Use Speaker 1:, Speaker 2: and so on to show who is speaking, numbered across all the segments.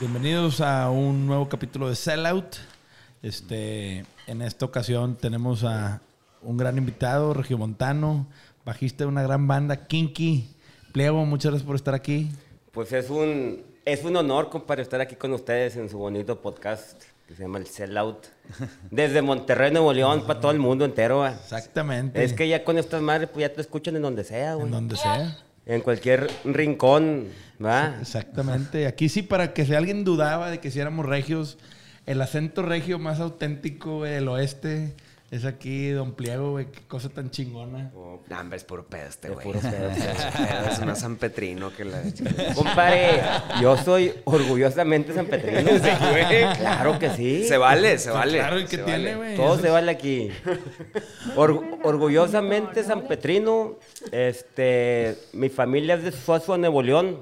Speaker 1: Bienvenidos a un nuevo capítulo de Sellout. Este, en esta ocasión tenemos a un gran invitado, regiomontano, bajista de una gran banda, Kinky. Pliego, muchas gracias por estar aquí.
Speaker 2: Pues es un, es un honor, compadre, estar aquí con ustedes en su bonito podcast que se llama El Sellout. Desde Monterrey, Nuevo León, para todo el mundo entero. va.
Speaker 1: Exactamente.
Speaker 2: Es que ya con estas madres, pues ya te escuchan en donde sea, güey.
Speaker 1: en donde sea.
Speaker 2: En cualquier rincón, ¿va?
Speaker 1: Exactamente. Aquí sí, para que si alguien dudaba de que si éramos regios, el acento regio más auténtico güey, del oeste es aquí, Don Pliego, güey. Qué cosa tan chingona.
Speaker 3: No, hombre, es puro pedo este
Speaker 2: Es
Speaker 3: güey.
Speaker 2: puro pedo, sí.
Speaker 3: Es más San Petrino que la.
Speaker 2: Compadre, yo soy orgullosamente San Petrino. Claro que sí.
Speaker 3: Se vale, se vale.
Speaker 1: Ah, Claro, ¿y qué
Speaker 3: se
Speaker 1: tiene,
Speaker 3: vale.
Speaker 1: güey?
Speaker 2: Todo
Speaker 1: Eso
Speaker 2: se
Speaker 1: es-
Speaker 2: vale aquí. Orgu- orgullosamente San Petrino, este, mi familia es de Suazo, Nuevo León.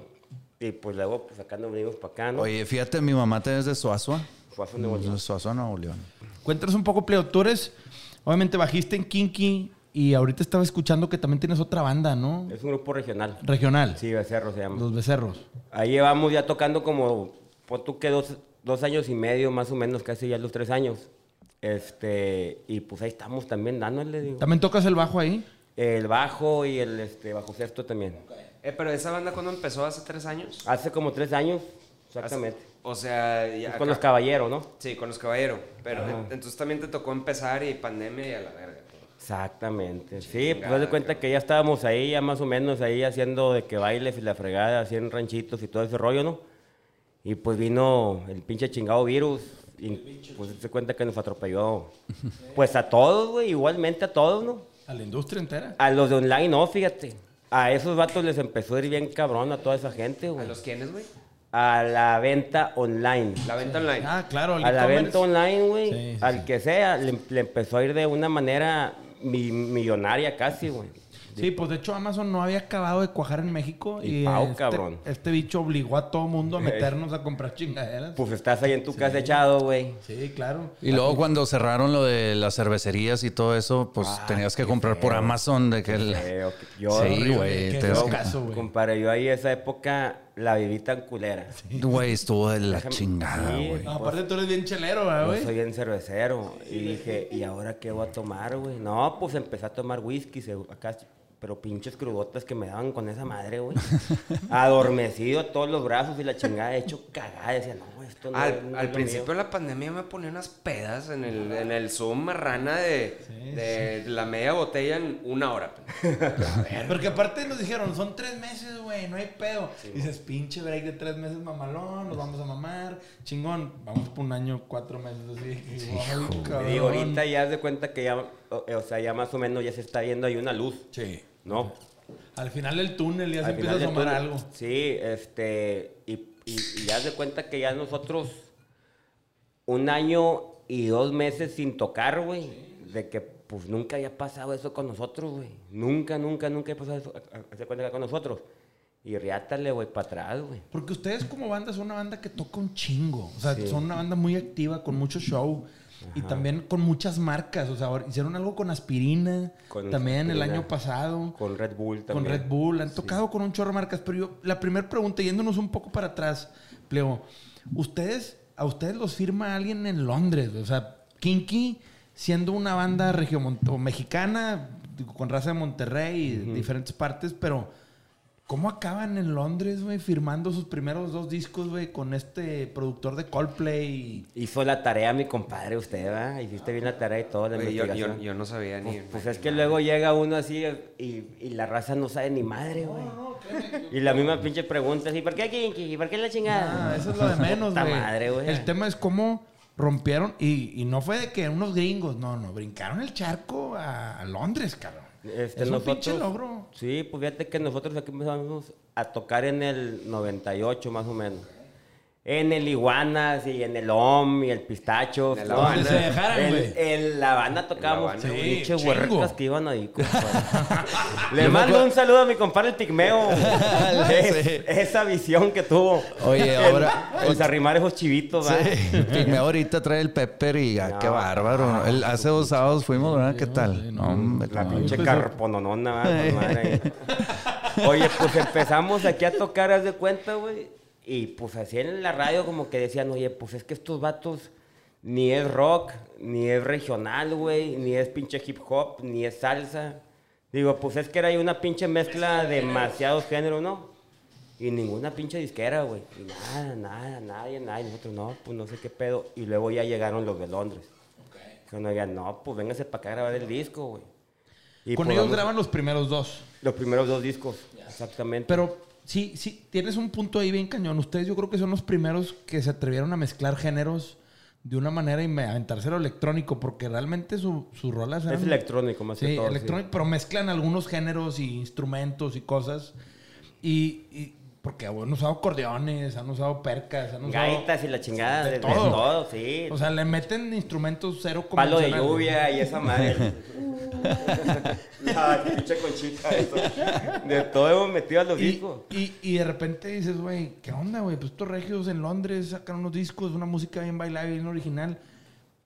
Speaker 2: Y pues luego, pues acá nos venimos para acá, ¿no?
Speaker 4: Oye, fíjate, mi mamá también es de Suazua.
Speaker 2: Suazua, Nuevo León.
Speaker 4: De Suazua, Nuevo León.
Speaker 1: Cuéntanos un poco, Pliego. Tú eres, obviamente, bajista en Kinky y ahorita estaba escuchando que también tienes otra banda, ¿no?
Speaker 2: Es un grupo regional.
Speaker 1: Regional.
Speaker 2: Sí, Becerro se llama.
Speaker 1: Los Becerros.
Speaker 2: Ahí llevamos ya tocando como, pon tú que dos, dos años y medio, más o menos, casi ya los tres años. Este, y pues ahí estamos también dándole, digo.
Speaker 1: ¿También tocas el bajo ahí?
Speaker 2: El bajo y el este, bajo sexto también.
Speaker 3: Eh, pero esa banda cuando empezó hace tres años.
Speaker 2: Hace como tres años,
Speaker 3: Hace-
Speaker 2: exactamente.
Speaker 3: O sea, ya
Speaker 2: Es
Speaker 3: acá-
Speaker 2: con los caballeros, ¿no?
Speaker 3: Sí, con los caballeros. Pero eh, entonces también te tocó empezar y pandemia y a la verga.
Speaker 2: Exactamente. Sí, pues
Speaker 3: Chingada,
Speaker 2: haz de cuenta
Speaker 3: cabrón.
Speaker 2: que ya estábamos ahí, ya más o menos ahí haciendo de que bailes y la fregada, haciendo ranchitos y todo ese rollo, ¿no? Y pues vino el pinche chingado virus y pues se cuenta que nos atropelló. Pues a todos, güey, igualmente a todos, ¿no?
Speaker 1: A la industria entera.
Speaker 2: A los de online no, fíjate. A esos vatos les empezó a ir bien cabrón a toda esa gente,
Speaker 3: ¿A
Speaker 2: güey.
Speaker 3: los quiénes, güey?
Speaker 2: A la venta online.
Speaker 3: La venta online.
Speaker 1: Ah, claro. el
Speaker 2: A la
Speaker 1: e-commerce.
Speaker 2: venta online, güey,
Speaker 1: Sí, sí,
Speaker 2: al
Speaker 1: sí.
Speaker 2: que sea, le, le empezó a ir de una manera mi- millonaria casi, güey.
Speaker 1: Sí, pues de hecho Amazon no había acabado de cuajar en México y,
Speaker 2: Y pao,
Speaker 1: este,
Speaker 2: cabrón. Eh.
Speaker 1: este bicho obligó a todo mundo a meternos a comprar chingaderas.
Speaker 2: Pues estás ahí en tu casa echado, güey.
Speaker 1: Sí, claro.
Speaker 4: Y luego cuando cerraron lo de las cervecerías y todo eso, pues
Speaker 2: Ah,
Speaker 4: tenías que comprar por Amazon de que el...
Speaker 2: Feo, que- Eh, Yo,
Speaker 4: Sí,
Speaker 2: horrible,
Speaker 4: güey.
Speaker 1: Qué
Speaker 4: tenías
Speaker 1: feo
Speaker 4: que-
Speaker 1: caso, güey.
Speaker 2: compadre, yo ahí esa época la viví tan culera.
Speaker 4: Güey, estuvo de la
Speaker 2: Déjame-
Speaker 4: chingada,
Speaker 2: Sí,
Speaker 4: güey.
Speaker 1: No, aparte tú eres bien chelero, ¿verdad,
Speaker 2: Yo
Speaker 1: güey.
Speaker 2: soy bien cervecero. Y dije, ¿y ahora qué voy a tomar, güey? No, pues empecé a tomar whisky, se- acá, pero pinches crudotas que me daban con esa madre, güey. Adormecido todos los brazos y la chingada, hecho cagada. Decía, no, esto no es- no
Speaker 3: Ah, Al,
Speaker 2: es
Speaker 3: al
Speaker 2: lo
Speaker 3: principio
Speaker 2: mío".
Speaker 3: de la pandemia me ponía unas pedas en el, en el Zoom marrana de, de la media botella en una hora.
Speaker 1: Porque aparte nos dijeron, son tres meses, güey, no hay pedo. Y dices, pinche break de tres meses, mamalón, nos vamos a mamar, chingón. Vamos por un año, cuatro meses, así. Ay, cabrón.
Speaker 2: Y ahorita ya haz de cuenta que ya, o, o sea, ya más o menos ya se está viendo ahí una luz,
Speaker 1: Sí.
Speaker 2: ¿no?
Speaker 1: Al final del túnel ya se
Speaker 2: Al
Speaker 1: empieza
Speaker 2: final
Speaker 1: a
Speaker 2: del
Speaker 1: tomar
Speaker 2: túnel,
Speaker 1: algo.
Speaker 2: Sí, este, y, y, y haz de cuenta que ya nosotros un año y dos meses sin tocar, güey, de que pues nunca había pasado eso con nosotros, güey. Nunca, nunca, nunca había pasado eso, haz de cuenta que con nosotros. Y riátale, güey, para atrás, güey.
Speaker 1: Porque ustedes como banda son una banda que toca un chingo. O sea, son una banda muy activa, con mucho show. Y también con muchas marcas. O sea, ahora hicieron algo con aspirina.
Speaker 2: Con
Speaker 1: también el
Speaker 2: Aspirina.
Speaker 1: año pasado.
Speaker 2: Con Red Bull
Speaker 1: con
Speaker 2: también.
Speaker 1: Red Bull, han tocado con un chorro de marcas, pero yo, la primera pregunta, yéndonos un poco para atrás, Pleo, ustedes, a ustedes los firma alguien en Londres, o sea, Kinky, siendo una banda regiomont- o mexicana, con raza de Monterrey y de diferentes partes, pero ¿cómo acaban en Londres, güey, firmando sus primeros dos discos, güey, con este productor de Coldplay?
Speaker 2: Hizo la tarea mi compadre usted, ¿va? Hiciste bien la tarea y todo, la
Speaker 3: Güey, yo, yo-
Speaker 2: investigación.
Speaker 3: yo no sabía ni.
Speaker 2: Pues, pues es que luego llega uno así y, y la raza no sabe ni madre, güey. y la misma pinche pregunta así, ¿por qué Kinky? ¿Y por qué la chingada?
Speaker 1: Ah, eso es lo de menos,
Speaker 2: Puta
Speaker 1: güey.
Speaker 2: madre, güey.
Speaker 1: El tema es cómo rompieron, y, y no fue de que unos gringos, no, no, brincaron el charco a, a Londres, cabrón.
Speaker 2: Este,
Speaker 1: es un
Speaker 2: nosotros-
Speaker 1: pinche logro.
Speaker 2: Sí, pues fíjate que nosotros aquí empezamos a tocar en el 98 más o menos. En el Iguanas y en el OM y el Pistacho.
Speaker 3: En el
Speaker 2: todo.
Speaker 3: Habana.
Speaker 1: Donde se dejaran,
Speaker 2: En,
Speaker 1: güey.
Speaker 2: en La Habana tocábamos
Speaker 3: Habana.
Speaker 1: Sí,
Speaker 2: pinches
Speaker 1: chingo.
Speaker 2: huercas que iban ahí, compadre.
Speaker 4: Yo
Speaker 2: Le
Speaker 4: me
Speaker 2: mando
Speaker 4: acuer-
Speaker 2: un saludo a mi compadre el Pigmeo. Es-
Speaker 4: Sí.
Speaker 2: esa visión que tuvo.
Speaker 4: Oye,
Speaker 2: El-
Speaker 4: ahora-
Speaker 2: El desarrimar pues, esos chivitos, ¿va?
Speaker 4: Sí, Pigmeo ahorita trae el Pepper y ah, qué bárbaro. El- hace dos sábados fuimos, ¿verdad? ¿Qué
Speaker 1: sí,
Speaker 4: tal?
Speaker 1: no,
Speaker 4: No, hombre,
Speaker 2: La
Speaker 4: no.
Speaker 2: pinche
Speaker 1: empezó.
Speaker 2: carpononona, va, con madre ahí. Oye, pues empezamos aquí a tocar, haz de cuenta, güey. Y pues así en la radio como que decían, oye, pues es que estos vatos ni es rock, ni es regional, güey, ni es pinche hip hop, ni es salsa. Digo, pues es que era ahí una pinche mezcla de demasiados géneros, ¿no? Y ninguna pinche disquera, güey. Y nada, nada, nadie, nadie. Nosotros no, pues no sé qué pedo. Y luego ya llegaron los de Londres. Que nos digan, no, pues véngase para acá a grabar el disco, güey. Y
Speaker 1: Con
Speaker 2: pues,
Speaker 1: ellos
Speaker 2: vamos-
Speaker 1: graban los primeros dos.
Speaker 2: Los primeros dos discos, exactamente.
Speaker 1: Pero sí, sí, tienes un punto ahí bien cañón. Ustedes yo creo que son los primeros que se atrevieron a mezclar géneros de una manera y me- aventarse lo electrónico, porque realmente su- sus rolas eran...
Speaker 2: es electrónico más que
Speaker 1: pues, Sí,
Speaker 2: todo. sí.
Speaker 1: electrónico, pero mezclan algunos géneros y instrumentos y cosas. Y, y- porque han usado acordeones, han usado percas, han usado...
Speaker 2: Gaitas y la chingada,
Speaker 1: De
Speaker 2: de, de
Speaker 1: todo.
Speaker 2: todo. sí.
Speaker 1: O sea, le meten instrumentos cero
Speaker 2: Palo de
Speaker 1: convencionales.
Speaker 2: lluvia y esa madre. La pinche conchita, eso. De todo hemos metido a los
Speaker 1: Y,
Speaker 2: discos.
Speaker 1: y- y de repente dices, güey, ¿qué onda, güey? Pues estos regios en Londres sacan unos discos, una música bien bailable, bien original.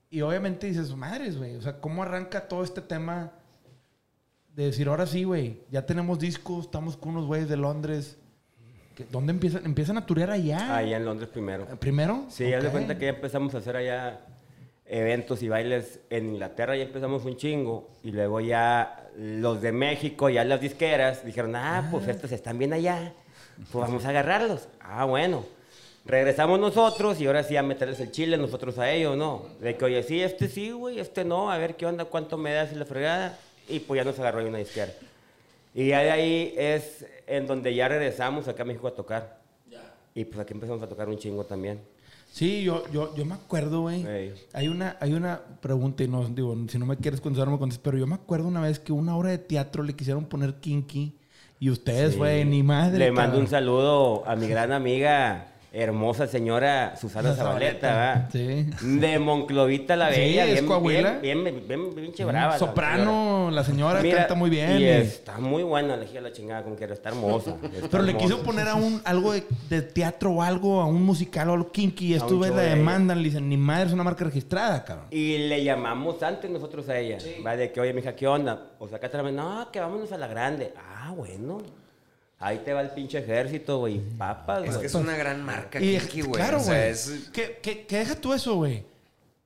Speaker 1: Y obviamente dices, madres, güey. O sea, ¿cómo arranca todo este tema de decir, ahora sí, güey, ya tenemos discos, estamos con unos güeyes de Londres? ¿Qué- ¿Dónde empiezan? Empiezan a turear allá.
Speaker 2: Allá en Londres primero.
Speaker 1: ¿Primero?
Speaker 2: Sí, haz de
Speaker 1: Ok.
Speaker 2: cuenta que ya empezamos a hacer allá eventos y bailes en Inglaterra, ya empezamos un chingo. Y luego ya los de México, ya las disqueras, dijeron, ah, pues estos están bien allá, pues vamos a agarrarlos. Ah, bueno. Regresamos nosotros y ahora sí a meterles el chile nosotros a ellos, ¿no? De que, oye, sí, este sí, güey, este no, a ver qué onda, cuánto me das y la fregada. Y pues ya nos agarró ahí una disquera. Y ya de ahí es en donde ya regresamos acá a México a tocar. Y pues aquí empezamos a tocar un chingo también.
Speaker 1: Sí, yo, yo, yo me acuerdo, güey.
Speaker 2: Ey.
Speaker 1: Hay una, hay una pregunta, y no, digo, si no me quieres contestar, no me contestes, pero yo me acuerdo una vez que una obra de teatro le quisieron poner kinky y ustedes, güey, ni madre.
Speaker 2: Le mando
Speaker 1: cabrón.
Speaker 2: un saludo a mi gran amiga, hermosa señora Susana
Speaker 1: Susana
Speaker 2: Zabaleta,
Speaker 1: Zabaleta,
Speaker 2: ¿verdad? De Monclovita la
Speaker 1: Sí,
Speaker 2: Bella.
Speaker 1: es
Speaker 2: bien,
Speaker 1: Coahuila.
Speaker 2: Bien, bien, bien, pinche brava. la señora.
Speaker 1: Soprano, la señora
Speaker 2: Mira,
Speaker 1: canta muy bien. eh.
Speaker 2: y
Speaker 1: y-
Speaker 2: está muy buena, la hija de la chingada, como quiera, está hermosa. está
Speaker 1: Pero le quiso
Speaker 2: hermosa.
Speaker 1: poner a un algo de, de teatro o algo, a un musical o algo kinky, y
Speaker 2: A un
Speaker 1: estuve
Speaker 2: show
Speaker 1: la
Speaker 2: de-
Speaker 1: demandan, le dicen, ni madre es una marca registrada, cabrón.
Speaker 2: Y le llamamos antes nosotros a ella. Va de que, oye, mija, ¿qué onda? O sea, acá te la ven, no, que vámonos a la grande. Ah, bueno. Ahí te va el pinche ejército, güey. Papas, güey.
Speaker 3: Es que es una gran marca,
Speaker 1: Y
Speaker 3: Kinky, güey.
Speaker 1: claro,
Speaker 3: O
Speaker 1: güey.
Speaker 3: sea, es-
Speaker 1: ¿Qué, qué, qué deja tú eso, güey?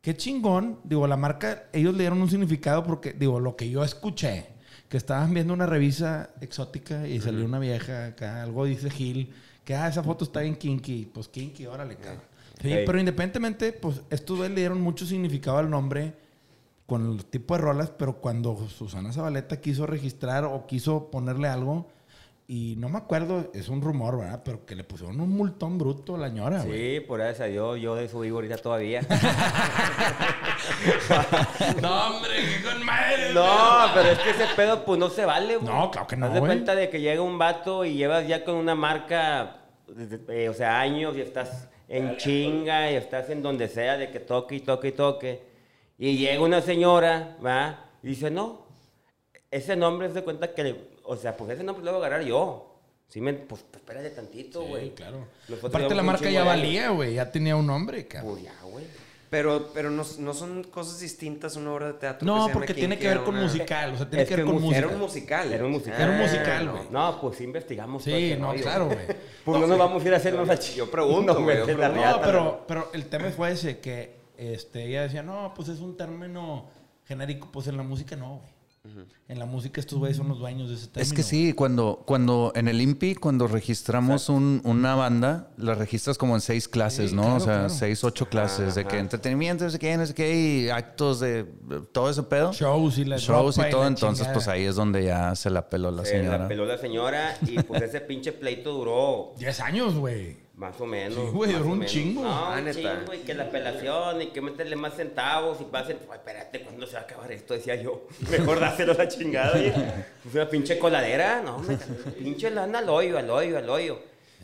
Speaker 1: Qué chingón. Digo, la marca, ellos le dieron un significado porque, digo, lo que yo escuché, que estaban viendo una revista exótica y salió una vieja acá, algo dice Gil, que ah, esa foto está bien kinky. Pues kinky, órale, cabrón. Sí,
Speaker 2: Ey.
Speaker 1: pero independientemente, pues estos güeyes le dieron mucho significado al nombre con el tipo de rolas, pero cuando Susana Zabaleta quiso registrar o quiso ponerle algo, y no me acuerdo, es un rumor, ¿verdad? Pero que le pusieron un multón bruto a la ñora, güey.
Speaker 2: Sí, por gracias a Dios, yo de eso vivo ahorita todavía.
Speaker 1: No, hombre, que con madre.
Speaker 2: No, pero es que ese pedo pues no se vale, güey.
Speaker 1: No, claro que no,
Speaker 2: Haz de
Speaker 1: güey.
Speaker 2: cuenta de que llega un vato y llevas ya con una marca, desde- eh, o sea, años y estás en chinga y estás en donde sea de que toque y toque y toque. Y llega una señora, va, y dice, no, ese nombre se cuenta que, le- o sea, pues ese nombre lo voy a agarrar yo. Sí, me, pues espérate tantito, güey.
Speaker 1: claro.
Speaker 2: Nosotros
Speaker 1: Aparte
Speaker 2: llevamos
Speaker 1: la
Speaker 2: un
Speaker 1: marca
Speaker 2: chingo
Speaker 1: ya
Speaker 2: de años.
Speaker 1: valía, güey. Ya tenía un nombre, cabrón.
Speaker 2: Pues ya, güey.
Speaker 3: Pero, pero no, no son cosas distintas una obra de teatro. que se
Speaker 1: No,
Speaker 3: llama
Speaker 1: porque tiene
Speaker 3: Kinky
Speaker 1: que ver
Speaker 3: a
Speaker 1: con
Speaker 3: una-
Speaker 1: musical. O sea, tiene
Speaker 2: Es
Speaker 1: que ver
Speaker 2: que
Speaker 1: con
Speaker 2: mu-
Speaker 1: música.
Speaker 3: Era un musical.
Speaker 2: Era un musical.
Speaker 1: Era un
Speaker 3: Ah,
Speaker 1: musical,
Speaker 3: no.
Speaker 1: güey.
Speaker 2: No, pues sí investigamos. todo
Speaker 1: Sí,
Speaker 2: ese
Speaker 1: no,
Speaker 2: rollo.
Speaker 1: claro, güey.
Speaker 2: Pues no, nos vamos a ir a hacer una
Speaker 3: yo pregunto, güey, yo pregunto.
Speaker 1: No, pero, pero el tema fue ese, que este, ella decía, no, pues es un término genérico. Pues en la música no, güey. En la música estos güeyes son los dueños de ese término.
Speaker 4: Es que sí, cuando, cuando en el IMPI, cuando registramos un- una banda, la registras como en seis clases,
Speaker 1: Sí,
Speaker 4: ¿no?
Speaker 1: claro,
Speaker 4: o sea,
Speaker 1: claro.
Speaker 4: seis, ocho clases de que entretenimiento, no sé qué, no sé qué, y actos de de todo ese pedo.
Speaker 1: Shows y la
Speaker 4: Shows
Speaker 1: ropa
Speaker 4: y
Speaker 1: y
Speaker 4: todo.
Speaker 1: la
Speaker 4: entonces,
Speaker 1: chingada.
Speaker 4: pues ahí es donde ya se la peló la
Speaker 2: Se
Speaker 4: señora.
Speaker 2: la peló la señora y pues ese pinche pleito duró
Speaker 1: 10 años, güey.
Speaker 2: más o menos.
Speaker 1: Sí, güey,
Speaker 2: más
Speaker 1: duró
Speaker 2: o
Speaker 1: un
Speaker 2: menos.
Speaker 1: chingo.
Speaker 2: No,
Speaker 3: Ah,
Speaker 2: un
Speaker 3: neta.
Speaker 2: chingo y que la apelación y que meterle más centavos y pasen. Pues espérate, ¿cuándo se va a acabar esto? Decía yo. Mejor dáselo a la chingada. oye. Pues una pinche coladera. No, hombre, pinche lana al hoyo, al hoyo, al hoyo.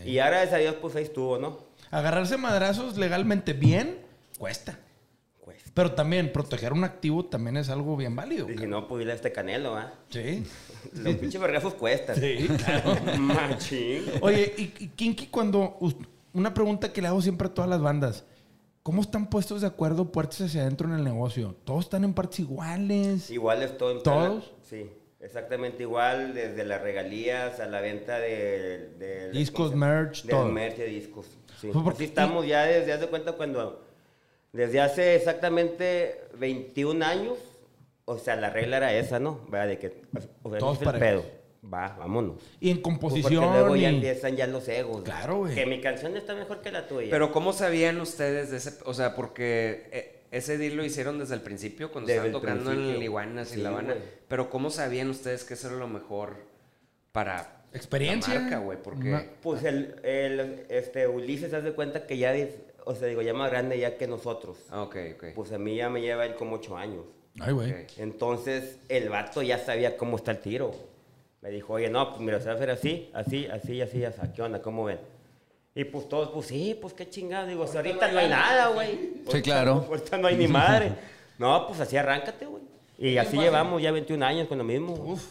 Speaker 2: Y ahora gracias a Dios, pues ahí estuvo, ¿no?
Speaker 1: agarrarse a madrazos legalmente bien cuesta.
Speaker 2: Pues,
Speaker 1: Pero también proteger un activo también es algo bien válido.
Speaker 2: y si
Speaker 1: cabrón.
Speaker 2: no pudiera este canelo, ¿ah?
Speaker 1: Sí.
Speaker 2: Los pinches vergazos cuestan.
Speaker 1: Sí,
Speaker 2: Machín.
Speaker 1: Oye, y, y Kinky, cuando. us- Una pregunta que le hago siempre a todas las bandas. ¿Cómo están puestos de acuerdo puertas hacia adentro en el negocio? ¿Todos están en partes iguales?
Speaker 2: Igual es todo en
Speaker 1: ¿Todos?
Speaker 2: Sí, exactamente igual, desde las regalías a la venta de, de-
Speaker 1: Discos,
Speaker 2: ¿cómo se llama?
Speaker 1: merch,
Speaker 2: del
Speaker 1: todo.
Speaker 2: merch de discos. Sí.
Speaker 1: Pues porque-
Speaker 2: Así estamos ya desde hace cuenta cuando desde hace exactamente 21 años, o sea, la regla era esa, ¿no? Va de que o sea,
Speaker 1: Todos
Speaker 2: ese es el
Speaker 1: parejos.
Speaker 2: pedo. Va, vámonos. Pues
Speaker 1: Y en
Speaker 2: Porque
Speaker 1: composición.
Speaker 2: luego ya
Speaker 1: y-
Speaker 2: empiezan ya los egos.
Speaker 1: Claro, güey.
Speaker 2: Que mi canción está mejor que la tuya.
Speaker 3: Pero ¿cómo sabían ustedes de ese? O sea, porque eh, ese deal lo hicieron desde el principio, cuando
Speaker 2: Desde
Speaker 3: estaban
Speaker 2: el
Speaker 3: tocando en
Speaker 2: principio.
Speaker 3: Liguanas y
Speaker 2: Sí,
Speaker 3: La Habana.
Speaker 2: güey.
Speaker 3: Pero ¿cómo sabían ustedes que eso era lo mejor para
Speaker 1: Experiencia.
Speaker 3: la marca, güey? Porque
Speaker 1: Ma-
Speaker 2: Pues el, el, este, Ulises hace cuenta que ya, es- o sea, digo, ya más grande ya que nosotros.
Speaker 3: Ah, ok, ok.
Speaker 2: Pues a mí ya me lleva él como ocho años.
Speaker 1: Ay, güey.
Speaker 3: Ok.
Speaker 2: Entonces, el vato ya sabía cómo está el tiro. Me dijo, oye, no, pues mira, se va a hacer así, así, así, así, así. ¿Qué onda? ¿Cómo ven? Y pues todos, pues sí, pues qué chingado. Digo, si ahorita no hay nada, güey. Ahorita-
Speaker 4: claro.
Speaker 2: Ahorita no hay ni madre. No, pues así arráncate, güey. Y así llevamos ya 21 años con lo mismo.
Speaker 1: Uf.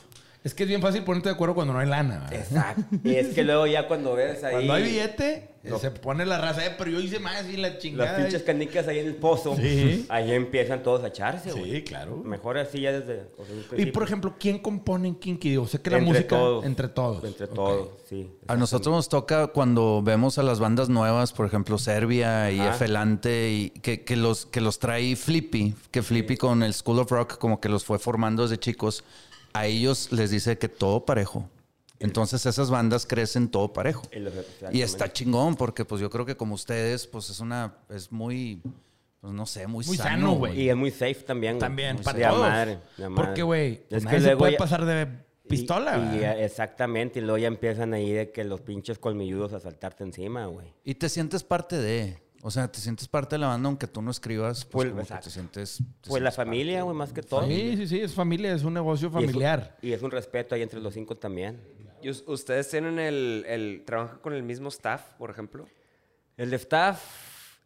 Speaker 1: Es que es bien fácil ponerte de acuerdo cuando no hay lana. ¿verdad?
Speaker 2: Exacto. Y es que luego ya cuando ves ahí...
Speaker 1: Cuando hay billete,
Speaker 2: Lo-
Speaker 1: se pone la raza de, pero yo hice más y la chingada.
Speaker 2: Las pinches canicas ahí en el pozo.
Speaker 1: Sí.
Speaker 2: Ahí empiezan todos a echarse,
Speaker 1: Sí,
Speaker 2: güey.
Speaker 1: claro.
Speaker 2: Mejor así ya desde. o sea, desde el
Speaker 1: Y
Speaker 2: principio.
Speaker 1: por ejemplo, ¿quién compone en Kinky? Digo, sé que la
Speaker 2: Entre
Speaker 1: música.
Speaker 2: todos.
Speaker 1: Entre todos. Ah,
Speaker 2: Entre
Speaker 1: Ok.
Speaker 2: todos, sí.
Speaker 4: A nosotros nos toca cuando vemos a las bandas nuevas, por ejemplo, Serbia y
Speaker 2: Ajá.
Speaker 4: Efelante, y que, que los, que los trae Flippy, que Flippy con el School of Rock como que los fue formando desde chicos, a ellos les dice que todo parejo. Entonces esas bandas crecen todo parejo.
Speaker 2: Y los- exactamente.
Speaker 4: Y está chingón, porque pues yo creo que como ustedes, pues es una, es muy, pues no sé, muy,
Speaker 1: Muy sano,
Speaker 4: sano,
Speaker 1: güey.
Speaker 4: güey.
Speaker 2: Y es muy safe también. güey.
Speaker 1: También,
Speaker 2: Muy
Speaker 1: para
Speaker 2: safe. De a
Speaker 1: todos.
Speaker 2: madre, de a madre.
Speaker 1: Porque, güey,
Speaker 2: Es
Speaker 1: nadie
Speaker 2: que
Speaker 1: se
Speaker 2: luego
Speaker 1: puede
Speaker 2: ya-
Speaker 1: pasar de
Speaker 2: y-
Speaker 1: pistola.
Speaker 2: y
Speaker 1: ¿verdad?
Speaker 2: ya- exactamente, y luego ya empiezan ahí de que los pinches colmilludos a saltarte encima, güey.
Speaker 4: Y te sientes parte de, o sea, te sientes parte de la banda aunque tú no escribas, pues,
Speaker 2: Pues,
Speaker 4: como que
Speaker 2: exacto.
Speaker 4: te sientes... te
Speaker 2: Pues la
Speaker 4: sientes parte.
Speaker 2: familia, güey, más que todo. Y
Speaker 1: sí, sí, sí, es familia, es un negocio
Speaker 2: es un-
Speaker 1: familiar.
Speaker 2: Y es, un respeto ahí entre los cinco también.
Speaker 3: ¿Y us- ustedes tienen el, el... ¿Trabajan con el mismo staff, por ejemplo?
Speaker 2: El staff,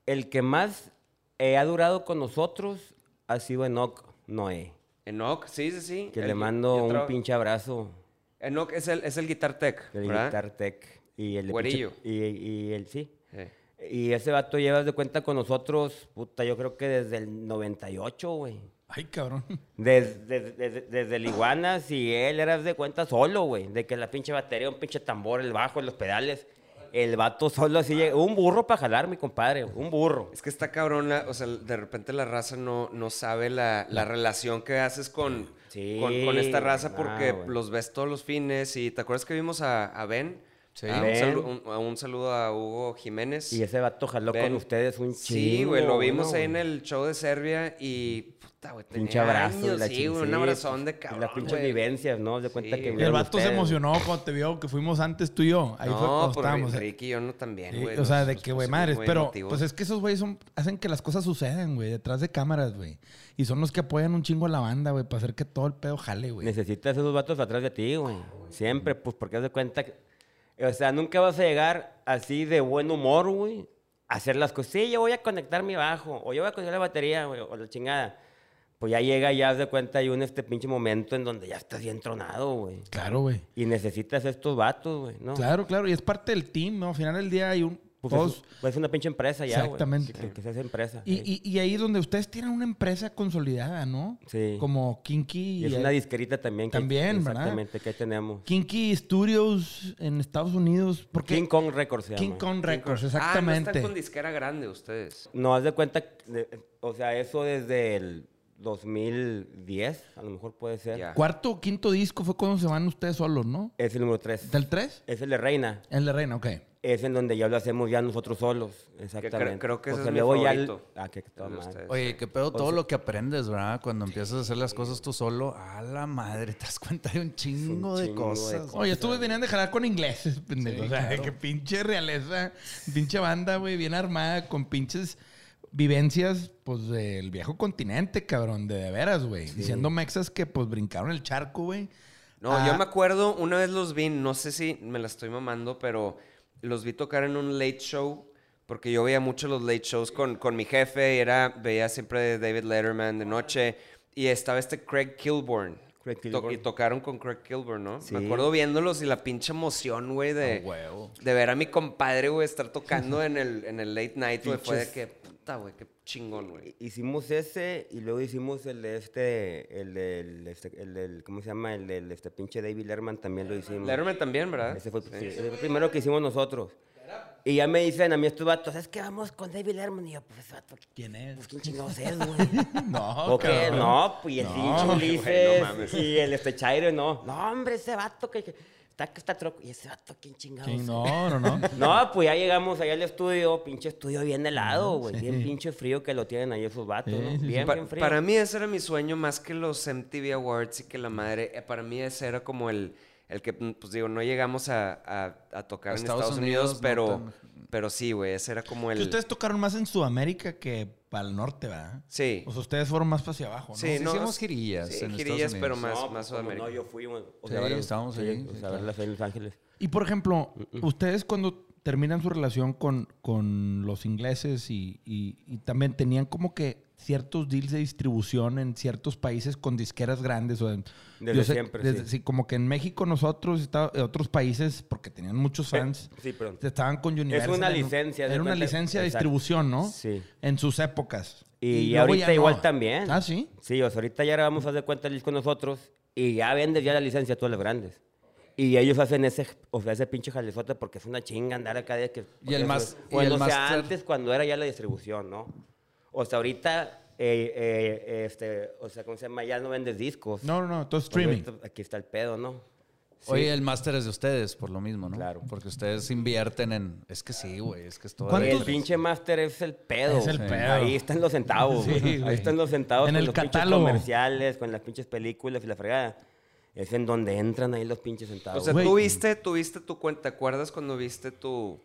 Speaker 2: el que más eh, ha durado con nosotros ha sido Enoch Noé.
Speaker 3: Enoch, sí, sí, sí.
Speaker 2: Que
Speaker 3: Él-
Speaker 2: le mando
Speaker 3: yo
Speaker 2: un
Speaker 3: traba-
Speaker 2: pinche abrazo.
Speaker 3: Enoch es el, es el Guitar Tech,
Speaker 2: El
Speaker 3: ¿verdad?
Speaker 2: Guitar Tech. Y el de
Speaker 3: Güerillo.
Speaker 2: pinche- Y, y el sí.
Speaker 3: Sí.
Speaker 2: Y ese vato llevas de cuenta con nosotros, puta, yo creo que desde el 98, güey.
Speaker 1: Ay, cabrón.
Speaker 2: Des- des- des- Desde, el Iguanas y él eras de cuenta solo, güey. De que la pinche batería, un pinche tambor, el bajo, los pedales. El vato solo así llega- Un burro para jalar, mi compadre. Un burro.
Speaker 3: Es que está cabrón, la- o sea, de repente la raza no, no sabe la, la relación que haces con,
Speaker 2: Sí,
Speaker 3: con, con esta raza
Speaker 2: no,
Speaker 3: porque
Speaker 2: güey.
Speaker 3: los ves todos los fines y ¿te acuerdas que vimos a, a Ben?
Speaker 4: Sí.
Speaker 3: A un,
Speaker 2: Ben.
Speaker 3: salu- un- a un saludo a Hugo Jiménez.
Speaker 2: Y ese vato jaló
Speaker 3: Ben.
Speaker 2: con ustedes un chingo.
Speaker 3: Sí, güey, lo vimos
Speaker 2: ¿no,
Speaker 3: ahí
Speaker 2: güey?
Speaker 3: en el show de Serbia y puta, güey, tenía
Speaker 2: Pinche abrazo. y
Speaker 3: años,
Speaker 2: la
Speaker 3: sí,
Speaker 2: ching-
Speaker 3: güey, un
Speaker 2: sí, pues,
Speaker 3: abrazón de
Speaker 2: y
Speaker 3: cabrón,
Speaker 2: Las pinches
Speaker 3: güey.
Speaker 2: vivencias, ¿no? De cuenta
Speaker 3: Sí,
Speaker 2: que
Speaker 1: Y
Speaker 3: güey.
Speaker 1: el
Speaker 2: vieron
Speaker 1: vato se
Speaker 2: ustedes.
Speaker 1: emocionó cuando te vio que fuimos antes tú y yo. Ahí fue
Speaker 3: No,
Speaker 1: cuando
Speaker 3: por
Speaker 1: estábamos. eh,
Speaker 3: Ricky y yo no también,
Speaker 1: Sí,
Speaker 3: güey.
Speaker 1: o sea,
Speaker 3: nos-
Speaker 1: de
Speaker 3: nos
Speaker 1: que, güey,
Speaker 3: pusimos
Speaker 1: madres.
Speaker 3: muy
Speaker 1: Pero,
Speaker 3: emotivos.
Speaker 1: pues es que esos güeyes son- hacen que las cosas sucedan, güey, detrás de cámaras, güey. Y son los que apoyan un chingo a la banda, güey, para hacer que todo el pedo jale, güey.
Speaker 2: Necesitas esos vatos atrás de ti, güey. Siempre, pues, porque haz de cuenta que... O sea, nunca vas a llegar así de buen humor, güey. a Hacer las cosas. Sí, yo voy a conectar mi bajo. O yo voy a conectar la batería, güey. O la chingada. Pues ya llega, ya haz de cuenta, hay un este pinche momento en donde ya estás bien tronado, güey.
Speaker 1: Claro, güey.
Speaker 2: Y necesitas estos vatos, güey, ¿no?
Speaker 1: Claro, claro. Y es parte del team, ¿no? Al final del día hay un...
Speaker 2: Pues
Speaker 1: todos-
Speaker 2: es, pues es una pinche empresa ya, güey.
Speaker 1: Exactamente.
Speaker 2: Sí, Que, que se hace empresa.
Speaker 1: Y,
Speaker 2: eh.
Speaker 1: y- y ahí es donde ustedes tienen una empresa consolidada, ¿no?
Speaker 2: Sí.
Speaker 1: Como Kinky.
Speaker 2: Y es
Speaker 1: eh,
Speaker 2: una disquerita también. que-
Speaker 1: También, ¿verdad?
Speaker 2: Exactamente, que ahí tenemos.
Speaker 1: Kinky Studios en Estados Unidos. Porque
Speaker 2: King Kong Records se
Speaker 1: King
Speaker 2: llama.
Speaker 1: Kong Records,
Speaker 3: Ah, no
Speaker 1: exactamente.
Speaker 3: están con disquera grande ustedes.
Speaker 2: No, haz de cuenta, de- o sea, eso desde el 2010, a lo mejor puede ser.
Speaker 3: Ya.
Speaker 1: Cuarto o quinto disco fue cuando se van ustedes solos, ¿no?
Speaker 2: Es el número 3.
Speaker 1: ¿Del 3?
Speaker 2: Es el de Reina.
Speaker 1: El de Reina, ok.
Speaker 2: Es en donde ya lo hacemos ya nosotros solos. Exactamente.
Speaker 3: cre- creo que
Speaker 2: O
Speaker 3: ese
Speaker 2: sea,
Speaker 3: es mi
Speaker 2: luego ya el-
Speaker 3: favorito,
Speaker 2: Ah, que toda
Speaker 3: el de
Speaker 2: madre.
Speaker 3: ustedes.
Speaker 4: Oye, qué pedo todo lo que aprendes, ¿verdad? Cuando empiezas a hacer las cosas tú solo, a la madre, te das cuenta de un chingo, de
Speaker 2: chingo de
Speaker 4: cosas.
Speaker 2: cosas.
Speaker 1: Oye, estuve venían de jalar con ingleses, pendejo. o sea, que pinche realeza, pinche banda, güey, bien armada, con pinches vivencias, pues, del viejo continente, cabrón, de, de veras, güey. Diciendo mexas que, pues, brincaron el charco, güey.
Speaker 3: No,
Speaker 1: Ah.
Speaker 3: yo me acuerdo, una vez los vi, no sé si me la estoy mamando, pero los vi tocar en un late show, porque yo veía mucho los late shows con, con mi jefe y era, veía siempre de David Letterman de noche y estaba este Craig Kilborn.
Speaker 2: Craig
Speaker 3: To-
Speaker 2: Kilborn.
Speaker 3: y tocaron con Craig Kilborn, ¿no?
Speaker 2: Sí.
Speaker 3: Me acuerdo viéndolos y la pinche emoción, güey, de, de ver a mi compadre, güey, estar tocando en el, en el late night, güey. Fue de
Speaker 2: Pinches-
Speaker 3: que, puta, güey, qué chingón, güey.
Speaker 2: Hicimos ese y luego hicimos el de este, el del, este- el del- ¿cómo se llama? El del este pinche David Lerman también lo hicimos.
Speaker 3: Letterman también, ¿verdad?
Speaker 2: Ese fue,
Speaker 3: Sí.
Speaker 2: sí, ese fue el primero que hicimos nosotros. Y ya me dicen a mí este estos vatos, es que vamos con David Lerman. Y yo, pues, ese vato,
Speaker 1: ¿Quién
Speaker 2: pues
Speaker 1: es?
Speaker 2: ¿quién chingados es, güey?
Speaker 1: No,
Speaker 2: ¿O qué?
Speaker 1: cabrón.
Speaker 2: No, pues y el
Speaker 1: No,
Speaker 2: pinche
Speaker 1: güey,
Speaker 2: Ulises
Speaker 3: no mames.
Speaker 2: y el este Chairo, no. No, hombre, ese vato que que está que está troco. Y ese vato, ¿quién chingados?
Speaker 1: ¿Quién? No, no, no.
Speaker 2: No, pues ya llegamos allá al estudio, pinche estudio bien helado, güey. Bien pinche frío que lo tienen ahí esos vatos, ¿no?
Speaker 1: Sí, sí, sí.
Speaker 2: Bien,
Speaker 3: Pa-
Speaker 2: bien frío.
Speaker 3: para mí ese era mi sueño más que los MTV Awards y que la madre, eh, para mí ese era como el, el que, mm, pues digo, no llegamos a, a- a tocar
Speaker 4: A
Speaker 3: en
Speaker 4: Estados
Speaker 3: Estados Unidos,
Speaker 4: Unidos, no
Speaker 3: pero,
Speaker 4: tan-
Speaker 3: pero sí, güey, ese era como
Speaker 1: Que
Speaker 3: el...
Speaker 1: ustedes tocaron más en Sudamérica que para el norte, ¿verdad?
Speaker 3: Sí.
Speaker 1: O sea, ustedes fueron más para hacia abajo, ¿no?
Speaker 3: Sí, no,
Speaker 4: hicimos
Speaker 3: es-
Speaker 4: girillas
Speaker 3: sí,
Speaker 4: en
Speaker 3: girillas,
Speaker 4: Estados Unidos.
Speaker 3: pero más-
Speaker 2: pues,
Speaker 3: más
Speaker 2: cómo
Speaker 3: Sudamérica.
Speaker 2: No, yo fui, güey. O
Speaker 4: Sí,
Speaker 2: a ver,
Speaker 4: estábamos
Speaker 2: sí,
Speaker 4: ahí,
Speaker 2: O
Speaker 4: sí,
Speaker 2: sea, a ver
Speaker 4: claro.
Speaker 2: la fe en Los Ángeles.
Speaker 1: Y por ejemplo, ustedes cuando terminan su relación con, con los ingleses y, y- y también tenían como que ciertos deals de distribución en ciertos países con disqueras grandes. O en-
Speaker 2: Desde
Speaker 1: yo sé-
Speaker 2: siempre,
Speaker 1: desde-
Speaker 2: sí.
Speaker 1: Como que en México nosotros, estaba- en otros países, porque tenían muchos fans,
Speaker 2: Sí, perdón.
Speaker 1: estaban con Universal.
Speaker 2: una
Speaker 1: en un-
Speaker 2: licencia, de
Speaker 1: Era una
Speaker 2: cuenta.
Speaker 1: licencia de
Speaker 2: Exacto.
Speaker 1: distribución, ¿no?
Speaker 2: Sí.
Speaker 1: En sus épocas.
Speaker 2: Y,
Speaker 1: luego
Speaker 2: ahorita
Speaker 1: ya no.
Speaker 2: igual también.
Speaker 1: Ah, sí.
Speaker 2: Sí, o sea, ahorita ya vamos a hacer cuenta el disco nosotros y ya vendes ya la licencia a todos los grandes. Y ellos hacen ese, o sea, ese pinche jalezote porque es una chinga andar acá de que...
Speaker 4: Y el más- y
Speaker 2: Bueno,
Speaker 4: el
Speaker 2: o sea,
Speaker 4: máster-
Speaker 2: antes cuando era ya la distribución, ¿no? O sea, ahorita, eh, eh, este, o sea, ¿cómo se llama? Ya no vendes discos.
Speaker 1: No, no, no, todo
Speaker 2: Bueno,
Speaker 1: streaming.
Speaker 2: ahorita Aquí está el pedo, ¿no? Sí.
Speaker 4: Oye, el máster es de ustedes, por lo mismo, ¿no?
Speaker 2: Claro.
Speaker 4: Porque ustedes invierten en. Es que sí, güey, es que es todo.
Speaker 1: ¿Cuántos-
Speaker 2: El
Speaker 4: diferente.
Speaker 2: pinche máster es el pedo.
Speaker 1: Es el
Speaker 2: Sí.
Speaker 1: pedo.
Speaker 2: Ahí están los centavos.
Speaker 1: Sí,
Speaker 2: güey.
Speaker 1: güey.
Speaker 2: Ahí están los centavos
Speaker 1: En
Speaker 2: con
Speaker 1: el
Speaker 2: los pinches
Speaker 1: catálogo.
Speaker 2: comerciales, con las pinches películas y la fregada. Es en donde entran ahí los pinches
Speaker 3: O
Speaker 4: Ah,
Speaker 2: centavos.
Speaker 3: sea,
Speaker 1: Güey.
Speaker 3: tú viste, tú viste tu cuenta, ¿te acuerdas cuando viste tu,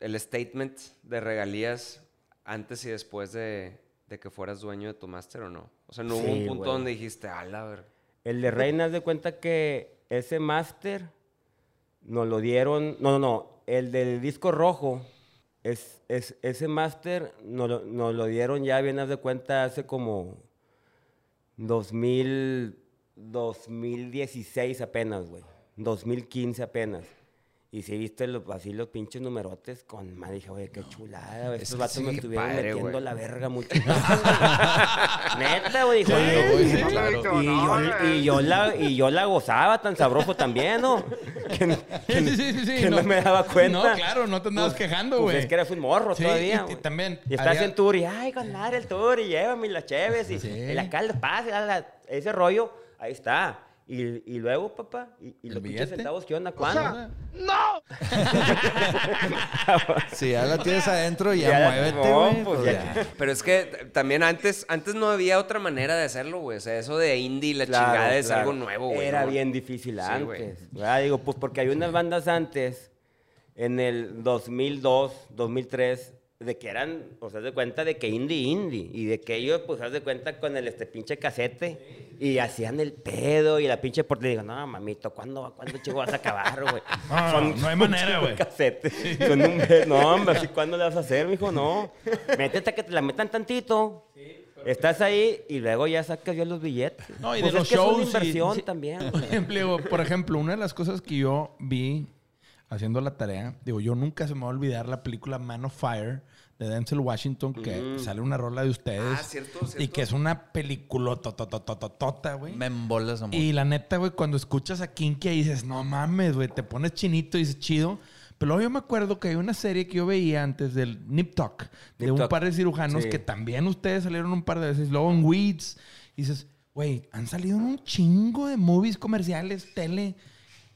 Speaker 3: el statement de regalías antes y después de, de que fueras dueño de tu máster o no? O sea, no hubo un
Speaker 2: Sí,
Speaker 3: punto
Speaker 2: güey.
Speaker 3: donde dijiste, ala, ver.
Speaker 2: El de Reina haz de cuenta que ese máster nos lo dieron. No, no, no. El del disco rojo. Es, es- ese máster nos, lo- nos lo dieron ya, bien haz de cuenta, hace como 2000, 2016 apenas, güey. 2015 apenas. Y si viste los, así los pinches numerotes con madre, dije, oye, qué chulada. güey,
Speaker 4: Es
Speaker 2: Estos
Speaker 4: que
Speaker 2: vatos
Speaker 4: sí,
Speaker 2: me
Speaker 4: qué
Speaker 2: estuvieron
Speaker 3: padre,
Speaker 2: metiendo
Speaker 3: güey.
Speaker 2: la verga mucho. Neta, güey, dijo, "Oye,
Speaker 4: güey,
Speaker 2: güey,
Speaker 4: sí, claro.
Speaker 2: y yo, y yo la, y yo la gozaba tan sabroso también, ¿no? Que, no- que no-
Speaker 1: Sí, sí, sí, sí,
Speaker 2: que no, me daba cuenta.
Speaker 1: No, claro, no te andabas quejando,
Speaker 2: Pues
Speaker 1: güey.
Speaker 2: es que eras un morro
Speaker 1: Sí,
Speaker 2: todavía,
Speaker 1: y- y
Speaker 2: güey.
Speaker 1: también
Speaker 2: Y estás
Speaker 1: haría-
Speaker 2: en tour y, ay, con madre el tour y llévame y las cheves y,
Speaker 1: Sí.
Speaker 2: y la calda, pase, la- la- ese rollo, ahí está. Y, y luego, papá, y, y los pinches
Speaker 1: billete?
Speaker 2: centavos, ¿qué onda? ¿Cuándo?
Speaker 4: Si ya la tienes adentro, ya,
Speaker 2: Ya la-
Speaker 4: muévete,
Speaker 2: no,
Speaker 4: güey.
Speaker 2: pues
Speaker 4: pues
Speaker 2: ya.
Speaker 4: ya.
Speaker 3: Pero es que t- también antes, antes no había otra manera de hacerlo, güey. O sea, eso de indie y la
Speaker 2: Claro,
Speaker 3: chingada es
Speaker 2: claro.
Speaker 3: algo nuevo, güey.
Speaker 2: Era
Speaker 3: ¿no?
Speaker 2: bien difícil
Speaker 3: Sí, güey.
Speaker 2: antes. ¿verdad? Digo, pues porque hay unas bandas antes, en el 2002, 2003, de que eran, o sea, haz de cuenta de que indie, indie. Y de que ellos, pues, haz de cuenta con el este pinche casete. Y hacían el pedo y la pinche porte. Y digo, no, mamito, ¿cuándo, va- ¿cuándo chico vas a acabar, güey?
Speaker 1: No, no, no hay manera, güey.
Speaker 2: Casete. Son un be- No, hombre, así cuándo le vas a hacer, mijo, no. Métete a que te la metan tantito. Estás ahí y luego ya sacas yo los billetes.
Speaker 1: No, y
Speaker 2: Pues
Speaker 1: de
Speaker 2: es
Speaker 1: los
Speaker 2: que
Speaker 1: shows.
Speaker 2: Es una inversión
Speaker 1: y-
Speaker 2: también.
Speaker 1: Por ejemplo, por ejemplo, una de las cosas que yo vi haciendo la tarea, digo, yo nunca se me va a olvidar la película Man of Fire de Denzel Washington, que sale una rola de ustedes.
Speaker 3: Ah, cierto,
Speaker 1: Y
Speaker 3: cierto.
Speaker 1: que es una película güey.
Speaker 4: Me embolas, amor.
Speaker 1: Y la neta, güey, cuando escuchas a Kinky ahí dices, no mames, güey, te pones chinito y dices, chido. Pero luego yo me acuerdo que hay una serie que yo veía antes del Nip Talk, de
Speaker 2: Nip
Speaker 1: un
Speaker 2: Tuck.
Speaker 1: par de cirujanos
Speaker 2: Sí.
Speaker 1: que también ustedes salieron un par de veces, luego en Weeds. Y dices, güey, han salido en un chingo de movies comerciales, tele.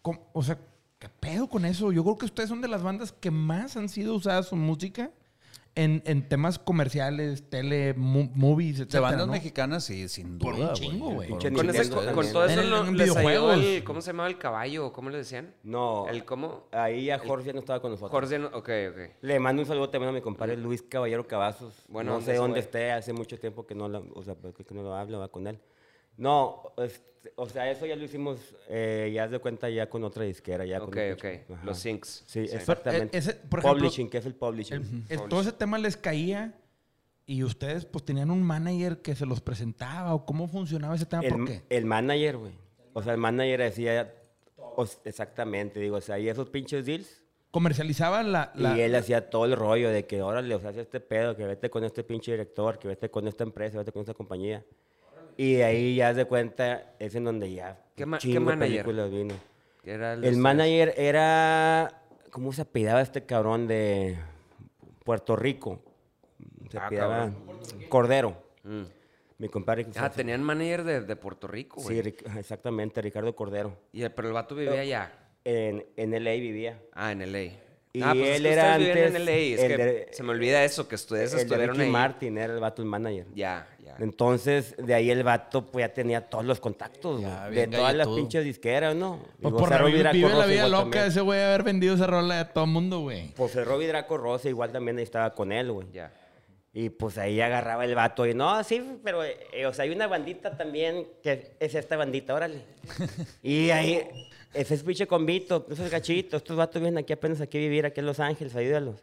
Speaker 1: Com- O sea, ¿qué pedo con eso? Yo creo que ustedes son de las bandas que más han sido usadas su música en, en temas comerciales, tele, mu- movies, etc.
Speaker 4: De bandas mexicanas, sí, sin
Speaker 1: Por
Speaker 4: duda.
Speaker 1: un chingo, güey.
Speaker 4: Por
Speaker 2: Pinche
Speaker 4: un
Speaker 3: Con,
Speaker 4: chingo
Speaker 3: ese,
Speaker 2: Nintendo
Speaker 3: con,
Speaker 4: ustedes.
Speaker 3: con todo eso
Speaker 1: En-
Speaker 3: lo-
Speaker 1: en
Speaker 3: les ayudó
Speaker 1: videojuegos.
Speaker 3: el... ¿Cómo se llamaba el caballo? ¿Cómo le decían?
Speaker 2: No,
Speaker 3: El cómo...
Speaker 2: ahí ya Jorge ya no estaba con nosotros.
Speaker 3: Jorge... no- Ok, ok.
Speaker 2: Le mando un saludo también a mi compadre Luis Caballero Cavazos.
Speaker 3: Bueno,
Speaker 2: no sé
Speaker 3: ¿dónde
Speaker 2: dónde
Speaker 3: ese
Speaker 2: pues, esté, hace mucho tiempo que no, lo, o sea, que no lo hablo va con él. No, este, o sea, eso ya lo hicimos, eh, ya de cuenta ya con otra disquera. Ya con
Speaker 3: Ok,
Speaker 2: otra-
Speaker 3: ok.
Speaker 2: ajá.
Speaker 3: Los syncs.
Speaker 2: Sí,
Speaker 3: Sí.
Speaker 2: exactamente.
Speaker 1: E- ese, por ejemplo,
Speaker 2: publishing, ¿qué es el publishing?
Speaker 1: El- el- todo ese tema les caía y ustedes pues tenían un manager que se los presentaba o cómo funcionaba ese tema. Ah, ¿Por
Speaker 2: el,
Speaker 1: qué?
Speaker 2: el manager, güey. O sea, el manager decía, o s- exactamente, digo, o sea, y esos pinches deals.
Speaker 1: Comercializaba la... la-
Speaker 2: Y él hacía todo el rollo de que, órale, o sea, hace este pedo, que vete con este pinche director, que vete con esta empresa, vete con esta compañía. Y de ahí ya se cuenta, es en donde ya.
Speaker 3: ¿Qué
Speaker 2: un
Speaker 3: ma- qué
Speaker 2: chingo de
Speaker 3: manager?
Speaker 2: películas vino.
Speaker 3: Era
Speaker 2: El
Speaker 3: los-
Speaker 2: manager era. ¿Cómo se apellidaba este cabrón de Puerto Rico? Se
Speaker 3: Ah,
Speaker 2: apellidaba
Speaker 3: cabrón.
Speaker 2: Cordero.
Speaker 3: Mm.
Speaker 2: Mi compadre.
Speaker 3: Ah, tenían manager de, de Puerto Rico,
Speaker 2: Sí,
Speaker 3: güey.
Speaker 2: Ric- exactamente, Ricardo Cordero.
Speaker 3: y el, pero el vato vivía allá.
Speaker 2: En, en LA vivía.
Speaker 3: Ah, en LA.
Speaker 2: Y
Speaker 3: ah,
Speaker 2: él
Speaker 3: es que
Speaker 2: era
Speaker 3: ustedes vivían
Speaker 2: antes
Speaker 3: en LA. Es
Speaker 2: el
Speaker 3: que
Speaker 2: de-
Speaker 3: se me olvida eso, que ustedes
Speaker 2: el de
Speaker 3: estuvieron
Speaker 2: Ricky
Speaker 3: ahí.
Speaker 2: Martin era el vato, el manager.
Speaker 3: Ya, ya.
Speaker 2: Entonces, de ahí el vato pues, ya tenía todos los contactos,
Speaker 4: Ya,
Speaker 2: güey, de
Speaker 4: bien
Speaker 2: todas las
Speaker 4: galletudo.
Speaker 2: pinches disqueras, ¿no?
Speaker 1: pues,
Speaker 2: Digo,
Speaker 1: por
Speaker 2: Cerro
Speaker 1: Raúl vive,
Speaker 2: Draco
Speaker 1: la
Speaker 2: Rosa
Speaker 1: vida
Speaker 2: igual
Speaker 1: loca
Speaker 2: también.
Speaker 1: ese güey de haber vendido esa rola a todo el mundo, güey.
Speaker 2: Pues el Robbie Draco Rosa igual también ahí estaba con él, güey.
Speaker 3: Ya.
Speaker 2: Y pues ahí agarraba el vato y no, sí, pero eh, o sea, hay una bandita también que es esta bandita, órale. y ahí, ese es pinche convito, esos gachitos, estos vatos vienen aquí apenas aquí a vivir, aquí en Los Ángeles, ayúdalos.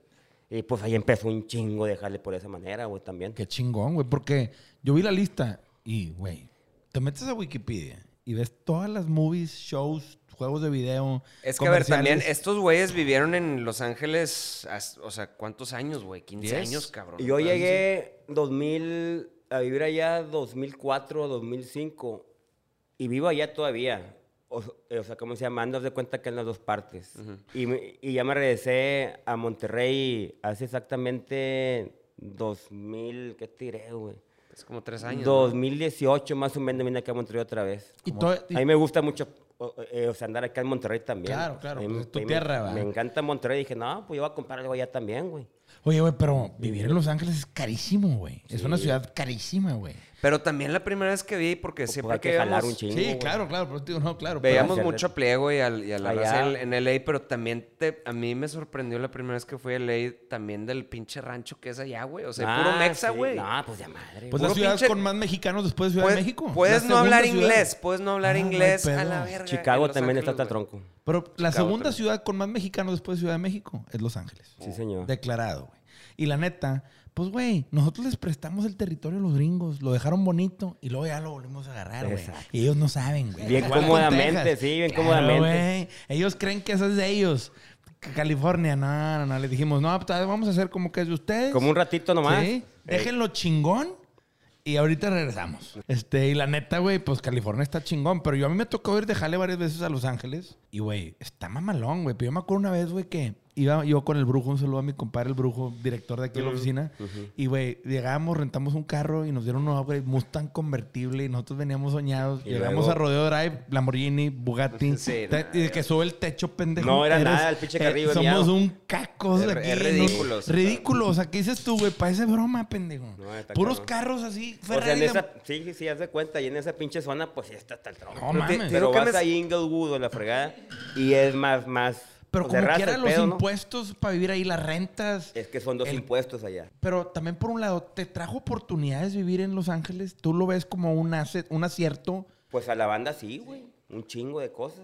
Speaker 2: Y pues ahí empezó un chingo dejarle por esa manera, güey, también.
Speaker 1: Qué chingón, güey. Porque yo vi la lista y, güey, te metes a Wikipedia y ves todas las movies, shows, juegos de video.
Speaker 3: Es que, a ver, también
Speaker 1: comerciales.
Speaker 3: estos güeyes vivieron en Los Ángeles, as- o sea, ¿cuántos años, güey? 15
Speaker 4: Diez.
Speaker 3: años, cabrón.
Speaker 2: Yo
Speaker 3: Entonces,
Speaker 2: llegué 2000, a vivir allá 2004, 2005 y vivo allá todavía. O, o sea, ¿cómo se llama? Ando haz de cuenta que en las dos partes. y, me- y ya me regresé a Monterrey hace exactamente 2000, ¿qué tiré, güey?
Speaker 3: Es como tres años. ¿no?
Speaker 2: 2018 más o menos vine acá a Monterrey otra vez.
Speaker 1: Y todo- y-
Speaker 2: A mí me gusta mucho, o, eh, o sea, andar acá en Monterrey también.
Speaker 1: Claro, claro,
Speaker 2: A mí
Speaker 1: pues
Speaker 2: me-
Speaker 1: es tu
Speaker 2: a mí me-
Speaker 1: tierra, ¿va?
Speaker 2: Me encanta Monterrey. Dije, no, pues yo voy a comprar algo allá también, güey.
Speaker 1: Oye, güey, pero vivir en Los Ángeles es carísimo, güey. Es una ciudad carísima, güey.
Speaker 3: Pero también la primera vez que vi, porque
Speaker 2: Pues
Speaker 3: siempre
Speaker 2: hay
Speaker 3: que
Speaker 2: que jalar
Speaker 3: íbamos-
Speaker 2: un chingo.
Speaker 1: Sí,
Speaker 2: güey.
Speaker 1: claro, claro. Pero, tío, no, claro. pero-
Speaker 3: Veíamos
Speaker 2: Hacer de-
Speaker 3: mucho pliego y, al- y a la
Speaker 2: Allá.
Speaker 3: raza en, en LA, pero también te- a mí me sorprendió la primera vez que fui a LA también del pinche rancho que es allá, güey. O sea, puro
Speaker 2: Ah,
Speaker 3: mexa,
Speaker 2: sí.
Speaker 3: güey.
Speaker 2: No, pues de madre.
Speaker 1: Pues
Speaker 2: güey.
Speaker 1: las
Speaker 3: Eh, Puro
Speaker 1: ciudades
Speaker 3: pinche-
Speaker 1: con más mexicanos después de Ciudad
Speaker 3: Puedes,
Speaker 1: de México.
Speaker 3: puedes
Speaker 1: La
Speaker 3: no hablar
Speaker 1: segunda ciudad.
Speaker 3: inglés, puedes no hablar
Speaker 1: Ah, no hay
Speaker 3: inglés a
Speaker 1: pedo.
Speaker 3: la verga. en
Speaker 2: Chicago
Speaker 3: Los
Speaker 2: también está hasta
Speaker 3: Ángeles, güey.
Speaker 2: tronco.
Speaker 1: Pero la
Speaker 3: Chicago
Speaker 1: segunda
Speaker 3: también.
Speaker 1: ciudad con más mexicanos después de Ciudad de México es Los Ángeles.
Speaker 2: Sí, señor.
Speaker 1: Declarado, güey. Y la neta, pues, güey, nosotros les prestamos el territorio a los gringos, lo dejaron bonito y luego ya lo volvimos a agarrar, güey.
Speaker 2: Exacto.
Speaker 1: Y ellos no saben, güey.
Speaker 2: Bien
Speaker 1: Igual con
Speaker 2: cómodamente,
Speaker 1: Texas.
Speaker 2: sí, bien
Speaker 1: Claro,
Speaker 2: cómodamente.
Speaker 1: güey. Ellos creen que eso es de ellos. C- California, no, no, no. Les dijimos, no, pues, todavía vamos a hacer como que es de ustedes.
Speaker 2: Como un ratito nomás.
Speaker 1: Sí.
Speaker 2: Eh,
Speaker 1: Déjenlo chingón y ahorita regresamos. Este, y la neta, güey, pues California está chingón. Pero yo a mí me tocó ir de jale varias veces a Los Ángeles. Y, güey, está mamalón, güey. Pero yo me acuerdo una vez, güey, que iba yo con el brujo. Un saludo a mi compadre, el brujo, director de aquí de la oficina. Y, güey, llegamos, rentamos un carro y nos dieron un upgrade Mustang convertible. Y nosotros veníamos soñados.
Speaker 2: Y
Speaker 1: llegamos
Speaker 2: luego-
Speaker 1: a Rodeo Drive, Lamborghini, Bugatti.
Speaker 3: Sí,
Speaker 1: Ta- y de que sube el techo, pendejo.
Speaker 2: No era nada, el pinche carrillo de
Speaker 1: Somos
Speaker 2: miado.
Speaker 1: un caco de
Speaker 3: Es-
Speaker 1: aquí.
Speaker 3: es
Speaker 1: ¿no?
Speaker 3: ridículo, o sea,
Speaker 1: Ridículo. O sea, ¿qué dices tú, güey? Parece broma, pendejo.
Speaker 2: No, está
Speaker 1: Puros
Speaker 2: cabrón.
Speaker 1: carros así,
Speaker 2: O sea, en
Speaker 1: Ferrari. de-
Speaker 2: esa, sí, sí, sí, haz de cuenta. Y en esa pinche zona, pues sí está hasta el tronco.
Speaker 1: No
Speaker 3: Pero
Speaker 1: mames.
Speaker 3: te- Digo
Speaker 2: Pero
Speaker 3: que
Speaker 2: vas
Speaker 3: me-
Speaker 2: a Inglewood o la fregada y es más, más...
Speaker 1: Pero
Speaker 2: pues, de
Speaker 1: como
Speaker 2: raza
Speaker 1: quiera,
Speaker 2: el
Speaker 1: los
Speaker 2: pedo, ¿no?
Speaker 1: impuestos para vivir ahí, las rentas.
Speaker 2: Es que son dos
Speaker 1: El-
Speaker 2: impuestos allá.
Speaker 1: Pero también, por un lado, te trajo oportunidades vivir en Los Ángeles. Tú lo ves como un, asset, un acierto.
Speaker 2: Pues a la banda sí, güey. Un chingo de cosas.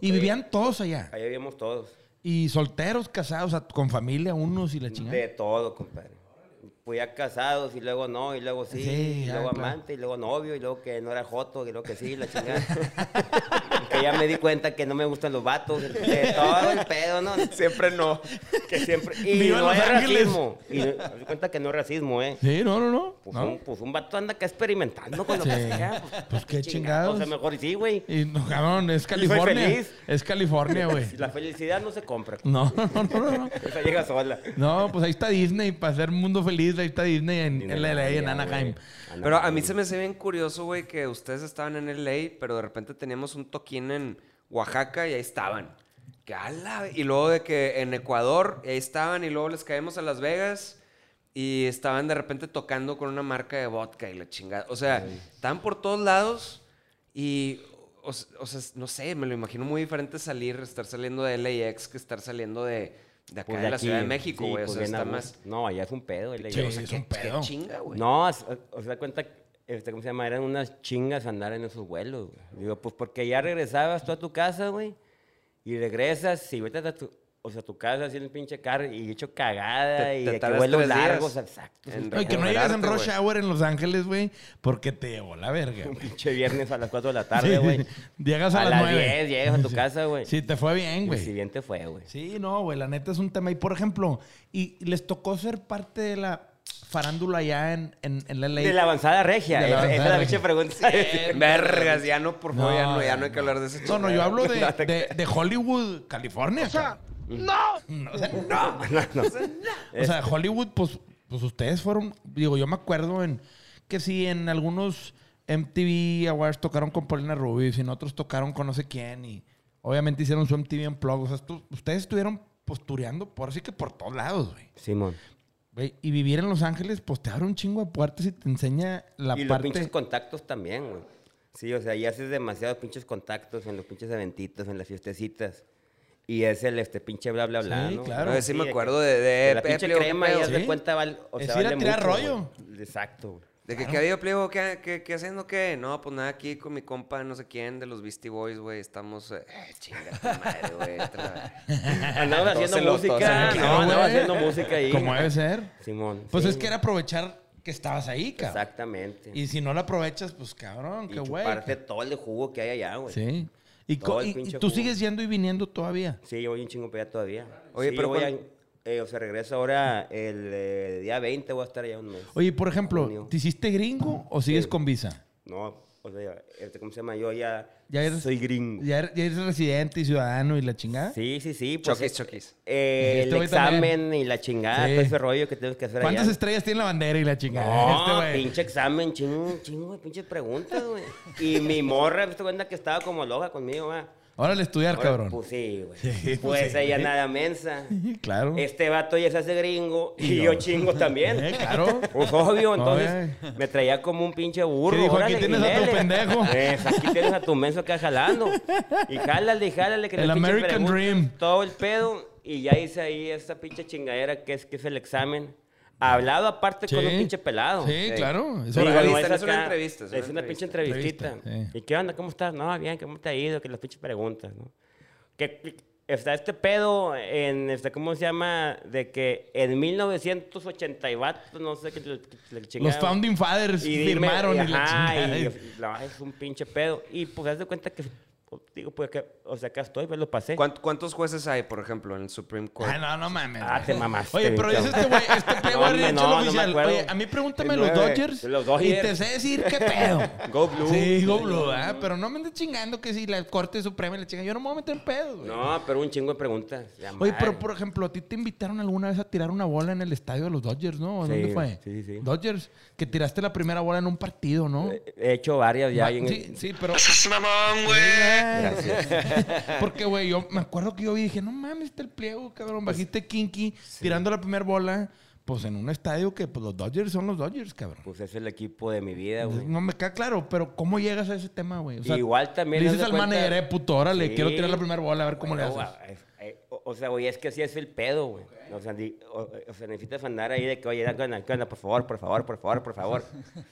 Speaker 1: Y vivían todos allá.
Speaker 2: Allá vivíamos todos.
Speaker 1: Y solteros, casados, o sea, con familia, unos y la chingada.
Speaker 2: De todo, compadre. Fui a casados y luego no, y luego sí,
Speaker 1: Sí,
Speaker 2: y
Speaker 1: ya,
Speaker 2: luego
Speaker 1: claro.
Speaker 2: amante, y luego novio, y luego que no era joto, y luego que sí, la chingada. que ya me di cuenta que no me gustan los vatos, que todo el pedo, ¿no? Siempre no. Que siempre. Y
Speaker 1: Viva
Speaker 2: no
Speaker 1: Los
Speaker 2: es
Speaker 1: Ángeles.
Speaker 2: racismo. Y no- me di cuenta que no es racismo, ¿eh?
Speaker 1: Sí, no, no, no.
Speaker 2: Pues,
Speaker 1: ¿No?
Speaker 2: un, pues un vato anda acá experimentando con lo
Speaker 1: Sí.
Speaker 2: que sea.
Speaker 1: Pues, qué
Speaker 2: O sea,
Speaker 1: chingados.
Speaker 2: mejor y sí, güey.
Speaker 1: Y no, cabrón, es
Speaker 2: soy
Speaker 1: California.
Speaker 2: feliz.
Speaker 1: Es California, güey.
Speaker 2: La felicidad no se compra.
Speaker 1: No, no, no, no, no.
Speaker 2: Esa llega sola.
Speaker 1: No, pues ahí está Disney, para hacer mundo feliz, ahí está Disney en, en LA, en
Speaker 2: Ya, güey.
Speaker 1: Anaheim.
Speaker 3: Pero a mí se me hace bien curioso, güey, que ustedes estaban en LA, pero de repente teníamos un toquín en Oaxaca y ahí estaban. Que a la- Y luego de que en Ecuador y ahí estaban y luego les caemos a Las Vegas y estaban de repente tocando con una marca de vodka y la chingada. O sea, estaban por todos lados y, o, s- o sea, no sé, me lo imagino muy diferente salir, estar saliendo de LAX que estar saliendo de, de acá
Speaker 2: Pues
Speaker 3: de,
Speaker 2: de
Speaker 3: la
Speaker 2: aquí,
Speaker 3: Ciudad de México,
Speaker 2: sí,
Speaker 3: güey.
Speaker 2: pues
Speaker 3: o sea,
Speaker 2: bien a
Speaker 3: está
Speaker 2: gusto.
Speaker 3: más...
Speaker 2: No, allá es un pedo. ahí le
Speaker 1: Sí,
Speaker 2: llevo.
Speaker 1: es
Speaker 3: qué-
Speaker 1: un
Speaker 3: qué
Speaker 1: pedo.
Speaker 3: chinga, güey.
Speaker 2: No, o sea, o sea, cuenta, Este, ¿Cómo se llama? Eran unas chingas andar en esos vuelos, güey. Digo, pues porque ya regresabas tú a tu casa, güey. Y regresas y vete a tu, o sea, a tu casa haciendo el pinche carro y hecho cagada
Speaker 3: Te-
Speaker 2: y
Speaker 3: te
Speaker 2: de que
Speaker 3: tardas
Speaker 2: vuelos
Speaker 3: tres días
Speaker 2: largos, exacto.
Speaker 3: en
Speaker 2: sí,
Speaker 1: No, y que no llegas en
Speaker 3: Recuperarte,
Speaker 1: rush
Speaker 3: güey.
Speaker 1: hour en Los Ángeles, güey, porque te llevó la verga. güey.
Speaker 2: Pinche viernes a las 4 de la
Speaker 1: Sí,
Speaker 2: tarde, güey.
Speaker 1: Llegas a,
Speaker 2: A
Speaker 1: las
Speaker 2: las
Speaker 1: 9.
Speaker 2: 10 llegas a tu casa, güey.
Speaker 1: Sí, te fue bien,
Speaker 2: Y El
Speaker 1: güey.
Speaker 2: siguiente fue, güey.
Speaker 1: Sí, no, güey, la neta es un tema. Y por ejemplo, y les tocó ser parte de la farándula allá en, en, en LA.
Speaker 2: De la avanzada regia.
Speaker 1: De la
Speaker 2: esa- esa es
Speaker 1: avanzada
Speaker 2: la pinche
Speaker 1: regia.
Speaker 2: pregunta.
Speaker 3: Vergas, ya no, por favor, ya no, ya no hay que hablar de ese
Speaker 1: No, no, yo hablo de,
Speaker 3: No te
Speaker 1: de, de Hollywood, California. O sea, no. O sea, no. O sea,
Speaker 2: Este.
Speaker 1: Hollywood, pues, pues ustedes fueron, digo, yo me acuerdo en que sí, en algunos MTV Awards tocaron con Paulina Rubio, en otros tocaron con no sé quién, y obviamente hicieron su MTV en plug. O sea, estu- ustedes estuvieron postureando por así que por todos lados, güey.
Speaker 2: Simón.
Speaker 1: Güey, Y vivir en Los Ángeles, pues te abre un chingo de puertas y te enseña la
Speaker 2: y los pinches
Speaker 1: parte.
Speaker 2: contactos también, güey. Sí, o sea, y haces demasiados pinches contactos en los pinches eventitos, en las fiestecitas. Y es el este pinche bla, bla, bla.
Speaker 1: Sí,
Speaker 2: ¿no?
Speaker 1: claro.
Speaker 3: No, sí me
Speaker 2: de
Speaker 3: acuerdo
Speaker 2: que-
Speaker 3: de- de
Speaker 2: la pinche
Speaker 3: Peplio,
Speaker 2: crema,
Speaker 3: ¿qué
Speaker 2: y
Speaker 3: pedo?
Speaker 2: haz de
Speaker 1: Sí.
Speaker 2: cuenta, val- o
Speaker 1: Es
Speaker 2: sea,
Speaker 1: ir a
Speaker 2: vale
Speaker 1: tirar
Speaker 2: mucho,
Speaker 1: rollo.
Speaker 2: güey. Exacto, güey.
Speaker 3: De que, ¿qué había, plebo? ¿Qué, qué, qué haciendo qué? No, pues nada, aquí con mi compa, no sé quién, de los Beastie Boys, güey. Estamos. Eh, eh, chinga tu madre, güey. vete a la
Speaker 2: Pues
Speaker 3: verga.
Speaker 2: Andaba haciendo
Speaker 3: Tóselo,
Speaker 2: música.
Speaker 3: tóselo.
Speaker 2: No, andaba
Speaker 1: güey.
Speaker 2: haciendo música ahí.
Speaker 1: Como debe ser.
Speaker 2: Simón.
Speaker 1: Pues
Speaker 2: sí,
Speaker 1: es que era aprovechar que estabas ahí, cabrón.
Speaker 2: Exactamente.
Speaker 1: Y si no la aprovechas, pues cabrón,
Speaker 2: Y
Speaker 1: qué güey.
Speaker 2: chuparte todo el jugo que hay allá, güey. Sí.
Speaker 1: Sí. Y,
Speaker 2: Todo
Speaker 1: co-
Speaker 2: el
Speaker 1: y- y
Speaker 2: pinche
Speaker 1: tú
Speaker 2: jugo.
Speaker 1: sigues yendo y viniendo todavía.
Speaker 2: yo voy un chingo para allá todavía.
Speaker 3: Oye,
Speaker 2: Sí,
Speaker 3: pero
Speaker 2: voy a-
Speaker 3: cuando-
Speaker 2: eh, o sea, regreso ahora el eh, día 20, voy a estar allá un mes.
Speaker 1: Oye, por ejemplo,
Speaker 2: Junio.
Speaker 1: ¿te hiciste gringo o sigues
Speaker 2: Sí.
Speaker 1: con visa?
Speaker 2: No, o sea, este, ¿cómo se llama? Yo ya,
Speaker 1: Ya eres-
Speaker 2: soy gringo.
Speaker 1: ¿Ya er- ya eres residente y ciudadano y la chingada?
Speaker 2: Sí, sí, sí. Pues,
Speaker 3: Choquis,
Speaker 2: eh,
Speaker 3: choquis.
Speaker 2: eh,
Speaker 1: Este
Speaker 2: el
Speaker 1: güey
Speaker 2: examen
Speaker 1: también.
Speaker 2: y la chingada,
Speaker 1: Sí.
Speaker 2: todo ese rollo que tienes que hacer
Speaker 1: ¿Cuántas
Speaker 2: allá.
Speaker 1: estrellas tiene la bandera y la chingada?
Speaker 2: No,
Speaker 1: Este güey.
Speaker 2: pinche examen, chingo, chingo, de pinches preguntas, güey. Y mi morra, ¿te cuenta que estaba como loca conmigo, va?
Speaker 1: Órale, estudiar,
Speaker 2: Ahora,
Speaker 1: Ah, cabrón.
Speaker 2: Pues sí, güey.
Speaker 1: Sí, pues
Speaker 2: pues
Speaker 1: sí.
Speaker 2: ella nada mensa.
Speaker 1: claro.
Speaker 2: Este vato ya se hace gringo y,
Speaker 1: Y yo.
Speaker 2: yo. chingo también.
Speaker 1: Eh, claro.
Speaker 2: Pues obvio, entonces
Speaker 1: Ay.
Speaker 2: me traía como un pinche burro.
Speaker 1: ¿Qué dijo?
Speaker 2: órale,
Speaker 1: Aquí tienes a tu
Speaker 2: dele.
Speaker 1: pendejo.
Speaker 2: Eh, aquí tienes a tu menso acá jalando. Y jálale, y jálale. Que
Speaker 1: El
Speaker 2: le pinche
Speaker 1: American
Speaker 2: pregunta,
Speaker 1: Dream.
Speaker 2: Todo el pedo. Y ya hice ahí esta pinche chingadera que es, que es el examen. Hablado aparte con
Speaker 1: Sí.
Speaker 2: un pinche pelado.
Speaker 1: Sí, claro. Es
Speaker 2: Sí,
Speaker 1: oral.
Speaker 2: bueno,
Speaker 3: Entrevista, no
Speaker 2: es
Speaker 3: es una
Speaker 2: acá-
Speaker 3: entrevista, es
Speaker 2: Es
Speaker 3: una
Speaker 2: una, pinche entrevistita.
Speaker 1: Entrevista, sí.
Speaker 2: ¿Y qué onda? ¿Cómo estás? No, bien, ¿cómo te ha ido? Que las pinches preguntas, ¿no? Que que está este pedo en, este, ¿cómo se llama? De que en 1980 y vato, no sé qué le- le chingada.
Speaker 1: Los founding fathers
Speaker 2: Y dime,
Speaker 1: firmaron y, la
Speaker 2: ajá,
Speaker 1: chingada.
Speaker 2: y- no, es un pinche pedo. Y pues, haz de cuenta que, pues, digo, pues, que, o sea, acá estoy, pues lo pasé.
Speaker 3: ¿Cuánt- ¿Cuántos jueces hay, por ejemplo, en el Supreme Court?
Speaker 1: Ah, no, no mames.
Speaker 2: Ah,
Speaker 1: güey.
Speaker 2: te mamaste,
Speaker 1: Oye, pero
Speaker 2: cabrón.
Speaker 1: dice este güey, este
Speaker 2: No,
Speaker 1: pego
Speaker 2: hombre,
Speaker 1: no,
Speaker 2: no, no me
Speaker 1: oficial.
Speaker 2: acuerdo.
Speaker 1: Oye, a mí pregúntame
Speaker 2: El
Speaker 1: los
Speaker 2: nueve.
Speaker 1: Dodgers,
Speaker 2: Los Dodgers.
Speaker 1: y te sé decir qué pedo.
Speaker 2: Go Blue.
Speaker 1: Sí, go blue, ¿ah? Pero no me andes chingando que si la Corte Suprema y la chinga. Yo no me voy a meter en pedo, güey.
Speaker 2: No, pero un chingo de preguntas. Ya
Speaker 1: Oye, pero
Speaker 2: madre.
Speaker 1: por ejemplo, a ti te invitaron alguna vez a tirar una bola en el estadio de los Dodgers, ¿no? ¿O
Speaker 2: Sí,
Speaker 1: ¿Dónde fue?
Speaker 2: sí, sí, sí.
Speaker 1: Dodgers, que tiraste la primera bola en un partido, ¿no?
Speaker 2: He hecho varias ya.
Speaker 1: Va-
Speaker 2: en-
Speaker 1: sí, sí, pero.
Speaker 5: ¡Estás mamón, güey!
Speaker 1: Porque, güey, yo me acuerdo que yo vi y dije, no mames, está el pliego, cabrón.
Speaker 2: Pues,
Speaker 1: Bajiste Kinky tirando la primera bola, pues en un estadio que pues, los Dodgers son los Dodgers, cabrón.
Speaker 2: Pues es el equipo de mi vida, güey.
Speaker 1: No me queda claro, pero ¿cómo llegas a ese tema, güey? O sea,
Speaker 2: Igual también
Speaker 1: Le
Speaker 2: haz
Speaker 1: dices al
Speaker 2: de cuenta-
Speaker 1: manager, eh, puto, órale,
Speaker 2: Sí.
Speaker 1: quiero tirar la primera bola, a ver cómo le
Speaker 2: Bueno,
Speaker 1: haces.
Speaker 2: a- a- eh, O o sea, güey, es que así es el pedo, güey. O, sea, di- o- o sea, necesitas andar ahí de que, oye, ¿qué onda? ¿Qué onda? Por favor, por favor, por favor, por favor.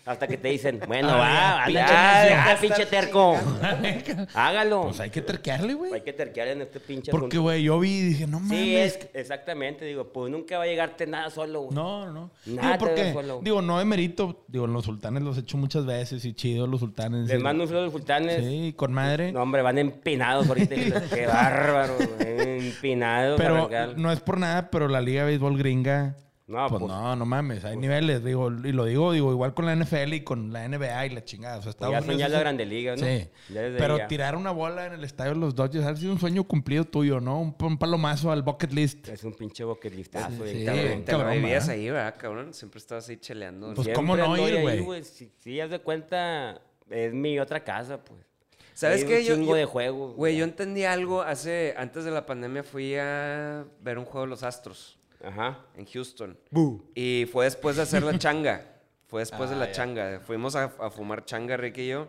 Speaker 2: Hasta que te dicen, bueno, va,
Speaker 1: Ah, ya,
Speaker 2: anda, ya,
Speaker 1: pinche necio.
Speaker 2: deja, pinche terco. Hágalo.
Speaker 1: pues hay que terquearle,
Speaker 2: Hay
Speaker 1: güey.
Speaker 2: que terquear en este pinche
Speaker 1: Porque,
Speaker 2: asunto.
Speaker 1: güey, yo vi y dije, no mames.
Speaker 2: Sí, es, exactamente. Digo, pues nunca va a llegarte nada solo, güey.
Speaker 1: No, no. digo,
Speaker 2: Nada te da
Speaker 1: porque,
Speaker 2: solo.
Speaker 1: digo, no de mérito. Digo, los sultanes los he hecho muchas veces y chido los sultanes.
Speaker 2: Les
Speaker 1: y-
Speaker 2: mando un saludo a los sultanes.
Speaker 1: Sí, con madre.
Speaker 2: No, hombre, van empinados ahorita. Qué bárbaro, güey. Empinados.
Speaker 1: Pero
Speaker 2: arrancar.
Speaker 1: no es por nada, pero la liga de béisbol gringa.
Speaker 2: No,
Speaker 1: pues,
Speaker 2: pues-
Speaker 1: no, no mames, hay niveles, digo, y lo digo, digo, igual con la NFL y con la NBA y la chingada. O sea, Estados
Speaker 2: Pues
Speaker 1: Unidos
Speaker 2: ya soñar
Speaker 1: es
Speaker 2: la
Speaker 1: el-
Speaker 2: Grande Liga, ¿no?
Speaker 1: Sí.
Speaker 2: Ya desde
Speaker 1: Pero
Speaker 2: ahí ya.
Speaker 1: tirar una bola en el estadio de los Dodgers ha sido un sueño cumplido tuyo, ¿no? Un, un palomazo al bucket list.
Speaker 2: Es un pinche boquelistazo.
Speaker 1: Sí,
Speaker 2: bien
Speaker 1: sí.
Speaker 2: cabrón.
Speaker 3: Te lo
Speaker 1: cabrón,
Speaker 3: vivías
Speaker 1: ¿verdad?
Speaker 3: ahí, ¿verdad, cabrón? Siempre estabas ahí cheleando.
Speaker 1: Pues,
Speaker 2: Siempre
Speaker 1: ¿cómo no
Speaker 2: ando
Speaker 1: ir,
Speaker 2: ahí,
Speaker 1: güey?
Speaker 2: Si, si haz de cuenta, es mi otra casa, pues.
Speaker 3: ¿Sabes
Speaker 2: Hay
Speaker 3: qué?
Speaker 2: Un chingo de juego.
Speaker 3: Güey, yo entendí algo hace... Antes de la pandemia fui a ver un juego de los Astros
Speaker 2: Ajá.
Speaker 3: en Houston. Y fue después de hacer la changa. Fue después
Speaker 2: Ah,
Speaker 3: de la changa. Fuimos a, a fumar changa, Ricky y yo.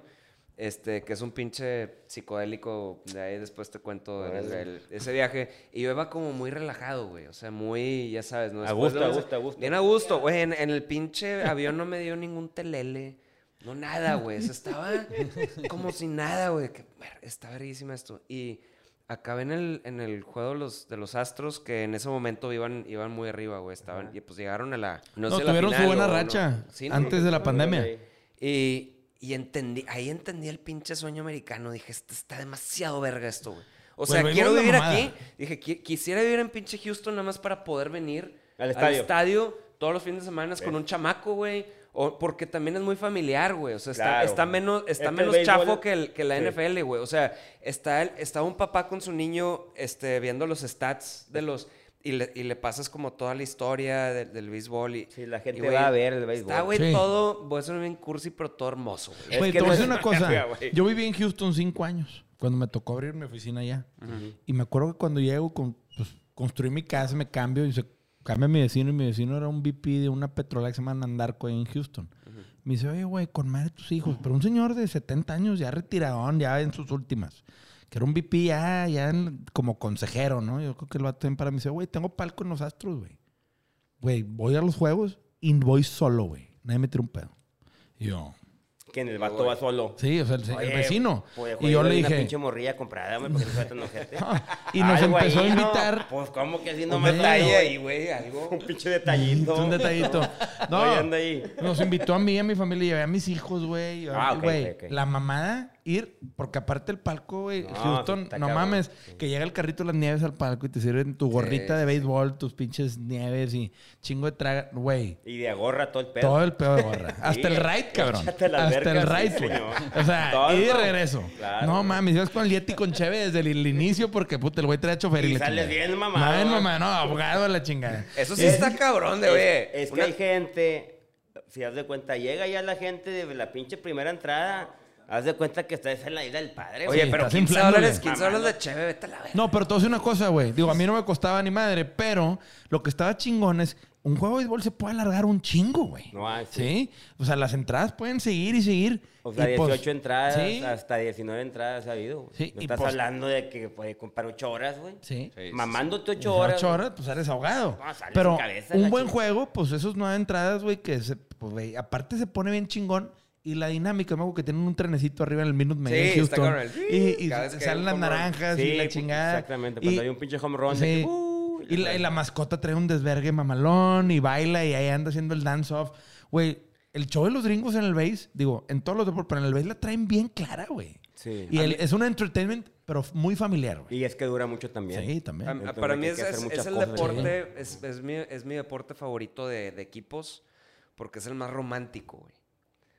Speaker 3: Este, que es un pinche psicodélico. De ahí después te cuento el- el- ese viaje. Y yo iba como muy relajado, güey. O sea, muy, ya sabes, ¿no?
Speaker 2: A
Speaker 3: Después
Speaker 2: gusto,
Speaker 3: de-
Speaker 2: a gusto, a gusto.
Speaker 3: Bien a gusto, güey. En, en el pinche avión no me dio ningún telele. No, nada, güey. Se estaba como si nada, güey. Que, ver, Está verguísima esto. Y acabé en el, en el juego de los, de los Astros, que en ese momento iban, iban muy arriba, güey. Estaban, y pues llegaron a la.
Speaker 1: No,
Speaker 3: sé, la
Speaker 1: tuvieron
Speaker 3: final
Speaker 1: su buena
Speaker 3: o no-
Speaker 1: racha
Speaker 3: Sí, no,
Speaker 1: antes de la pandemia.
Speaker 2: güey.
Speaker 3: y, y entendí, ahí entendí el pinche sueño americano. Dije, "Esto está demasiado verga esto, güey. O
Speaker 1: Pues
Speaker 3: sea,
Speaker 1: el béisbol
Speaker 3: quiero
Speaker 1: es la
Speaker 3: vivir
Speaker 1: mamada.
Speaker 3: aquí. Dije, "Qui- quisiera vivir en pinche Houston nada más para poder venir
Speaker 2: Al estadio.
Speaker 3: estadio todos los fines de semana con un chamaco, güey. O- porque también es muy familiar, güey. O sea, está,
Speaker 2: Claro.
Speaker 3: está menos, está
Speaker 2: Este
Speaker 3: menos
Speaker 2: béisbol-
Speaker 3: chafo que, el- que la
Speaker 2: Sí.
Speaker 3: NFL, güey. O sea, está, el- está un papá con su niño este, viendo los stats de los... Y le, y le pasas como toda la historia del, del béisbol. Y,
Speaker 2: Sí, la gente
Speaker 3: y, güey,
Speaker 2: va a ver el béisbol.
Speaker 3: Está, güey,
Speaker 1: Sí.
Speaker 3: todo... Voy a ser bien cursi, pero todo hermoso, güey.
Speaker 2: Es
Speaker 1: Güey,
Speaker 2: que
Speaker 1: te voy a
Speaker 2: no
Speaker 1: decir
Speaker 2: es-
Speaker 1: una cosa.
Speaker 2: güey.
Speaker 1: Yo viví en Houston cinco años, cuando me tocó abrir mi oficina allá. Y me acuerdo que cuando llego, con, pues, construí mi casa, me cambio y se cambia mi vecino. Y mi vecino era un VP de una petrolera que se llama Nandarco ahí en Houston. Me dice, oye, güey, con madre tus hijos. Pero un señor de 70 años, ya retiradón, ya en sus últimas. Que era un VP ya, ya en- como consejero, ¿no? Yo creo que lo atén para mí. Dice, güey, tengo palco en los astros, güey. Güey, voy a los juegos y voy solo, güey. Nadie me tira un pedo. Y yo,
Speaker 2: Que en el vato va solo.
Speaker 1: Sí, o sea, el, el
Speaker 2: Oye,
Speaker 1: vecino. Y
Speaker 2: pues, güey,
Speaker 1: yo le
Speaker 2: Una
Speaker 1: dije. "Ah",
Speaker 2: pinche morrilla comprada, güey, porque no se tan ojete.
Speaker 1: Y nos
Speaker 2: Algo
Speaker 1: empezó
Speaker 2: ahí,
Speaker 1: a
Speaker 2: ¿no?
Speaker 1: invitar.
Speaker 2: Pues, ¿cómo que así no
Speaker 1: Hombre,
Speaker 2: me talla
Speaker 3: Ahí,
Speaker 2: ahí,
Speaker 3: güey, algo...
Speaker 2: Un pinche detallito.
Speaker 1: Un detallito. No,
Speaker 2: Ahí anda ahí.
Speaker 1: nos invitó a mí y a mi familia. Llevé a mis hijos, güey.
Speaker 2: Ah, ok,
Speaker 1: Güey,
Speaker 2: ok, ok.
Speaker 1: La mamada, ir, porque aparte el palco, güey,
Speaker 2: No, sí,
Speaker 1: Houston,
Speaker 2: está
Speaker 1: no
Speaker 2: cabrón.
Speaker 1: mames, que llega el carrito de las nieves al palco y te sirven tu gorrita de béisbol, tus pinches nieves y chingo de traga. Güey.
Speaker 2: Y de agorra todo el pedo.
Speaker 1: Todo el pedo de gorra. Hasta el ride, cabrón.
Speaker 2: échate a la
Speaker 1: Hasta
Speaker 2: verga,
Speaker 1: el
Speaker 2: sí,
Speaker 1: ride, güey.
Speaker 2: señor.
Speaker 1: O sea,
Speaker 2: Todo.
Speaker 1: y de regreso.
Speaker 2: Claro.
Speaker 1: No mames, ibas con el Yeti con Cheve desde el, el inicio porque puta, el güey trae chofer y,
Speaker 2: Y
Speaker 1: le
Speaker 2: sales bien mamado.
Speaker 1: No, mamá, no, abogado a la chingada.
Speaker 3: Eso sí está cabrón de, güey.
Speaker 1: este
Speaker 2: Es, es que
Speaker 3: Una-
Speaker 2: hay gente, si haz de cuenta, llega ya la gente de la pinche primera entrada, haz de cuenta que estás en la isla del padre.
Speaker 3: Oye,
Speaker 1: Sí,
Speaker 3: pero
Speaker 1: estás
Speaker 3: 15
Speaker 1: inflándole.
Speaker 3: dólares, 15 dólares de cheve, vete a la verga.
Speaker 1: No, pero todo es una cosa, güey. Digo, a mí no me costaba ni madre, pero lo que estaba chingón es un juego de béisbol se puede alargar un chingo, güey.
Speaker 2: No, ah, sí.
Speaker 1: sí. O sea, las entradas pueden seguir y seguir.
Speaker 2: O sea,
Speaker 1: Y,
Speaker 2: 18
Speaker 1: pues,
Speaker 2: entradas,
Speaker 1: Sí,
Speaker 2: hasta 19 entradas ha habido. güey.
Speaker 1: Sí,
Speaker 2: no
Speaker 1: y
Speaker 2: estás
Speaker 1: pues-
Speaker 2: hablando de que puede comprar 8 horas, güey.
Speaker 1: sí.
Speaker 3: Sí, sí,
Speaker 2: Mamándote 8
Speaker 1: Ocho
Speaker 2: horas.
Speaker 1: horas,
Speaker 2: güey.
Speaker 1: pues eres ahogado.
Speaker 2: No, sales
Speaker 1: Pero
Speaker 2: sin cabeza,
Speaker 1: un
Speaker 2: la
Speaker 1: buen
Speaker 2: chingada.
Speaker 1: juego, pues esos nueve entradas, güey, que se, pues, güey, aparte se pone bien chingón. Y la dinámica, me acuerdo que tienen un trenecito arriba en el Minute Maid
Speaker 3: Sí,
Speaker 1: en
Speaker 3: está
Speaker 1: Houston.
Speaker 3: con el-
Speaker 1: y y
Speaker 3: Cada vez que hay
Speaker 1: salen
Speaker 3: un
Speaker 1: las
Speaker 3: home run.
Speaker 1: naranjas y
Speaker 2: Sí, pues,
Speaker 1: la chingada.
Speaker 2: Exactamente,
Speaker 1: Y-
Speaker 2: cuando hay un pinche home run. de
Speaker 1: Sí.
Speaker 2: que, uh,
Speaker 1: y, la, y la mascota trae un desvergue mamalón y baila y ahí anda haciendo el dance-off. Güey, el show de los gringos en el base, digo, en todos los deportes, pero en el base la traen bien clara, güey.
Speaker 2: Sí.
Speaker 1: Y el- es un entertainment, pero muy familiar, güey.
Speaker 2: Y es que dura mucho también.
Speaker 1: Sí, también.
Speaker 3: A- a-
Speaker 2: Entonces,
Speaker 3: para
Speaker 2: hay
Speaker 3: mí
Speaker 2: que
Speaker 3: es,
Speaker 2: hacer
Speaker 3: es-
Speaker 2: muchas
Speaker 3: es el
Speaker 2: cosas,
Speaker 3: deporte, es, es mi, es mi deporte favorito de, de equipos, porque es el más romántico, güey.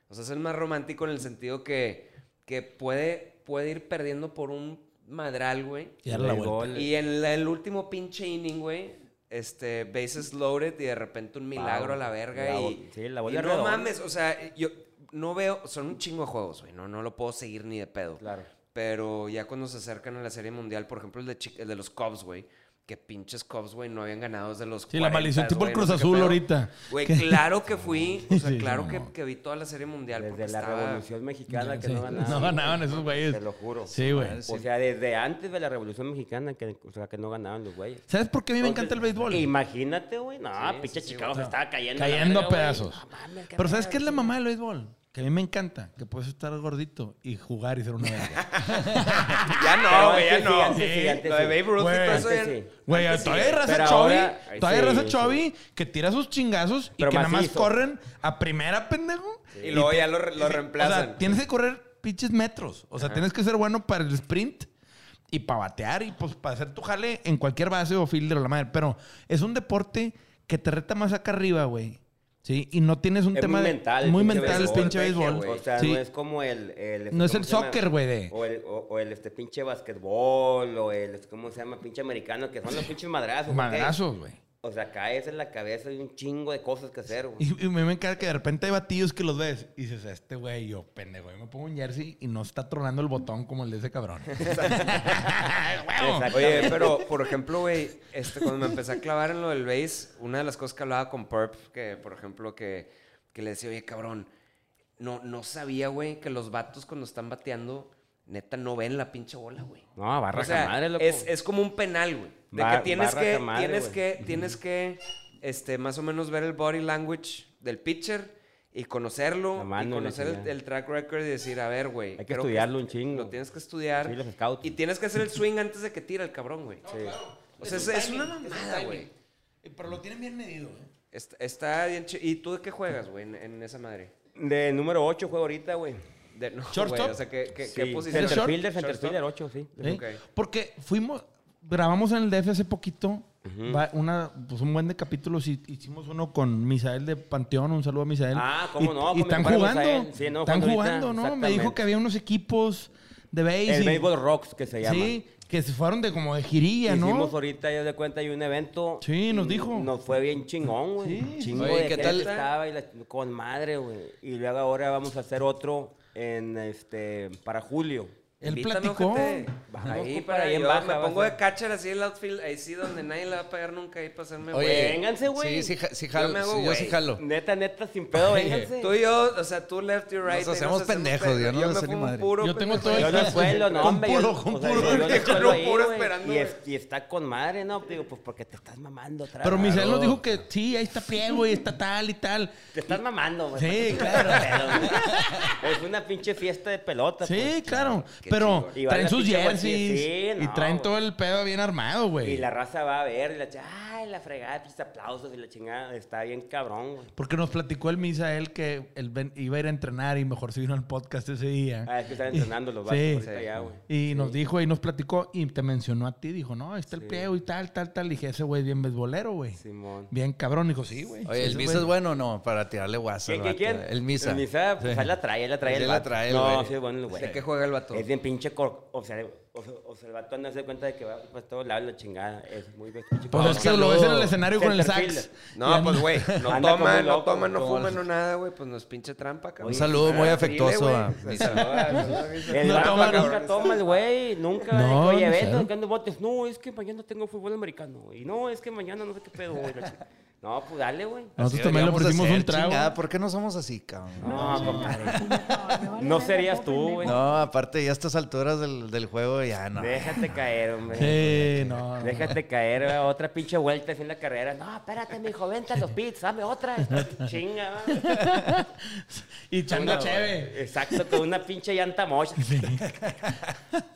Speaker 3: O sea, es el más romántico en el sentido que, que puede, puede ir perdiendo por un madral, güey.
Speaker 1: Y darle la
Speaker 2: el
Speaker 1: vuelta.
Speaker 2: gol.
Speaker 3: Y en la- el último pinche inning, güey, este, bases loaded y de repente un milagro
Speaker 2: Wow.
Speaker 3: a la verga
Speaker 2: La bo-
Speaker 3: y...
Speaker 2: sí, la
Speaker 3: y
Speaker 2: bola
Speaker 3: no
Speaker 2: redonda.
Speaker 3: mames, o sea, yo no veo... Son un chingo de juegos, güey, no, no lo puedo seguir ni de pedo.
Speaker 2: Claro.
Speaker 3: Pero ya cuando se acercan a la Serie Mundial, por ejemplo, el de, Chi- el de los Cubs, güey, que pinches Cubs, güey, no habían ganado desde los
Speaker 1: Sí, la maldición, tipo el
Speaker 3: güey, no sé
Speaker 1: Cruz
Speaker 3: qué
Speaker 1: Azul
Speaker 3: pedo.
Speaker 1: ahorita.
Speaker 3: Güey,
Speaker 1: Que-
Speaker 3: claro que fui, o sea,
Speaker 1: Sí,
Speaker 3: claro
Speaker 1: no,
Speaker 3: que,
Speaker 1: no.
Speaker 3: que vi toda la Serie Mundial porque
Speaker 2: Desde la
Speaker 3: estaba...
Speaker 2: Revolución Mexicana que
Speaker 1: Sí.
Speaker 2: no ganaban.
Speaker 1: No ganaban esos güeyes.
Speaker 2: Te lo juro.
Speaker 1: Sí, güey.
Speaker 2: O sea, desde antes de la Revolución Mexicana que, o sea, que no ganaban los güeyes.
Speaker 1: ¿Sabes por qué a mí me encanta el
Speaker 2: Entonces,
Speaker 1: béisbol?
Speaker 2: Imagínate, güey. No,
Speaker 3: sí,
Speaker 2: pinche
Speaker 3: sí,
Speaker 2: Chicago
Speaker 3: güey.
Speaker 2: se estaba cayendo. la
Speaker 1: Cayendo a
Speaker 2: verga, güey.
Speaker 1: pedazos.
Speaker 2: No mames, qué
Speaker 1: Pero ¿sabes qué es la
Speaker 2: verga,
Speaker 1: mamá del béisbol? Que a mí me encanta, que puedes estar gordito y jugar y ser una verga.
Speaker 3: Ya
Speaker 2: Pero
Speaker 3: no, güey, ya
Speaker 2: antes sí,
Speaker 3: no.
Speaker 2: antes sí, antes
Speaker 3: Lo de
Speaker 2: sí.
Speaker 3: Babe Ruth y
Speaker 1: Güey,
Speaker 3: todo eso
Speaker 2: antes
Speaker 3: ya-
Speaker 2: sí.
Speaker 1: Güey, todavía hay raza
Speaker 2: Pero
Speaker 1: Chovy,
Speaker 2: ahora- ay,
Speaker 1: todavía hay
Speaker 2: sí,
Speaker 1: raza
Speaker 2: sí.
Speaker 1: Chovy que tira sus chingazos
Speaker 2: Pero
Speaker 1: y que nada más
Speaker 2: macizo.
Speaker 1: corren a primera, pendejo.
Speaker 3: Y luego ya lo, re- lo
Speaker 1: O
Speaker 3: reemplazan.
Speaker 1: sea, tienes que correr pinches metros. O sea, tienes que ser bueno para el sprint y para batear y pues para hacer tu jale en cualquier base o fielder o la madre. Pero es un deporte que te reta más acá arriba, güey. Sí, y no tienes un
Speaker 2: Es
Speaker 1: tema
Speaker 2: muy
Speaker 1: de-
Speaker 2: mental. el
Speaker 1: muy
Speaker 2: pinche
Speaker 1: mental el
Speaker 2: béisbol,
Speaker 1: pinche
Speaker 3: güey,
Speaker 1: béisbol.
Speaker 2: O sea,
Speaker 1: Sí.
Speaker 2: no es como el... el este,
Speaker 1: No es
Speaker 2: ¿cómo
Speaker 1: el
Speaker 2: se llama?
Speaker 1: soccer, güey, de-
Speaker 2: O el, o, o el este, pinche basquetbol, o el, este, ¿cómo se llama? Pinche americano, que son los pinches madrazos. ¿ok?
Speaker 1: Madrazos, güey.
Speaker 2: O sea, caes en la cabeza de un chingo de cosas que hacer, güey.
Speaker 1: Y, y me me encanta que de repente hay batillos que los ves y dices, este güey, yo pendejo, yo me pongo un jersey y no está tronando el botón como el de ese cabrón.
Speaker 2: Exactamente.
Speaker 3: Oye, pero por ejemplo, güey, este, cuando me empecé a clavar en lo del bass, una de las cosas que hablaba con Perp, que por ejemplo, que, que le decía, oye, cabrón, no, no sabía, güey, que los vatos cuando están bateando, neta, no ven la pinche bola, güey.
Speaker 2: No, barra
Speaker 3: O sea,
Speaker 2: madre, loco.
Speaker 3: es, es como un penal, güey. De
Speaker 2: Ba-
Speaker 3: que tienes
Speaker 2: barra
Speaker 3: que,
Speaker 2: camadre,
Speaker 3: tienes
Speaker 2: güey.
Speaker 3: que, tienes que, este, más o menos ver el body language del pitcher y conocerlo,
Speaker 2: La mano
Speaker 3: y
Speaker 2: y la
Speaker 3: conocer el,
Speaker 2: chingada.
Speaker 3: el track record y decir, a ver, güey.
Speaker 2: Hay que
Speaker 3: creo
Speaker 2: estudiarlo
Speaker 3: es-
Speaker 2: un chingo.
Speaker 3: Lo tienes que estudiar.
Speaker 2: Sí, los scouts.
Speaker 3: Y tienes que hacer el swing antes de que tire el cabrón, güey. O sea, es, es una
Speaker 1: timing,
Speaker 3: mamada,
Speaker 1: timing.
Speaker 3: güey.
Speaker 1: Eh, Pero lo tienen bien medido, ¿eh?
Speaker 3: Est- Está bien chi- ¿Y tú de qué juegas, güey, en, en esa madre?
Speaker 2: De número 8 juego ahorita, güey.
Speaker 3: De, no,
Speaker 1: ¿Shortstop?
Speaker 3: güey, o sea, ¿qué, qué,
Speaker 2: Sí,
Speaker 3: qué posición?
Speaker 2: Centerfielder,
Speaker 3: Shortstop.
Speaker 2: centerfielder 8, sí.
Speaker 1: ¿Sí?
Speaker 3: Ok.
Speaker 1: Porque fuimos, grabamos en el DF hace poquito, va- una, pues un buen de capítulos, y hicimos uno con Misael de Panteón, un saludo a Misael.
Speaker 2: Ah, cómo
Speaker 1: Y-
Speaker 2: no, con
Speaker 1: Y
Speaker 2: mi
Speaker 1: están
Speaker 2: compadre
Speaker 1: jugando,
Speaker 2: Misael. Sí, no,
Speaker 1: están
Speaker 2: jugando ahorita,
Speaker 1: jugando, ¿no? Me dijo
Speaker 2: exactamente.
Speaker 1: que había unos equipos de béisbol.
Speaker 2: El Baseball Rocks, que se llama.
Speaker 1: Sí, que se fueron de como de jirilla, ¿no?
Speaker 2: Hicimos ahorita, yo de cuenta, y un evento. Mm,
Speaker 1: Sí, nos dijo.
Speaker 2: Nos fue bien chingón, güey.
Speaker 1: Sí.
Speaker 2: Chingo
Speaker 4: Oye,
Speaker 2: de
Speaker 4: ¿qué
Speaker 2: gente
Speaker 4: tal?
Speaker 2: estaba y la- con madre, güey. Y luego ahora vamos a hacer otro en este para julio.
Speaker 1: Él
Speaker 3: Invítame,
Speaker 1: platicó.
Speaker 3: ojete.
Speaker 2: Vamos,
Speaker 3: ahí
Speaker 2: compadre,
Speaker 3: para
Speaker 2: ahí en
Speaker 3: yo
Speaker 2: baja,
Speaker 3: me
Speaker 2: vas
Speaker 3: pongo
Speaker 2: a-
Speaker 3: de catcher así en el outfield, ahí sí donde nadie le va a pagar nunca ahí para hacerme
Speaker 2: Oye,
Speaker 3: güey.
Speaker 2: vénganse, güey.
Speaker 4: Sí, sí, ja- sí
Speaker 3: Yo me
Speaker 4: jalo.
Speaker 3: hago
Speaker 4: sí, yo
Speaker 3: güey.
Speaker 4: sí jalo.
Speaker 2: Neta, neta, sin pedo,
Speaker 4: Oye,
Speaker 2: vénganse.
Speaker 3: Tú y yo, o sea, tú left, you right.
Speaker 4: Nos
Speaker 3: ahí
Speaker 4: hacemos
Speaker 3: pendejos.
Speaker 4: pendejos, yo no
Speaker 3: yo me
Speaker 4: sé ni
Speaker 3: fumo un
Speaker 4: madre.
Speaker 3: puro
Speaker 1: Yo tengo
Speaker 3: pendejo.
Speaker 1: todo
Speaker 2: Yo
Speaker 1: el-
Speaker 2: no suelo, no,
Speaker 1: Con
Speaker 2: hombre.
Speaker 1: puro,
Speaker 2: yo,
Speaker 1: con
Speaker 2: o sea,
Speaker 1: puro.
Speaker 2: yo no
Speaker 3: Con
Speaker 2: suelo ahí,
Speaker 3: puro
Speaker 2: güey,
Speaker 3: esperando,
Speaker 2: Y,
Speaker 3: güey.
Speaker 2: es- y está con madre, ¿no? Digo, pues porque te estás mamando otra
Speaker 1: Pero
Speaker 2: vez.
Speaker 1: Misael nos dijo que sí, ahí está Priego y está tal y tal.
Speaker 2: Te estás mamando, güey.
Speaker 1: Sí,
Speaker 2: ¿Para qué te pedo, güey? es una pinche fiesta de pelota.
Speaker 1: Sí,
Speaker 2: pues.
Speaker 1: claro.
Speaker 3: qué
Speaker 1: Pero
Speaker 2: chingón. Y va
Speaker 1: traen
Speaker 2: la
Speaker 1: sus
Speaker 2: pinche
Speaker 1: jerseys
Speaker 2: guardia- sí,
Speaker 1: y
Speaker 2: no,
Speaker 1: traen
Speaker 2: güey.
Speaker 1: todo el pedo bien armado, güey.
Speaker 2: Y la raza va a ver, y la ch- ay, la fregada, pinches aplausos y la chingada, está bien cabrón, güey.
Speaker 1: Porque nos platicó el Misael que él ven- iba a ir a entrenar y mejor se vino al podcast ese día.
Speaker 2: Ah, es que están entrenando los
Speaker 1: Sí.
Speaker 2: vatos ahorita
Speaker 3: Sí.
Speaker 2: ya, güey.
Speaker 1: Y nos dijo y nos platicó y te mencionó a ti. Dijo, no, ahí está el peo y tal, tal, tal. Y dije, ese güey es bien beisbolero, güey.
Speaker 2: Simón.
Speaker 1: Bien cabrón. Dijo, sí, güey.
Speaker 4: Oye,
Speaker 1: sí,
Speaker 4: ¿el
Speaker 1: ese
Speaker 4: Misa
Speaker 1: güey".
Speaker 4: es bueno o no? Para tirarle guasa. al
Speaker 2: ¿Quién, quién,
Speaker 4: vato.
Speaker 2: quién?
Speaker 4: El Misa.
Speaker 2: El Misa, pues
Speaker 4: Sí.
Speaker 2: ahí la trae, él la trae.
Speaker 4: Él
Speaker 2: el
Speaker 4: la
Speaker 2: vato.
Speaker 4: trae, el
Speaker 2: No,
Speaker 4: güey.
Speaker 2: sí, bueno, el güey.
Speaker 3: ¿De qué juega el vato?
Speaker 2: Es bien pinche cor... O sea, o, sea, o sea, el vato no se cuenta de que va para todos lados la chingada. Es muy pinche
Speaker 1: Pues
Speaker 2: cabrón.
Speaker 1: es que lo ves en el
Speaker 4: saludo.
Speaker 1: escenario con el
Speaker 2: Centerfielder.
Speaker 1: sax. Y
Speaker 3: No,
Speaker 1: anda-
Speaker 3: pues güey, no
Speaker 2: Anda como
Speaker 3: toma, no
Speaker 2: loco,
Speaker 3: toma, no
Speaker 2: como
Speaker 3: fuma,
Speaker 2: los-
Speaker 3: no nada, güey, pues nos pinche trampa, cabrón.
Speaker 4: Un saludo muy
Speaker 3: Ah,
Speaker 4: afectuoso
Speaker 3: dile,
Speaker 4: a
Speaker 3: güey.
Speaker 4: Misa.
Speaker 2: El
Speaker 1: No
Speaker 2: vato
Speaker 1: toma,
Speaker 2: nunca
Speaker 1: cabrón.
Speaker 2: toma el güey, nunca. de
Speaker 1: No,
Speaker 2: que, Oye,
Speaker 1: no
Speaker 2: ves,
Speaker 1: sé.
Speaker 2: tocando botes. No, es que mañana tengo fútbol americano. Y no, es que mañana no sé qué pedo, güey. la chingada. No, pues dale, güey.
Speaker 1: Nosotros
Speaker 4: Así
Speaker 1: también le
Speaker 4: deberíamos de
Speaker 1: ofrecimos
Speaker 4: ser,
Speaker 1: un trago.
Speaker 4: chingada, ¿Por qué no somos así, cabrón?
Speaker 2: No, compadre. No serías tú,
Speaker 1: Pues.
Speaker 2: güey.
Speaker 4: No, aparte, ya a estas alturas del, del juego, ya no.
Speaker 2: Déjate caer, hombre.
Speaker 1: Sí, no. no.
Speaker 2: Déjate caer, güey, otra pinche vuelta así en la carrera. No, espérate, mi joven, vente a los pits, dame otra. Chinga, güey.
Speaker 1: Y chango
Speaker 2: Una-
Speaker 1: chévere.
Speaker 2: Exacto, con una pinche llanta mocha.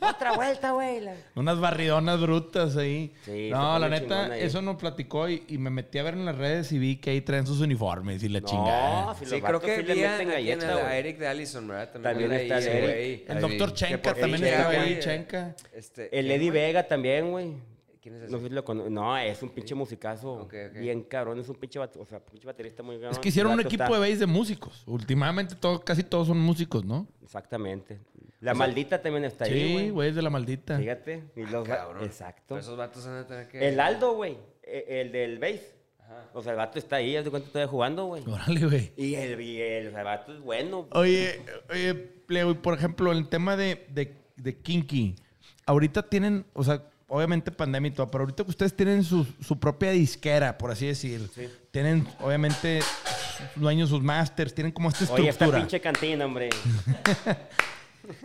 Speaker 2: Otra vuelta, güey. la-
Speaker 1: Unas barridonas brutas ahí.
Speaker 2: Sí, se
Speaker 1: no,
Speaker 2: pone
Speaker 1: la neta,
Speaker 2: chingona ahí.
Speaker 1: eso nos platicó y, y me metí a ver en las redes y vi que ahí traen sus uniformes y la chingada.
Speaker 2: No, si los
Speaker 3: Sí, creo
Speaker 2: vatos
Speaker 3: que
Speaker 2: sí le
Speaker 3: vi a,
Speaker 2: meten
Speaker 3: aquí en
Speaker 2: galleta,
Speaker 3: el- a
Speaker 2: güey.
Speaker 3: Eric de Allison, ¿verdad?
Speaker 2: También
Speaker 3: era
Speaker 2: está
Speaker 3: ahí, eh,
Speaker 2: Eric.
Speaker 3: güey.
Speaker 1: El
Speaker 4: Ahí vi.
Speaker 1: doctor
Speaker 3: Que
Speaker 1: Chenka
Speaker 3: por
Speaker 1: también
Speaker 3: ahí
Speaker 1: estaba
Speaker 3: llega,
Speaker 1: ahí,
Speaker 3: güey.
Speaker 1: Chenka.
Speaker 3: Este,
Speaker 2: El
Speaker 3: ¿quién
Speaker 2: Eddie
Speaker 3: más?
Speaker 2: Vega también, güey.
Speaker 3: ¿Quién es ese?
Speaker 2: No, sé si lo cono- no, es un pinche musicazo.
Speaker 3: Ok, ok.
Speaker 2: Bien cabrón, es un pinche, bat- o sea, pinche baterista muy cabrón.
Speaker 1: Es que hicieron
Speaker 2: El
Speaker 1: un
Speaker 2: vato
Speaker 1: equipo
Speaker 2: está-
Speaker 1: de base de músicos. Últimamente todo, casi todos son músicos, ¿no?
Speaker 2: Exactamente. La maldita también está
Speaker 1: Sí,
Speaker 2: ahí, güey.
Speaker 1: güey, es de la maldita.
Speaker 2: Fíjate. y los va-
Speaker 3: Ah, Cabrón.
Speaker 2: Exacto.
Speaker 3: Pero esos vatos van a tener que...
Speaker 2: El Aldo, güey. e- El del bass. O sea, el vato está ahí, haz de cuenta todavía jugando, güey.
Speaker 1: Órale, güey.
Speaker 2: Y el, y el, o sea, el vato es bueno.
Speaker 1: Oye, oye, Pleo, y por ejemplo, el tema de, de, de Kinky. Ahorita tienen, o sea, obviamente pandemia y todo, pero ahorita que ustedes tienen su, su propia disquera, por así decir. Tienen, obviamente, sus dueños sus masters, tienen como esta
Speaker 2: Oye, esta
Speaker 1: estructura.
Speaker 2: pinche cantina, hombre.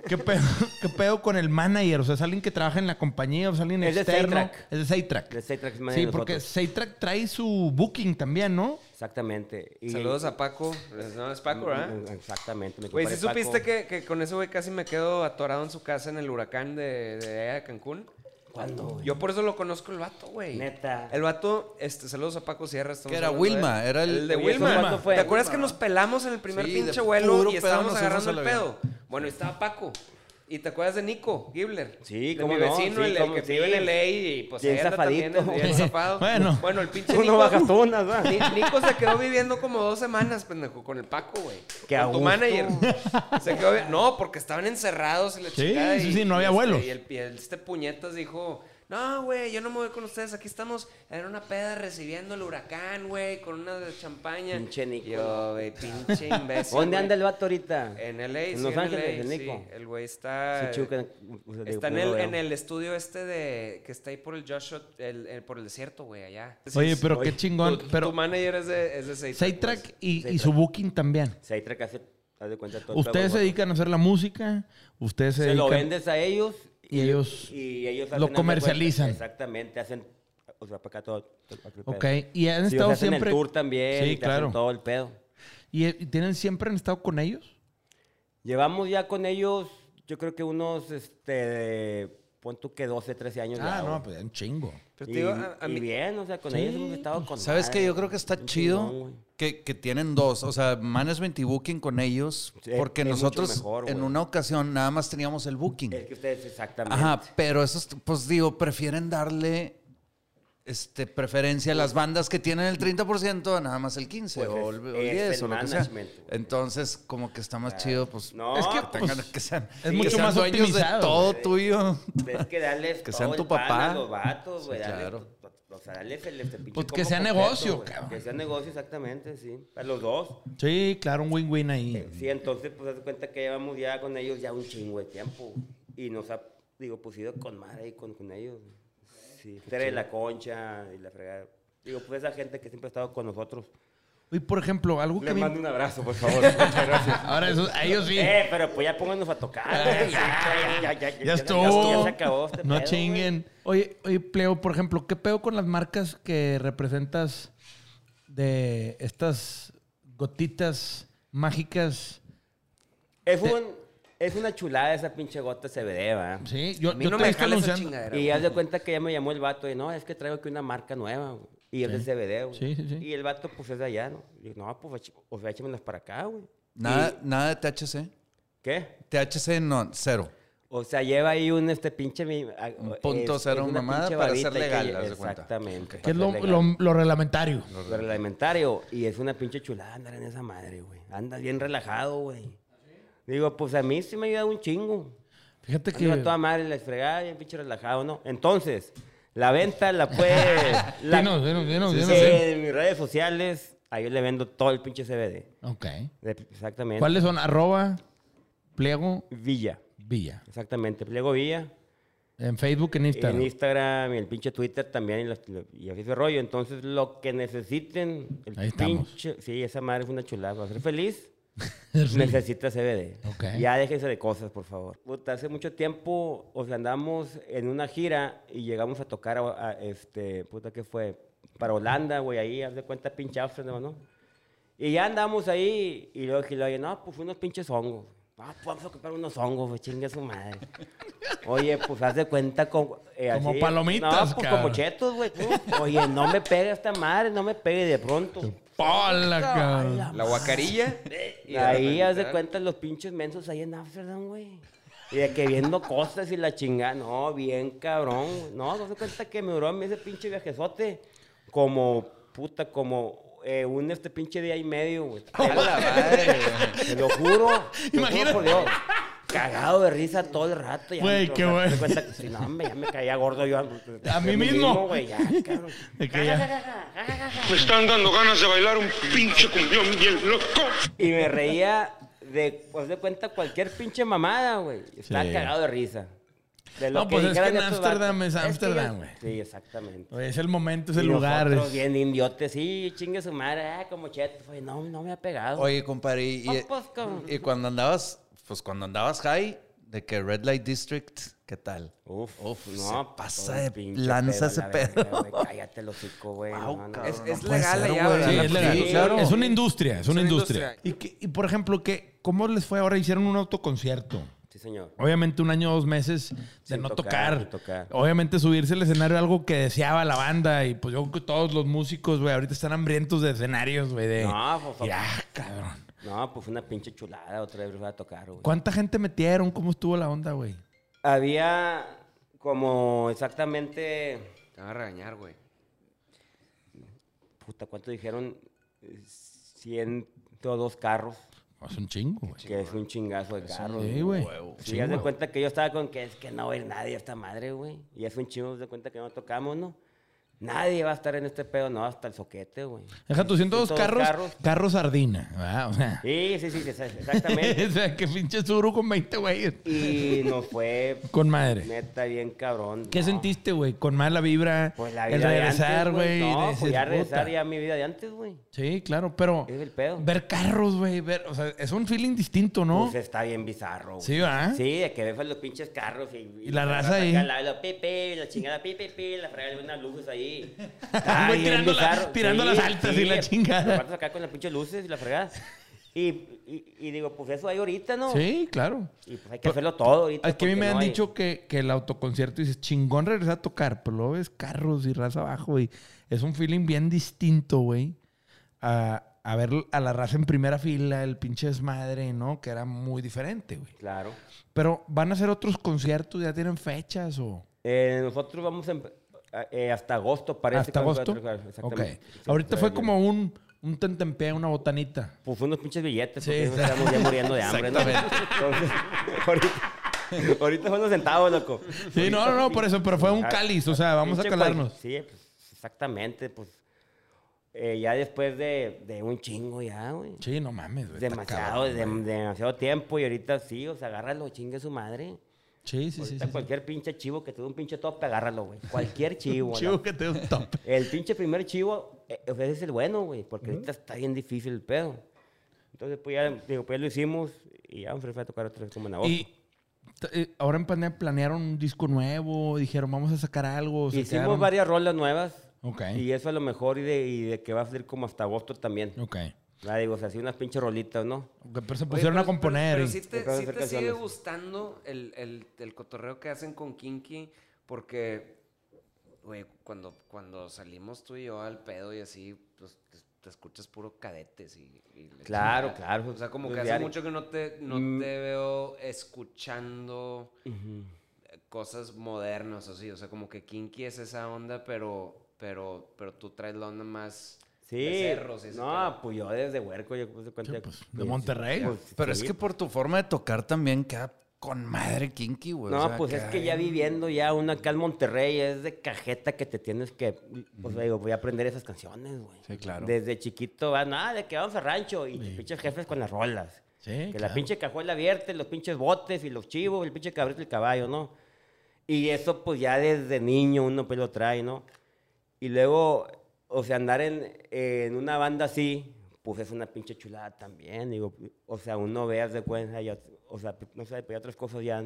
Speaker 1: ¿Qué, pedo, ¿Qué pedo con el manager? O sea, es alguien que trabaja en la compañía, o es alguien
Speaker 2: Es de
Speaker 1: externo.
Speaker 2: Zeitrack.
Speaker 1: Es de Zeitrack.
Speaker 2: De Zeitrack es manager
Speaker 1: Sí,
Speaker 2: de
Speaker 1: porque
Speaker 2: nosotros.
Speaker 1: Zeitrack trae su booking también, ¿no?
Speaker 2: Exactamente. Y- Mm,
Speaker 3: Saludos a Paco. No, es Paco, ¿verdad?
Speaker 2: Exactamente. mi
Speaker 3: Güey,
Speaker 2: compadre
Speaker 3: ¿sí supiste
Speaker 2: Paco.
Speaker 3: que, que con ese güey casi me quedo atorado en su casa en el huracán de, de allá de Cancún?
Speaker 2: ¿Cuándo, güey?
Speaker 3: Yo por eso lo conozco el vato, güey.
Speaker 2: Neta.
Speaker 3: El vato, este, saludos a Paco Sierra. estamos
Speaker 4: Que era
Speaker 3: hablando de él.
Speaker 4: Wilma, era el-
Speaker 3: de
Speaker 4: Oye,
Speaker 2: ¿eso
Speaker 3: Wilma.
Speaker 2: cuándo fue?
Speaker 3: ¿Te acuerdas que
Speaker 2: Wilma.
Speaker 3: nos pelamos en el primer
Speaker 4: Sí, de
Speaker 3: pinche
Speaker 4: puro
Speaker 3: vuelo y
Speaker 4: pedo
Speaker 3: estábamos
Speaker 4: nos
Speaker 3: agarrando el
Speaker 4: fuimos a la
Speaker 3: pedo? Bueno, y estaba Paco. ¿Y te acuerdas de Nico Gibler?
Speaker 2: Sí,
Speaker 3: de
Speaker 2: cómo
Speaker 3: mi
Speaker 2: no,
Speaker 3: vecino,
Speaker 2: sí,
Speaker 3: el, el
Speaker 2: cómo-
Speaker 3: que
Speaker 2: sí.
Speaker 3: vive en LA y pues
Speaker 2: Bien
Speaker 3: era también
Speaker 2: zafadito.
Speaker 3: bien zafado.
Speaker 1: Bueno.
Speaker 3: bueno, el pinche
Speaker 2: Tú
Speaker 3: Nico
Speaker 2: no bajas unas, ¿verdad?
Speaker 3: Ni- Nico se quedó viviendo como dos semanas, pendejo, con el Paco, güey.
Speaker 2: Qué a
Speaker 3: con tu
Speaker 2: gusto.
Speaker 3: manager. Se quedó vi- No, porque estaban encerrados y la
Speaker 1: Sí,
Speaker 3: chingada.
Speaker 1: sí,
Speaker 3: y-
Speaker 1: sí, no había
Speaker 3: y este-
Speaker 1: vuelos.
Speaker 3: Y el, y el- este puñetas dijo, no, güey, yo no me voy con ustedes. Aquí estamos en una peda recibiendo el huracán, güey, con una champaña.
Speaker 2: Pinche Nico.
Speaker 3: Yo, güey, pinche imbécil.
Speaker 2: ¿Dónde
Speaker 3: güey.
Speaker 2: anda el vato ahorita?
Speaker 3: En LA, sí,
Speaker 2: En Los
Speaker 3: en
Speaker 2: Ángeles,
Speaker 3: LA,
Speaker 2: el
Speaker 3: sí.
Speaker 2: Nico.
Speaker 3: El güey está...
Speaker 2: Sí, chico, que- o sea, digo,
Speaker 3: Está en
Speaker 2: no lo
Speaker 3: el,
Speaker 2: veo.
Speaker 3: en el estudio este de que está ahí por el Joshua, el- el- por el desierto, güey, allá.
Speaker 1: Oye, pero
Speaker 2: oye,
Speaker 1: qué chingón.
Speaker 3: Tu-
Speaker 1: pero
Speaker 3: tu manager es de, pues. es de Zeitrack,
Speaker 1: Zeitrack y, y
Speaker 2: Zeitrack.
Speaker 1: su booking también.
Speaker 2: Zeitrack hace, haz de cuenta todo el
Speaker 1: Ustedes
Speaker 2: pedo,
Speaker 1: se
Speaker 2: güey.
Speaker 1: dedican a hacer la música, ustedes se,
Speaker 2: Se lo
Speaker 1: dedican-
Speaker 2: vendes a ellos.
Speaker 1: y ellos
Speaker 2: Y ellos
Speaker 1: lo
Speaker 2: hacen- haz de
Speaker 1: comercializan.
Speaker 2: cuenta, Exactamente, hacen... O sea, para acá todo. todo el pedo.
Speaker 1: Ok, y han
Speaker 2: Sí, o sea,
Speaker 1: estado
Speaker 2: hacen
Speaker 1: siempre...
Speaker 2: el tour también.
Speaker 1: Sí,
Speaker 2: y te hacen
Speaker 1: claro.
Speaker 2: todo el pedo.
Speaker 1: ¿Y, eh, tienen siempre han estado con ellos?
Speaker 2: Llevamos ya con ellos, yo creo que unos, este, pon tú que 12, 13 años.
Speaker 1: Ah,
Speaker 2: ya,
Speaker 1: no,
Speaker 2: güey.
Speaker 1: pues un chingo.
Speaker 3: Pero
Speaker 2: Y,
Speaker 3: te digo, a- a
Speaker 2: y
Speaker 3: mí-
Speaker 2: bien, o sea, con
Speaker 1: Sí,
Speaker 2: ellos hemos estado con
Speaker 4: ¿Sabes
Speaker 2: madre,
Speaker 4: qué? Yo creo que está
Speaker 2: un chingón,
Speaker 4: chido
Speaker 2: güey.
Speaker 4: que, que tienen dos, o sea, management y booking con ellos,
Speaker 2: Sí,
Speaker 4: porque
Speaker 2: es mucho
Speaker 4: nosotros
Speaker 2: mejor, güey.
Speaker 4: en una ocasión nada más teníamos el booking.
Speaker 2: Es que ustedes exactamente.
Speaker 4: Ajá, pero esos, pues digo, prefieren darle este, preferencia a las bandas que tienen el 30% a nada más el 15
Speaker 2: Pues
Speaker 4: o
Speaker 2: es-
Speaker 4: el, o el
Speaker 2: es
Speaker 4: 10
Speaker 2: el
Speaker 4: o lo que sea.
Speaker 2: management, güey. Ah,
Speaker 4: Entonces, como que está más chido, pues
Speaker 2: No,
Speaker 1: es que,
Speaker 2: pues,
Speaker 4: tengan-
Speaker 1: pues,
Speaker 4: que sean,
Speaker 1: es
Speaker 4: que
Speaker 1: mucho
Speaker 4: sean
Speaker 1: más
Speaker 4: dueños
Speaker 1: optimizado,
Speaker 4: de todo
Speaker 2: güey.
Speaker 4: tuyo.
Speaker 2: Es que darles
Speaker 4: Que
Speaker 2: todo
Speaker 4: sean
Speaker 2: el
Speaker 4: tu
Speaker 2: pan
Speaker 4: papá.
Speaker 2: a los vatos,
Speaker 4: Sí,
Speaker 2: güey.
Speaker 4: claro.
Speaker 2: claro. O sea, darles el este pinche
Speaker 1: Pues que
Speaker 2: combo
Speaker 1: sea
Speaker 2: completo,
Speaker 1: negocio,
Speaker 2: güey.
Speaker 1: cabrón.
Speaker 2: Que sea negocio, exactamente, sí. Para los dos.
Speaker 1: Sí, claro, un win-win ahí.
Speaker 2: Sí, entonces, pues, haz de cuenta que llevamos ya con ellos ya un chingo de tiempo. Y nos ha, digo, pues, ido con madre ahí con, con ellos. Sí, Tere de la Concha y la fregada. Digo, pues, esa gente que siempre ha estado con nosotros.
Speaker 1: Y por ejemplo, algo que...
Speaker 2: Les
Speaker 1: a mí-
Speaker 2: mando un abrazo, por favor. Muchas gracias.
Speaker 1: Ahora, eso- a ellos sí.
Speaker 2: Eh, pero pues ya pónganos a tocar. güey. Ya, ya, ya, ya,
Speaker 1: Ya
Speaker 2: Ya
Speaker 1: estuvo.
Speaker 2: se acabó este
Speaker 1: no
Speaker 2: pedo, güey.
Speaker 1: chinguen. Oye, oye, Pleo, por ejemplo, ¿qué pedo con las marcas que representas de estas gotitas mágicas?
Speaker 2: Es, un, es una chulada esa pinche gota CBD, va.
Speaker 1: Sí, yo,
Speaker 3: A mí
Speaker 1: yo
Speaker 3: no
Speaker 1: te
Speaker 3: me
Speaker 1: he visto
Speaker 3: jala esa
Speaker 1: anunciando.
Speaker 3: chingadera.
Speaker 2: Y
Speaker 3: güey.
Speaker 2: haz de cuenta que ya me llamó el vato y no, es que traigo aquí una marca nueva, güey. Y es de CBD, güey.
Speaker 1: Sí, sí, sí.
Speaker 2: Y el vato, pues es de allá, ¿no? Y yo, no, pues, echa- o sea, échamelas para acá, güey.
Speaker 4: Nada,
Speaker 2: Y-
Speaker 4: nada de THC.
Speaker 2: ¿Qué?
Speaker 4: THC no, cero.
Speaker 2: O sea, lleva ahí un este pinche. mi- a-
Speaker 4: Un
Speaker 2: es-
Speaker 4: punto
Speaker 2: es
Speaker 4: cero
Speaker 2: una
Speaker 4: mamada
Speaker 2: pinche
Speaker 4: para
Speaker 2: varita
Speaker 4: ser
Speaker 2: que-
Speaker 4: legal, haz de cuenta.
Speaker 2: Exactamente.
Speaker 1: Que es
Speaker 2: para
Speaker 1: lo,
Speaker 2: ser
Speaker 1: lo-
Speaker 2: legal.
Speaker 1: lo reglamentario.
Speaker 2: Lo reglamentario. Y es una pinche chulada andar en esa madre, güey. Andas bien relajado, güey. Digo, pues a mí sí me ha ayudado un chingo.
Speaker 1: Fíjate
Speaker 2: Ando a
Speaker 1: que.
Speaker 2: toda madre, la fregada, bien pinche relajado, ¿no? Entonces, la venta la puedes... la,
Speaker 1: Dinos, dinos, dinos,
Speaker 2: Sí,
Speaker 1: dinos,
Speaker 2: sí,
Speaker 1: sí.
Speaker 2: En mis redes sociales, ahí le vendo todo el pinche CBD.
Speaker 1: Ok.
Speaker 2: De- Exactamente.
Speaker 1: ¿Cuáles son? Arroba, Pliego,
Speaker 2: Villa.
Speaker 1: Villa.
Speaker 2: Exactamente, Pliego Villa.
Speaker 1: En Facebook, en Instagram.
Speaker 2: En Instagram y el pinche Twitter también y, los- y así ese rollo. Entonces, lo que necesiten, el
Speaker 1: Ahí estamos.
Speaker 2: pinche... Sí, esa madre es una chulada. Para ser feliz,
Speaker 1: Sí.
Speaker 2: necesita CBD.
Speaker 1: Ok.
Speaker 2: Ya déjense de cosas, por favor. Puta, hace mucho tiempo, o sea, andamos en una gira y llegamos a tocar a, a, este, puta, ¿qué fue? Para Holanda, güey, ahí, haz de cuenta, pinche Ámsterdam, ¿no? Y ya andamos ahí y luego que le oye, no, pues unos pinches hongos. Ah, pues vamos a comprar unos hongos, güey, chingue su madre. Oye, pues haz de cuenta con, eh,
Speaker 1: Como palomitas,
Speaker 2: No, pues
Speaker 1: cabrón.
Speaker 2: como chetos, güey. tú. Oye, no me pegue esta madre, no me pegue de pronto.
Speaker 1: Hola, cabrón.
Speaker 3: La guacarilla. y de
Speaker 2: Ahí
Speaker 3: repente,
Speaker 2: haz de
Speaker 3: ah,
Speaker 2: cuenta los pinches mensos ahí en Amsterdam, güey. Y de que viendo cosas y la chingada. No, bien cabrón. güey. No, haz de cuenta que me duró a mí ese pinche viajezote. Como, puta, como eh, un este pinche día y medio, güey.
Speaker 4: A la madre, güey.
Speaker 2: Te lo juro. te lo juro
Speaker 1: Imagínate.
Speaker 2: por Dios. Cagado de risa todo el rato. ya,
Speaker 1: Güey,
Speaker 2: o
Speaker 1: qué
Speaker 2: sea,
Speaker 1: bueno.
Speaker 2: te cuenta que si no, hombre, ya me caía gordo yo.
Speaker 1: A mí mismo.
Speaker 2: güey, ya, cabrón.
Speaker 1: De que ya-
Speaker 5: Me están dando ganas de bailar un pinche cumbión bien loco.
Speaker 2: Y me reía de, pues de cuenta, cualquier pinche mamada, güey. Estaba
Speaker 1: Sí.
Speaker 2: cagado de risa. De
Speaker 1: No, pues es
Speaker 2: dijeran
Speaker 1: que en
Speaker 2: estos
Speaker 1: Ámsterdam
Speaker 2: vatos.
Speaker 1: es
Speaker 2: que
Speaker 1: Ámsterdam,
Speaker 2: yo-
Speaker 1: güey.
Speaker 2: Sí, exactamente.
Speaker 1: Oye, es el momento, es
Speaker 2: Y
Speaker 1: el lugar.
Speaker 2: Nosotros
Speaker 1: es-
Speaker 2: bien idiotes, sí, chingue su madre, ah, como cheto. Güey, no, no me ha pegado.
Speaker 4: Oye, compadre, y,
Speaker 2: Ah, pues, cabrón.
Speaker 4: y cuando andabas, pues cuando andabas high, de que Red Light District, ¿qué tal?
Speaker 2: Uf, pues,
Speaker 4: no, pasa
Speaker 2: todo el
Speaker 4: de
Speaker 2: pinche
Speaker 4: lanza
Speaker 2: pedo,
Speaker 4: ese
Speaker 2: la verga,
Speaker 4: pedo.
Speaker 2: güey, Cállate el hocico, güey.
Speaker 4: Au,
Speaker 2: no, no,
Speaker 4: cabrón,
Speaker 2: no.
Speaker 4: no
Speaker 3: es
Speaker 4: puede
Speaker 3: legal
Speaker 4: ser,
Speaker 3: allá,
Speaker 4: güey.
Speaker 3: ¿verdad?
Speaker 1: Sí,
Speaker 3: la
Speaker 1: es legal.
Speaker 3: policía.
Speaker 1: claro. Es una industria, es una,
Speaker 3: una
Speaker 1: industria.
Speaker 3: industria.
Speaker 1: Y, que- y, por ejemplo, ¿qué, ¿cómo les fue ahora? Hicieron un autoconcierto.
Speaker 2: Sí, señor.
Speaker 1: Obviamente un año o dos meses de
Speaker 2: Sin
Speaker 1: no tocar.
Speaker 2: tocar, sin tocar.
Speaker 1: Obviamente subirse al escenario algo que deseaba la banda. Y pues yo creo que todos los músicos, güey, ahorita están hambrientos de escenarios, güey. De...
Speaker 2: No, pues, por favor.
Speaker 1: Ya, cabrón.
Speaker 2: No, pues fue una pinche chulada, otra vez voy a tocar, güey.
Speaker 1: ¿Cuánta gente metieron? ¿Cómo estuvo la onda, güey?
Speaker 2: Había como exactamente...
Speaker 3: Te van a regañar, güey.
Speaker 2: Puta, ¿cuánto dijeron? 102 carros,
Speaker 1: Es Pues un chingo, güey.
Speaker 2: que es un chingazo de carros.
Speaker 1: Sí, güey.
Speaker 2: Sí, haz de cuenta que yo estaba con que es que no va a ir nadie a esta madre, güey. Y es un chingo, haz de cuenta que no tocamos, ¿no? Nadie va a estar en este pedo, no, hasta el soquete, güey.
Speaker 1: Deja tus 102
Speaker 2: 102
Speaker 1: carros, carros,
Speaker 2: carros.
Speaker 1: sardina, ¿verdad? O sea,
Speaker 2: Sí, sí, sí, sí, sí,
Speaker 1: o
Speaker 2: exactamente.
Speaker 1: sea, que pinche suru con 20 güeyes.
Speaker 2: y nos fue,
Speaker 1: Con madre.
Speaker 2: neta, bien cabrón.
Speaker 1: ¿Qué
Speaker 2: no.
Speaker 1: sentiste, güey? Con mala vibra.
Speaker 2: Pues la vida
Speaker 1: El
Speaker 2: de
Speaker 1: regresar,
Speaker 2: antes,
Speaker 1: güey.
Speaker 2: No,
Speaker 1: dices,
Speaker 2: pues ya regresar
Speaker 1: puta.
Speaker 2: ya a mi vida de antes, güey.
Speaker 1: Sí, claro, pero.
Speaker 2: Es el pedo.
Speaker 1: Ver carros, güey. Ver, o sea, es un feeling distinto, ¿no?
Speaker 2: Pues está bien bizarro, güey.
Speaker 1: Sí, ¿verdad?
Speaker 2: Sí, de que ves los pinches carros y,
Speaker 1: Y ¿Ah? la raza ahí.
Speaker 2: acá, La, la, pi, pi, la chingada pipi, la fregada de unas luces ahí. Sí.
Speaker 1: Güey, tirando la- tirando las altas y la chingada.
Speaker 2: Los vatos acá con las pinches luces y la fregada. Y, y, y digo, pues eso hay ahorita, ¿no?
Speaker 1: Sí, claro.
Speaker 2: Y pues hay que hacerlo todo ahorita.
Speaker 1: Es que a mí
Speaker 2: porque
Speaker 1: me han
Speaker 2: no hay-
Speaker 1: dicho que, que el autoconcierto dices, chingón regresar a tocar, pero luego ves carros y raza abajo y es un feeling bien distinto, güey, a, a ver a la raza en primera fila, el pinche desmadre, ¿no? Que era muy diferente, güey.
Speaker 2: Claro.
Speaker 1: Pero van a hacer otros conciertos, ya tienen fechas o...
Speaker 2: Eh, nosotros vamos en- eh, hasta agosto, parece.
Speaker 1: ¿Hasta
Speaker 2: que vamos a
Speaker 1: agosto?
Speaker 2: tocar,
Speaker 1: Ok.
Speaker 2: exactamente. Sí,
Speaker 1: Ahorita
Speaker 2: por
Speaker 1: fue
Speaker 2: ahí.
Speaker 1: como un, un tentempié, una botanita.
Speaker 2: Pues unos pinches billetes,
Speaker 1: Sí,
Speaker 2: porque nos
Speaker 1: exacto.
Speaker 2: estamos ya muriendo de hambre, ¿no? Entonces, ahorita, ahorita son los centavos, loco.
Speaker 1: Sí, no, no, no, por eso, pero fue un cáliz, o sea, vamos a
Speaker 2: Ah, Pinche
Speaker 1: calarnos.
Speaker 2: cual- Sí, pues, exactamente, pues. eh, ya después de, de un chingo ya, güey.
Speaker 1: Sí, no mames, güey. está
Speaker 2: Demasiado,
Speaker 1: cabrón,
Speaker 2: de-
Speaker 1: güey.
Speaker 2: demasiado tiempo y ahorita sí, o sea, agárralo, chingue su madre.
Speaker 1: Sí, sí, sí.
Speaker 2: Ahorita
Speaker 1: sí.
Speaker 2: cualquier pinche chivo que te dé un pinche tope, agárralo, güey. Cualquier chivo. la-
Speaker 1: Chivo que te dé un tope.
Speaker 2: El pinche primer chivo, eh, ese es el bueno, güey, porque ahorita está bien difícil el pedo. Entonces, pues ya, digo, pues ya lo hicimos y ya vamos a tocar otra vez como en agosto.
Speaker 1: Y t- eh, ahora en pandemia planearon un disco nuevo, dijeron, vamos a sacar algo. pues, se
Speaker 2: Hicimos
Speaker 1: quedaron-
Speaker 2: varias rolas nuevas
Speaker 1: Ok.
Speaker 2: y eso a lo mejor y de, y de que va a salir como hasta agosto también.
Speaker 1: Ok.
Speaker 2: Ah, digo, o sea, así unas pinches rolitas, ¿no?
Speaker 1: Ok, Pero se pusieron a componer.
Speaker 3: Pero,
Speaker 1: y-
Speaker 3: sí te,
Speaker 2: Dejaron
Speaker 3: sí
Speaker 2: hacer
Speaker 3: te sigue
Speaker 2: canciones.
Speaker 3: gustando el, el- el cotorreo que hacen con Kinky, porque, güey, cuando, cuando salimos tú y yo al pedo y así, pues te, te escuchas puro cadetes y. y la
Speaker 2: Claro,
Speaker 3: chingada.
Speaker 2: claro.
Speaker 3: O sea, como
Speaker 2: Pues
Speaker 3: que hace
Speaker 2: diario. Mm.
Speaker 3: mucho que no te, no te veo escuchando eh, cosas modernas o así. O sea, como que Kinky es esa onda, pero, pero, pero tú traes la onda más.
Speaker 2: Sí.
Speaker 3: becerros y ese pedo.
Speaker 2: No, pues yo desde Huerco, yo pues, de cuenta.
Speaker 1: Sí, pues, de Monterrey.
Speaker 2: Pues,
Speaker 4: Pero
Speaker 2: sí.
Speaker 4: es que por tu forma de tocar también queda con madre kinky, güey.
Speaker 2: No,
Speaker 4: O sea,
Speaker 2: pues es que ya viviendo ya uno acá en Monterrey es de cajeta que te tienes que, pues digo, voy a aprender esas canciones, güey.
Speaker 4: Sí, claro.
Speaker 2: Desde chiquito va, nada, de que vamos a rancho y te pinches jefes con las rolas.
Speaker 1: Sí,
Speaker 2: Que
Speaker 1: claro.
Speaker 2: la pinche cajuela abierta, y los pinches botes y los chivos, el pinche cabrito y el caballo, ¿no? Y eso pues ya desde niño uno pues lo trae, ¿no? Y luego, o sea, andar en, en una banda así, pues es una pinche chulada también. Digo, o sea, uno veas de cuenta, ya, o sea, no sé, pues ya otras cosas ya,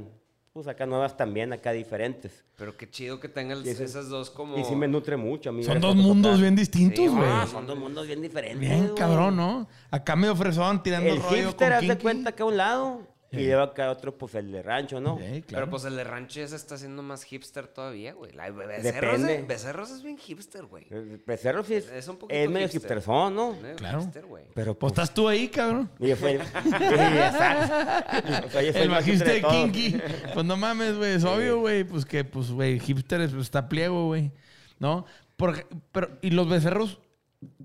Speaker 2: pues acá nuevas también, acá diferentes.
Speaker 3: Pero qué chido que tengas
Speaker 2: Y eso-
Speaker 3: esas dos como.
Speaker 2: Y sí me nutre mucho a mí.
Speaker 1: Son
Speaker 2: ver
Speaker 1: dos
Speaker 2: eso
Speaker 1: mundos
Speaker 2: tocar.
Speaker 1: bien distintos,
Speaker 3: Sí,
Speaker 1: güey.
Speaker 2: Ah, son dos mundos bien diferentes.
Speaker 1: bien
Speaker 2: güey.
Speaker 1: cabrón, ¿no? Acá medio fresón, tirando
Speaker 2: El
Speaker 1: rollo con
Speaker 2: hipster, haz de
Speaker 1: Kinky.
Speaker 2: cuenta que a un lado, y luego acá otro, pues el de rancho, ¿no?
Speaker 1: Sí, claro.
Speaker 3: Pero pues el de rancho ya se está haciendo más hipster todavía, güey. La- Becerros, eh,
Speaker 2: Depende.
Speaker 3: Becerros es bien hipster, güey.
Speaker 2: El Becerro sí es,
Speaker 3: Es un poquito
Speaker 2: es medio
Speaker 3: hipster.
Speaker 2: hipsterzón, ¿no?
Speaker 3: No es
Speaker 1: Claro.
Speaker 3: hipster, güey.
Speaker 2: Pero
Speaker 1: Pues
Speaker 2: pues,
Speaker 1: estás tú ahí, cabrón.
Speaker 2: Y yo fui el, exacto. O sea, yo fui
Speaker 1: El
Speaker 2: más
Speaker 1: bajista
Speaker 2: hipster
Speaker 1: de
Speaker 2: todos.
Speaker 1: Kinky. Pues no mames, güey. Es obvio, güey. Pues que, pues, güey, hipster es- está pliego, güey. ¿No? Por ej- pero, ¿y los becerros?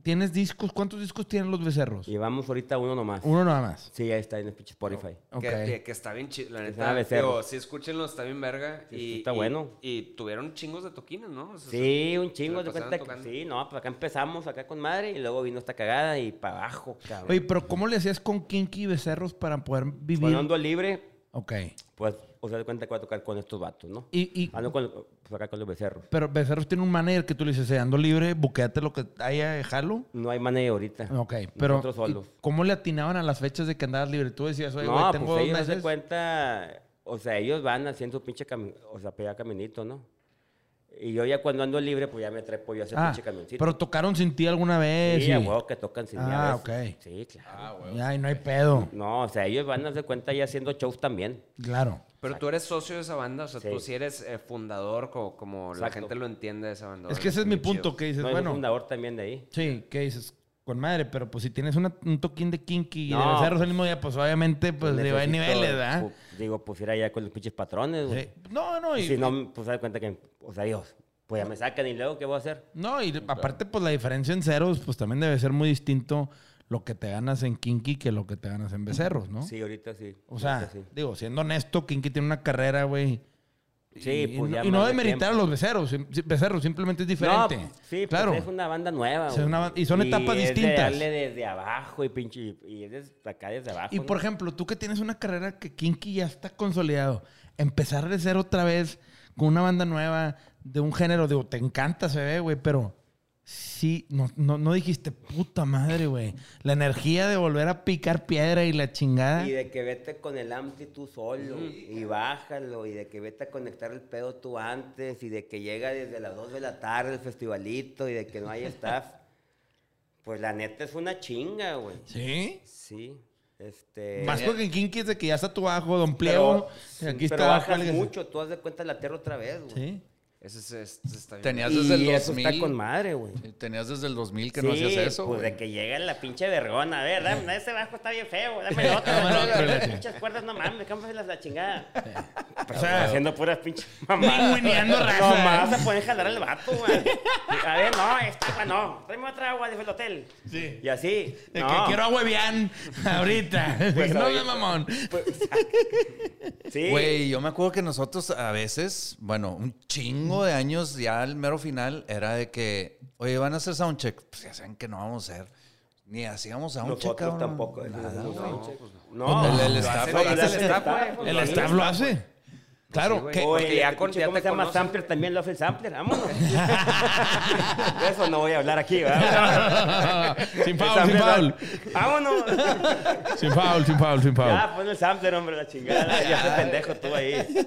Speaker 1: ¿Tienes discos? ¿Cuántos discos tienen los becerros?
Speaker 2: Llevamos ahorita uno nomás.
Speaker 1: Uno nada más.
Speaker 2: Sí, ahí está en el pinche Spotify.
Speaker 1: Ok.
Speaker 3: Que, que- que está bien chido, la
Speaker 2: nada,
Speaker 3: neta.
Speaker 2: Becerros.
Speaker 3: Digo, sí, escúchenlo, está bien verga.
Speaker 2: Sí,
Speaker 3: y,
Speaker 2: está
Speaker 3: y-
Speaker 2: bueno.
Speaker 3: Y tuvieron chingos de toquines, ¿no? O sea,
Speaker 2: Sí,
Speaker 3: se-
Speaker 2: un
Speaker 3: se
Speaker 2: chingo
Speaker 3: la
Speaker 2: de
Speaker 3: pasaron
Speaker 2: cuenta que
Speaker 3: tocando.
Speaker 2: sí, no, pues acá empezamos acá con madre y luego vino esta cagada y para abajo, cabrón.
Speaker 1: Oye, pues, pero ¿cómo le hacías con Kinky y becerros para poder vivir?
Speaker 2: Con Hondo libre,
Speaker 1: Ok.
Speaker 2: pues, o sea, de cuenta que va a tocar con estos vatos, ¿no?
Speaker 1: Y, y-
Speaker 2: Ando con, pues, acá con los becerros.
Speaker 1: pero becerros tiene un manager que tú le dices, "Eh, ando libre, buqueate lo que haya, déjalo.
Speaker 2: No hay manera ahorita.
Speaker 1: Ok, pero
Speaker 2: Nosotros solos.
Speaker 1: ¿y ¿cómo le atinaban a las fechas de que andabas libre? Tú decías, oye, güey,
Speaker 2: No,
Speaker 1: tengo
Speaker 2: pues
Speaker 1: dos
Speaker 2: ellos haz de
Speaker 1: meses.
Speaker 2: cuenta, o sea, ellos van haciendo su pinche cami- o sea, pegar caminito, ¿no? Y yo ya cuando ando libre, pues ya me trepo yo a ese
Speaker 1: Ah,
Speaker 2: pinche camioncito.
Speaker 1: pero tocaron sin ti alguna vez.
Speaker 2: Sí, a
Speaker 1: y-
Speaker 2: huevo Ah, que tocan sin mí a
Speaker 1: Ah,
Speaker 2: veces.
Speaker 1: ok.
Speaker 2: Sí, claro.
Speaker 1: Ay, no hay pedo.
Speaker 2: No, o sea, ellos van a hacer cuenta ya haciendo shows también.
Speaker 1: Claro.
Speaker 3: Pero tú eres socio de esa banda, o sea,
Speaker 2: Sí.
Speaker 3: tú sí eres eh, fundador, como, como la
Speaker 2: Exacto.
Speaker 3: gente lo entiende de esa banda.
Speaker 1: Es que ese es mi punto, que dices,
Speaker 2: No, bueno.
Speaker 1: bueno,
Speaker 2: un fundador también de ahí.
Speaker 1: sí, que dices, con madre, pero pues si tienes una- un toquín de kinky y de
Speaker 2: No,
Speaker 1: becerros el
Speaker 2: pues,
Speaker 1: mismo día, pues obviamente, pues le va en
Speaker 2: Necesito,
Speaker 1: niveles, ¿verdad?
Speaker 2: pu- digo, pues ir allá con los pinches patrones, güey.
Speaker 1: Sí. No, no,
Speaker 2: Y
Speaker 1: y,
Speaker 2: si no, pues se da cuenta que, o sea, Dios, pues ya me sacan y luego, ¿qué voy a hacer?
Speaker 1: no, y aparte, pues la diferencia en ceros, pues también debe ser muy distinto lo que te ganas en kinky que lo que te ganas en becerros, ¿no?
Speaker 2: Sí, ahorita sí.
Speaker 1: O sea,
Speaker 2: ahorita sí.
Speaker 1: digo, siendo honesto, Kinky tiene una carrera, güey.
Speaker 2: Sí,
Speaker 1: y,
Speaker 2: pues,
Speaker 1: y
Speaker 2: ya
Speaker 1: no- y no
Speaker 2: más de
Speaker 1: demeritar a
Speaker 2: tiempo.
Speaker 1: los becerros. sim- si- Becerros simplemente es diferente.
Speaker 2: No, pues, sí,
Speaker 1: claro.
Speaker 2: claro. es una banda nueva.
Speaker 1: Es
Speaker 2: güey.
Speaker 1: una ban- y son etapas
Speaker 2: es de
Speaker 1: distintas.
Speaker 2: darle desde abajo y pinche. Y, y es desde acá desde abajo.
Speaker 1: Y
Speaker 2: ¿no?
Speaker 1: por ejemplo, tú que tienes una carrera que Kinky ya está consolidado, empezar de ser otra vez con una banda nueva de un género, digo, te encanta, se ve, güey, pero sí, no, no, no dijiste, puta madre, güey. La energía de volver a picar piedra y la chingada.
Speaker 2: Y de que vete con el ampli tú solo y bájalo. Y de que vete a conectar el pedo tú antes. Y de que llega desde las 2 de la tarde el festivalito y de que no hay staff. Pues la neta es una chinga, güey.
Speaker 1: ¿Sí?
Speaker 2: Sí. Este.
Speaker 1: Más porque en Kinky es de que ya está tu ajo, don Pliego.
Speaker 2: pero,
Speaker 1: aquí
Speaker 2: pero
Speaker 1: está abajo.
Speaker 2: bajas
Speaker 1: alguien-
Speaker 2: mucho. Tú has de cuenta la tierra otra vez, güey.
Speaker 1: Sí.
Speaker 3: Ese es- ese está bien.
Speaker 4: Tenías
Speaker 2: Y
Speaker 4: desde el
Speaker 2: eso
Speaker 4: 2000.
Speaker 2: está con madre, güey.
Speaker 4: Tenías desde el 2000 que no hacías eso,
Speaker 2: pues
Speaker 4: güey.
Speaker 2: de que llega la pinche vergona. A ver, dame, ese bajo está bien feo. Dame el otro.
Speaker 1: Dame el otro, la
Speaker 2: Las
Speaker 1: chingada.
Speaker 2: pinches cuerdas, no mames, cámbialas la chingada.
Speaker 1: O sea,
Speaker 2: haciendo puras pinches mamadas.
Speaker 1: Pingüineando raza.
Speaker 2: No más a poder jalar al vato, güey. A ver, no, esta agua no. Tráeme otra agua del hotel.
Speaker 1: Sí.
Speaker 2: Y así.
Speaker 1: de
Speaker 2: no.
Speaker 1: que quiero a Huevián ahorita. De
Speaker 2: Pues
Speaker 1: que no
Speaker 2: ahorita. Pues
Speaker 1: me mamón.
Speaker 2: Sí.
Speaker 4: Güey, yo me acuerdo que nosotros a veces, bueno, un chingo de años ya al mero final era de que, oye, van a hacer soundcheck. Pues ya saben que no vamos a hacer. Ni hacíamos soundcheck.
Speaker 2: Nosotros
Speaker 4: cabrón.
Speaker 2: tampoco.
Speaker 4: Nada,
Speaker 2: no,
Speaker 4: güey.
Speaker 2: pues no.
Speaker 4: El- el
Speaker 2: Lo
Speaker 4: staff,
Speaker 2: hace-
Speaker 4: lo
Speaker 2: lo
Speaker 4: hace
Speaker 2: hace
Speaker 3: el staff, güey.
Speaker 1: El
Speaker 2: Lo
Speaker 1: staff lo hace. Claro,
Speaker 3: güey.
Speaker 1: que-
Speaker 3: Porque
Speaker 2: Oye,
Speaker 3: ya
Speaker 2: ya
Speaker 3: con-
Speaker 2: con,
Speaker 3: ya
Speaker 2: ¿cómo
Speaker 3: te
Speaker 2: se llama
Speaker 3: conocen.
Speaker 2: Sampler? También lo hace el Sampler, vámonos. De eso no voy a hablar aquí, ¿verdad?
Speaker 1: sin
Speaker 2: El
Speaker 1: foul, sin
Speaker 2: Sampler,
Speaker 1: foul.
Speaker 2: Vámonos.
Speaker 1: Sin foul, sin foul, sin foul.
Speaker 2: Ya, pon el Sampler, hombre, la chingada. Ya te pendejo tú ahí.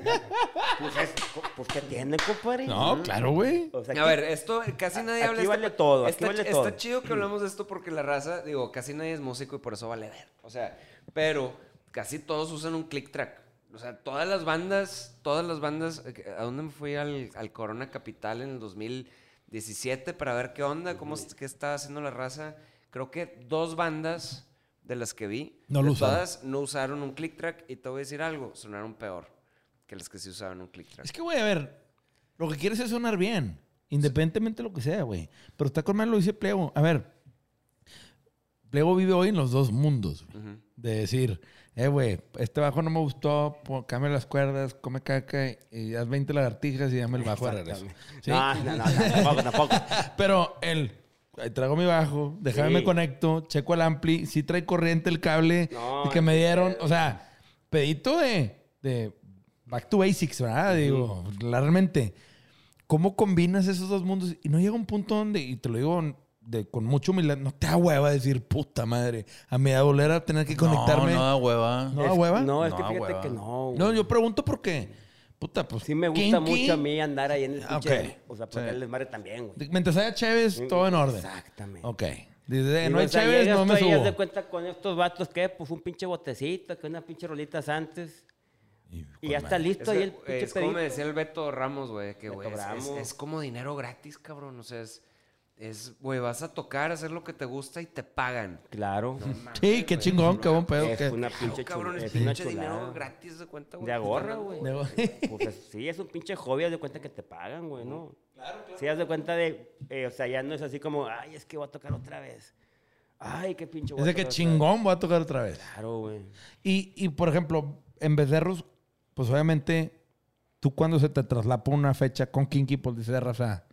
Speaker 2: Pues, es- pues, ¿qué tiene, compadre?
Speaker 1: No, claro, güey.
Speaker 2: O sea,
Speaker 3: a
Speaker 2: aquí-
Speaker 3: ver, esto casi nadie habla
Speaker 2: aquí
Speaker 3: de
Speaker 2: vale todo, aquí
Speaker 3: está,
Speaker 2: vale
Speaker 3: está
Speaker 2: todo.
Speaker 3: chido que hablamos de esto porque la raza, digo, casi nadie es músico y por eso vale ver. O sea, pero casi todos usan un click track. O sea, todas las bandas, todas las bandas, eh, ¿a dónde me fui al, al Corona Capital en el 2017 para ver qué onda, cómo es- qué está haciendo la raza? Creo que dos bandas de las que vi,
Speaker 1: No lo
Speaker 3: de
Speaker 1: usaron.
Speaker 3: todas no usaron un click track y te voy a decir algo, sonaron peor que las que sí usaban un click track.
Speaker 1: Es que, güey, a ver, lo que quieres es sonar bien, independientemente de lo que sea, güey. Pero está con mal lo dice Plego. A ver, Plego vive hoy en los dos mundos, güey. De decir, eh, güey, este bajo no me gustó, po- cambia las cuerdas, come caca y haz 20 lagartijas y dame el bajo de regreso. ¿Sí?
Speaker 2: No, no, no, no, tampoco, tampoco.
Speaker 1: Pero el "Ay, traigo mi bajo, déjame
Speaker 2: Sí.
Speaker 1: me conecto, checo el ampli, si trae corriente el cable
Speaker 2: No,
Speaker 1: que me dieron. O sea, pedito de, de back to basics, ¿verdad? Digo, realmente. ¿Cómo combinas esos dos mundos? Y no llega un punto donde, y te lo digo de- con mucha humildad, no te da hueva decir, puta madre, a mi da doler a tener que conectarme.
Speaker 4: No,
Speaker 1: No,
Speaker 4: no, hueva.
Speaker 1: ¿No da hueva?
Speaker 2: No, es que
Speaker 4: No,
Speaker 2: fíjate
Speaker 4: hueva.
Speaker 2: que no. güey.
Speaker 1: yo pregunto porque, puta, pues.
Speaker 2: Sí me gusta
Speaker 1: kinky,
Speaker 2: mucho a mí andar ahí en el
Speaker 1: Ah,
Speaker 2: pinche...
Speaker 1: ok.
Speaker 2: O sea, porque el desmadre también, güey.
Speaker 1: Mientras haya Chévez, todo en orden.
Speaker 2: Exactamente.
Speaker 1: Ok. Dice,
Speaker 2: Y,
Speaker 1: no hay
Speaker 2: o sea,
Speaker 1: Chévez,
Speaker 2: llegas
Speaker 1: no
Speaker 2: tú
Speaker 1: me
Speaker 2: ahí, haz
Speaker 1: subo.
Speaker 2: de cuenta con estos vatos que pues un pinche botecito, que unas pinches rolitas antes. Y ya está
Speaker 3: Es,
Speaker 2: listo ahí
Speaker 3: que,
Speaker 2: el
Speaker 3: eh,
Speaker 2: pinche
Speaker 3: es como me
Speaker 2: pedito.
Speaker 3: decía el Beto Ramos, güey, que
Speaker 2: Beto
Speaker 3: güey, es, es-
Speaker 2: Ramos.
Speaker 3: es como dinero gratis, cabrón. O sea, es, es, güey, vas a tocar, hacer lo que te gusta y te pagan.
Speaker 2: Claro.
Speaker 1: Sí, qué chingón, qué buen pedo.
Speaker 2: es
Speaker 1: qué-
Speaker 2: una
Speaker 3: Claro,
Speaker 2: pinche
Speaker 3: cabrón,
Speaker 2: chul-
Speaker 3: es
Speaker 2: es una
Speaker 3: pinche dinero
Speaker 2: chulada.
Speaker 3: gratis de cuenta, güey.
Speaker 2: De agorra, güey.
Speaker 1: De agorra.
Speaker 2: Pues es- sí, es un pinche hobby, haz de cuenta que te pagan, güey, ¿no? Claro, claro. Sí, haz de cuenta de, eh, o sea, ya no es así como, ay, es que voy a tocar otra vez. Ay, qué pinche voy
Speaker 1: Es
Speaker 2: a
Speaker 1: de que
Speaker 2: tocar otra vez".
Speaker 1: chingón voy a tocar otra vez.
Speaker 2: Claro, güey.
Speaker 1: Y, y por ejemplo, en Becerros, pues obviamente, tú cuando se te traslapa una fecha con Kinky, pues dices, raza,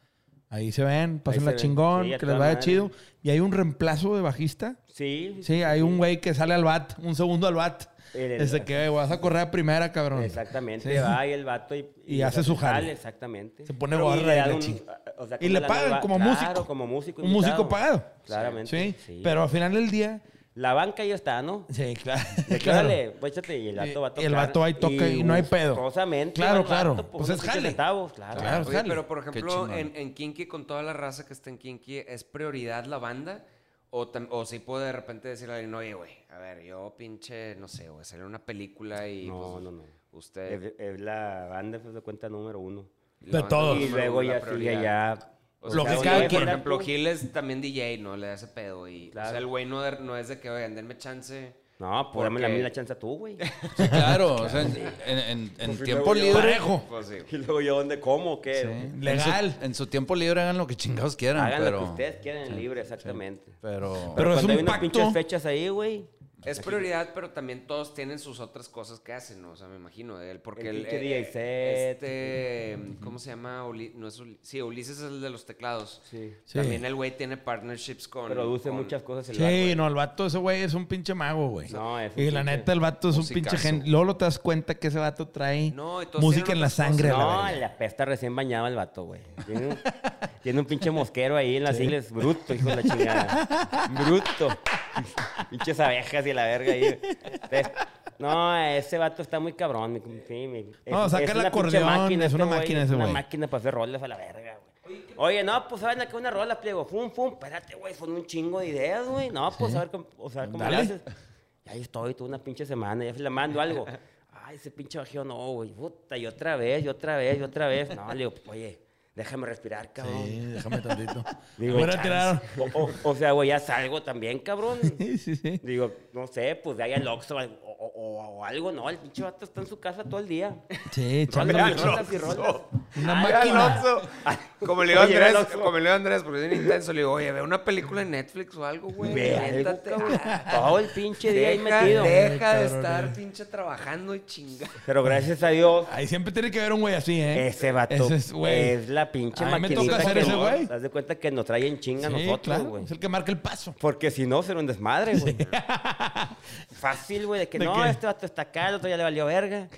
Speaker 1: ahí se ven,
Speaker 2: se
Speaker 1: pasen la
Speaker 2: ven.
Speaker 1: chingón,
Speaker 2: Sí, a
Speaker 1: que
Speaker 2: toda
Speaker 1: les vaya
Speaker 2: madre.
Speaker 1: chido. Y hay un reemplazo de bajista.
Speaker 2: Sí.
Speaker 1: Sí, hay un güey que sale al bat, un segundo al bat.
Speaker 2: El- el-
Speaker 1: Desde que "Ey, vas a correr a primera, cabrón.
Speaker 2: Exactamente,
Speaker 1: Sí.
Speaker 2: va y el vato y,
Speaker 1: Y hace su jale.
Speaker 2: Exactamente.
Speaker 1: Se pone
Speaker 2: Pero
Speaker 1: gorra
Speaker 2: y le
Speaker 1: y
Speaker 2: dan
Speaker 1: la
Speaker 2: un-
Speaker 1: chingada.
Speaker 2: o sea,
Speaker 1: Y le
Speaker 2: la
Speaker 1: pagan
Speaker 2: nueva-
Speaker 1: como
Speaker 2: claro,
Speaker 1: músico.
Speaker 2: como músico.
Speaker 1: Un músico
Speaker 2: invitado.
Speaker 1: pagado.
Speaker 2: Claramente.
Speaker 1: Sí, pero al final del día.
Speaker 2: La banca ya está, ¿no?
Speaker 1: Sí, claro.
Speaker 2: De que,
Speaker 1: claro. Eh,
Speaker 2: órale, pues, échate, y el vato va a
Speaker 1: Y
Speaker 2: tocar.
Speaker 1: el vato ahí toca y no hay pedo.
Speaker 2: gustosamente
Speaker 1: Claro,
Speaker 2: va el
Speaker 1: claro.
Speaker 2: vato por
Speaker 1: Pues
Speaker 2: unos
Speaker 1: es
Speaker 2: pinches
Speaker 1: jale.
Speaker 2: centavos, claro.
Speaker 1: Claro.
Speaker 3: Oye,
Speaker 1: Ah, sale.
Speaker 3: pero por ejemplo,
Speaker 4: chingón.
Speaker 3: en, en Kinky, con toda la raza que está en Kinky, ¿es prioridad la banda? O, tam- o si puedo de repente decirle a alguien, oye, güey, a ver, yo pinche, no sé, güey, salió una película y.
Speaker 2: No,
Speaker 3: pues,
Speaker 2: no, no.
Speaker 3: Usted.
Speaker 2: Es, es la banda, se da cuenta, número uno.
Speaker 3: la
Speaker 1: De
Speaker 3: banda
Speaker 1: todos.
Speaker 2: Y
Speaker 3: número
Speaker 2: luego
Speaker 3: uno, la
Speaker 2: ya sigue
Speaker 3: prioridad.
Speaker 2: ya. pues,
Speaker 3: O
Speaker 1: Lo
Speaker 3: sea,
Speaker 1: que
Speaker 3: un
Speaker 1: cada
Speaker 3: güey,
Speaker 1: quien-
Speaker 3: Por ejemplo, Gil es también DJ, ¿no? Le da ese pedo. Y, O sea, el güey no, de- no es de que, oigan, denme chance.
Speaker 2: No, pues dame la
Speaker 3: Porque-
Speaker 2: misma chance a tú, güey.
Speaker 4: Sí, claro, o sea, en, en- en- en tiempo libre.
Speaker 1: Parejo.
Speaker 3: Pues sí.
Speaker 2: y luego yo, ¿dónde? ¿Cómo? ¿Qué?
Speaker 4: En su-
Speaker 1: Legal.
Speaker 4: En su, tiempo libre hagan lo que chingados quieran.
Speaker 2: Hagan
Speaker 3: Ah,
Speaker 4: pero,
Speaker 2: lo que ustedes quieran libre, exactamente.
Speaker 4: Pero,
Speaker 1: Pero es
Speaker 2: cuando
Speaker 1: un
Speaker 2: hay unas
Speaker 1: pacto.
Speaker 2: pinches fechas ahí, güey.
Speaker 3: Es prioridad, pero también todos tienen sus otras cosas que hacen, ¿no? O sea, me imagino. Él, porque
Speaker 2: El
Speaker 3: él,
Speaker 2: pinche
Speaker 3: eh,
Speaker 2: DJ set.
Speaker 3: Este, ¿Cómo se llama? Uli- no es Uli- sí, Ulises es el de los teclados.
Speaker 2: Sí.
Speaker 1: Sí.
Speaker 3: También el güey tiene partnerships con.
Speaker 2: Produce
Speaker 3: con-
Speaker 2: muchas cosas el
Speaker 1: Sí,
Speaker 2: vato, güey.
Speaker 1: no, el vato, ese güey es un pinche mago, güey.
Speaker 2: No, es un
Speaker 1: Y la
Speaker 2: pinche
Speaker 1: neta, el vato es un pinche
Speaker 3: musicazo.
Speaker 1: gen. Luego te das cuenta que ese vato trae
Speaker 3: No, y todos
Speaker 1: música
Speaker 3: tienen
Speaker 1: en la
Speaker 3: otras
Speaker 1: sangre.
Speaker 3: cosas.
Speaker 1: la
Speaker 2: No,
Speaker 1: verga.
Speaker 2: la pesta recién bañaba el vato, güey. Tiene un, tiene un pinche mosquero ahí en las islas. Bruto, hijo de la chingada. Bruto. Pinches abejas y la verga ahí. Entonces, no, ese vato está muy cabrón. mi- sí, mi-
Speaker 1: No, saca el
Speaker 2: una pinche este
Speaker 1: acordeón, es una
Speaker 2: güey,
Speaker 1: máquina
Speaker 2: es
Speaker 1: ese
Speaker 2: Una
Speaker 1: güey.
Speaker 2: máquina para hacer rolas a la verga, güey. Oye, no, pues saben acá una rola, pliego. Fum, fum, espérate, güey, son un chingo de ideas, güey. No, pues a ver cómo, o sea, cómo le
Speaker 1: Dale.
Speaker 2: haces. Y ahí estoy, toda una pinche semana, ya le mando algo. Ay, ese pinche bajío no, güey. Puta, y otra vez, y otra vez, y otra vez. No, le digo, oye, déjame respirar, cabrón.
Speaker 1: Sí, déjame tantito.
Speaker 2: Digo,
Speaker 1: Voy a
Speaker 2: "Chance".
Speaker 1: tirar-
Speaker 2: O, o- o sea, güey, ya salgo también, cabrón.
Speaker 1: Sí, sí, sí.
Speaker 2: Digo, no sé, pues de ahí al Oxxo o, o- o- o algo, no. El pinche vato está en su casa todo el día.
Speaker 1: Sí, echando
Speaker 2: Rolas y
Speaker 1: mucho.
Speaker 2: rolas y rolas.
Speaker 1: Una
Speaker 2: Ay,
Speaker 1: máquina.
Speaker 3: Alonso. Como le digo a
Speaker 2: Oye,
Speaker 3: Andrés,
Speaker 2: Alonso.
Speaker 3: como le digo a Andrés, porque es bien intenso, le digo, oye, ve una película en Netflix o algo, güey.
Speaker 2: Ve algo,
Speaker 3: Siéntate.
Speaker 2: cabrón.
Speaker 3: Ah,
Speaker 2: Todo el pinche día ahí
Speaker 3: Deja,
Speaker 2: metido.
Speaker 3: deja de
Speaker 1: Cabrón,
Speaker 3: estar
Speaker 1: eh.
Speaker 3: pinche trabajando y chingando.
Speaker 2: Pero gracias a Dios,
Speaker 1: Ahí siempre tiene que haber un güey así, ¿eh?
Speaker 2: Ese vato
Speaker 1: Ese
Speaker 2: es,
Speaker 1: es, güey.
Speaker 2: la pinche
Speaker 1: A mí me
Speaker 2: maquinita
Speaker 1: toca hacer
Speaker 2: que
Speaker 1: ese
Speaker 2: nos-
Speaker 1: güey.
Speaker 2: haz de cuenta que nos traen chinga a
Speaker 1: Sí,
Speaker 2: nosotros,
Speaker 1: claro,
Speaker 2: güey.
Speaker 1: Es el que marca el paso.
Speaker 2: Porque si no, será un desmadre, güey. Fácil, güey, de que
Speaker 1: ¿De
Speaker 2: no,
Speaker 1: qué?
Speaker 2: este vato está acá, el otro ya le valió verga.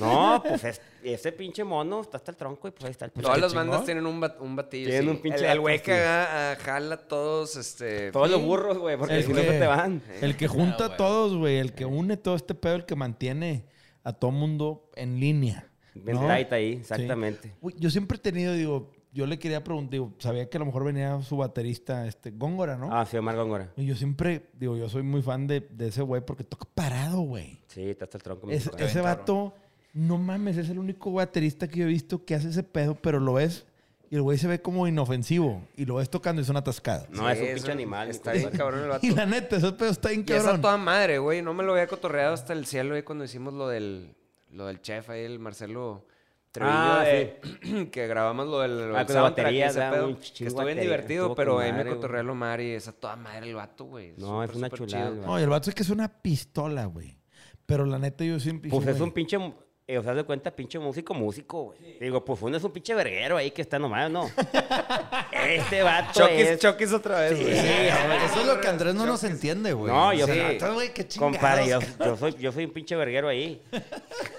Speaker 2: No, pues es- ese pinche mono está hasta el tronco y pues ahí está el pinche.
Speaker 3: Todas las
Speaker 1: chingón.
Speaker 3: bandas tienen un, bat- un batillo.
Speaker 2: Tienen
Speaker 3: sí.
Speaker 2: un pinche
Speaker 3: El- El güey
Speaker 2: vato,
Speaker 3: que
Speaker 2: sí.
Speaker 3: ah, ah, jala todos, este.
Speaker 2: Todos los burros, güey, porque
Speaker 1: El
Speaker 2: si no
Speaker 1: que-
Speaker 2: se te van. Eh.
Speaker 1: El que junta a todos, güey. El que une todo este pedo, el que mantiene a todo mundo en línea.
Speaker 2: Bien
Speaker 1: ¿no?
Speaker 2: tight ahí,
Speaker 1: Sí.
Speaker 2: exactamente.
Speaker 1: Uy, yo siempre he tenido, digo, yo le quería preguntar, digo, sabía que a lo mejor venía su baterista, este, Góngora, ¿no?
Speaker 2: Ah, sí, Omar Góngora.
Speaker 1: Y yo siempre, digo, yo soy muy fan de, de ese güey porque toca parado, güey.
Speaker 2: Sí, está hasta el tronco. mi
Speaker 1: Es-
Speaker 2: compadre.
Speaker 1: ese vato, no mames, es el único baterista que yo he visto que hace ese pedo, pero lo ves y el güey se ve como inofensivo y lo ves tocando y son atascados.
Speaker 2: No, es un pinche animal, mi
Speaker 3: Está bien
Speaker 2: compadre.
Speaker 3: cabrón el vato.
Speaker 1: Y la neta, ese pedo está bien
Speaker 3: Y esa
Speaker 1: cabrón.
Speaker 3: toda madre, güey. No me lo había cotorreado hasta el cielo, güey, cuando hicimos lo del, lo del chef ahí, el Marcelo Treviño.
Speaker 2: Ah,
Speaker 3: de- que grabamos lo del
Speaker 2: Ah,
Speaker 3: el
Speaker 2: con la
Speaker 3: soundtrack y
Speaker 2: batería,
Speaker 3: ese
Speaker 2: da
Speaker 3: pedo,
Speaker 2: un
Speaker 3: Que
Speaker 2: chingo
Speaker 3: estuvo bien
Speaker 2: batería,
Speaker 3: divertido,
Speaker 2: estuvo
Speaker 3: pero
Speaker 2: con
Speaker 3: ahí me
Speaker 2: madre,
Speaker 3: cotorreó el Omar y esa toda madre el vato, güey.
Speaker 2: No, es
Speaker 3: Súper,
Speaker 2: una
Speaker 3: súper
Speaker 2: chulada,
Speaker 3: chido.
Speaker 2: güey.
Speaker 1: No, y el vato es que es una pistola, güey. Pero la neta, yo siempre.
Speaker 2: Pues
Speaker 1: dije,
Speaker 2: es un
Speaker 1: güey,
Speaker 2: pinche, eh, o sea, de cuenta, pinche músico, músico, güey. Digo, pues uno es un pinche verguero ahí que está nomás, ¿no? este vato
Speaker 3: Chokis,
Speaker 2: es...
Speaker 3: chokis otra vez, güey.
Speaker 4: Eso es lo que Andrés no nos entiende, güey.
Speaker 2: No, yo
Speaker 3: Sí.
Speaker 2: soy...
Speaker 4: Entonces, güey, qué chingados.
Speaker 2: Compadre, yo, yo soy, yo soy un pinche verguero ahí.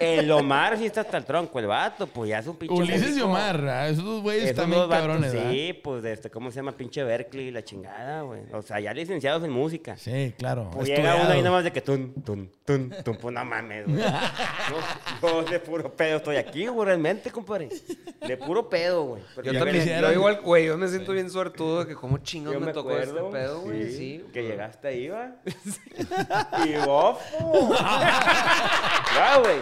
Speaker 2: El Omar sí está hasta el tronco, el vato, pues ya es un pinche
Speaker 1: Ulises y
Speaker 2: músico.
Speaker 1: Omar, ¿verdad? esos dos güeyes
Speaker 2: Esos
Speaker 1: también
Speaker 2: dos vatos,
Speaker 1: cabrones, ¿verdad?
Speaker 2: Sí, pues, de este, ¿cómo se llama? Pinche Berkeley, la chingada, güey. O sea, ya licenciados en música.
Speaker 1: Sí, claro.
Speaker 2: Pues llega uno
Speaker 1: estudiados.
Speaker 2: ahí nomás de que tun, tun, tun, tun, pues no mames, güey. No, yo de puro pedo estoy aquí, güey, realmente, compadre. De puro pedo, güey. Pero
Speaker 1: Ya
Speaker 3: Yo
Speaker 2: llega
Speaker 3: también,
Speaker 1: quisiera-
Speaker 3: yo igual, güey, yo me siento bien suertudo de que como
Speaker 2: el- yo
Speaker 3: chingados me, tocó este pedo, güey. Sí,
Speaker 2: que llegaste ahí, va. Y bofo. Ya, güey.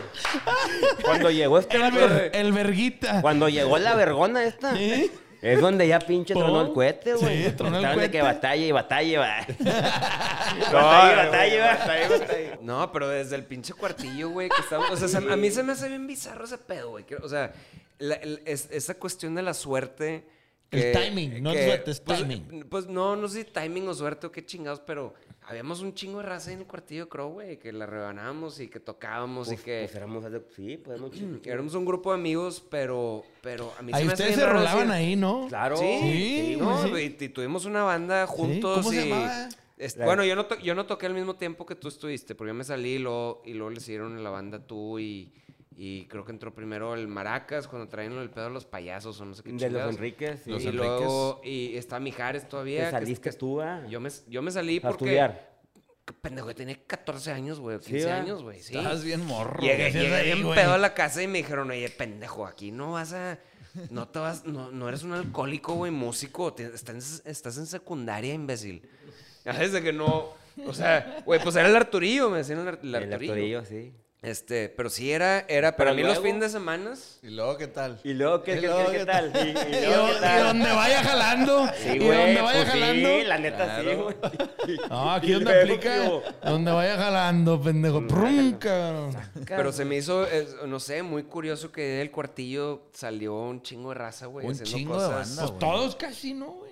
Speaker 2: Cuando llegó este
Speaker 1: El,
Speaker 2: vato,
Speaker 1: ver- el verguita.
Speaker 2: cuando llegó la vergona esta.
Speaker 1: ¿Sí?
Speaker 2: Es donde ya pinche tronó el
Speaker 1: ¿Pum?
Speaker 2: cohete, güey.
Speaker 1: Sí, tronó el
Speaker 2: Estaban de que
Speaker 1: cohete.
Speaker 2: batalla y batalla, va.
Speaker 3: No,
Speaker 2: batalla, y
Speaker 3: güey,
Speaker 2: batalla, va.
Speaker 3: No, pero desde el pinche cuartillo, güey, que estaba... O sea, se- a mí se me hace bien bizarro ese pedo, güey. que- O sea, la- el- es- esa cuestión de la suerte...
Speaker 1: El timing, no es suerte, es
Speaker 3: pues,
Speaker 1: timing.
Speaker 3: Pues no, no sé si timing o suerte o qué chingados, pero habíamos un chingo de raza en el cuartillo, creo, güey, que la rebanábamos y que tocábamos y
Speaker 2: Pues,
Speaker 3: que...
Speaker 2: pues éramos, sí, pues éramos chiquitos.
Speaker 3: éramos un grupo de amigos, pero, pero a mí
Speaker 1: Ahí
Speaker 3: se me hace
Speaker 1: ustedes
Speaker 3: bien
Speaker 1: se
Speaker 3: raro
Speaker 1: rolaban
Speaker 3: decir-
Speaker 1: ahí, ¿no?
Speaker 2: Claro.
Speaker 3: Sí,
Speaker 1: Sí,
Speaker 3: no,
Speaker 1: güey,
Speaker 3: Y, y tuvimos una banda juntos.
Speaker 1: ¿Cómo se
Speaker 3: y-
Speaker 1: llamaba?
Speaker 3: este,
Speaker 2: La-
Speaker 3: Bueno, yo no, to- yo no toqué al mismo tiempo que tú estuviste, porque yo me salí y luego, y luego le siguieron en la banda tú y, y creo que entró primero el Maracas cuando traían el pedo a los payasos o no sé
Speaker 2: De
Speaker 3: qué
Speaker 2: los
Speaker 3: chingados.
Speaker 2: Enriques. sí.
Speaker 4: Los
Speaker 3: y
Speaker 4: Enriques.
Speaker 3: luego y está Mijares todavía.
Speaker 2: Te
Speaker 3: que-
Speaker 2: saliste
Speaker 3: que-
Speaker 2: tú, ah.
Speaker 3: Yo me, yo me salí
Speaker 2: A
Speaker 3: porque...
Speaker 2: estudiar.
Speaker 3: que Pendejo, yo tenía 14 años, güey,
Speaker 2: Sí,
Speaker 3: 15
Speaker 2: ¿verdad?
Speaker 3: años, güey, sí.
Speaker 4: Estás bien morro.
Speaker 3: Llegué,
Speaker 1: Gracias
Speaker 3: llegué
Speaker 1: a
Speaker 3: bien
Speaker 1: ti, güey.
Speaker 3: pedo a la casa y me dijeron, oye, pendejo, aquí no vas a... No te vas... No, no eres un alcohólico, güey, músico. te- estás, en- estás en secundaria, imbécil. Ya desde que no... O sea, güey, pues era el Arturillo, me decían el, Ar- el
Speaker 2: El
Speaker 3: Arturillo.
Speaker 2: Arturillo, sí.
Speaker 3: Este, pero sí era... era para
Speaker 2: Pero
Speaker 3: mí los
Speaker 2: luego-
Speaker 3: fines de semana...
Speaker 4: ¿Y luego qué tal?
Speaker 2: Y luego, ¿qué,
Speaker 4: Y
Speaker 2: qué-
Speaker 4: luego,
Speaker 2: qué- qué
Speaker 4: ¿qué
Speaker 2: tal? Y, y
Speaker 1: Y,
Speaker 2: luego, ¿qué
Speaker 1: y
Speaker 2: tal?
Speaker 1: donde vaya jalando.
Speaker 2: Sí,
Speaker 1: y
Speaker 2: güey,
Speaker 1: donde vaya
Speaker 2: pues
Speaker 1: jalando.
Speaker 2: Sí, la neta sí, güey.
Speaker 1: No,
Speaker 4: Ah,
Speaker 1: aquí
Speaker 2: Y
Speaker 1: donde
Speaker 2: luego,
Speaker 1: aplica.
Speaker 2: tío,
Speaker 1: Donde vaya jalando,
Speaker 2: Mm.
Speaker 1: pendejo. Prum, cabrón.
Speaker 3: Pero se me hizo, eh, no sé, muy curioso que del cuartillo salió un chingo de raza, güey.
Speaker 4: Un
Speaker 3: haciendo
Speaker 4: chingo de
Speaker 3: cosas.
Speaker 4: banda,
Speaker 1: Pues todos casi, ¿no, güey?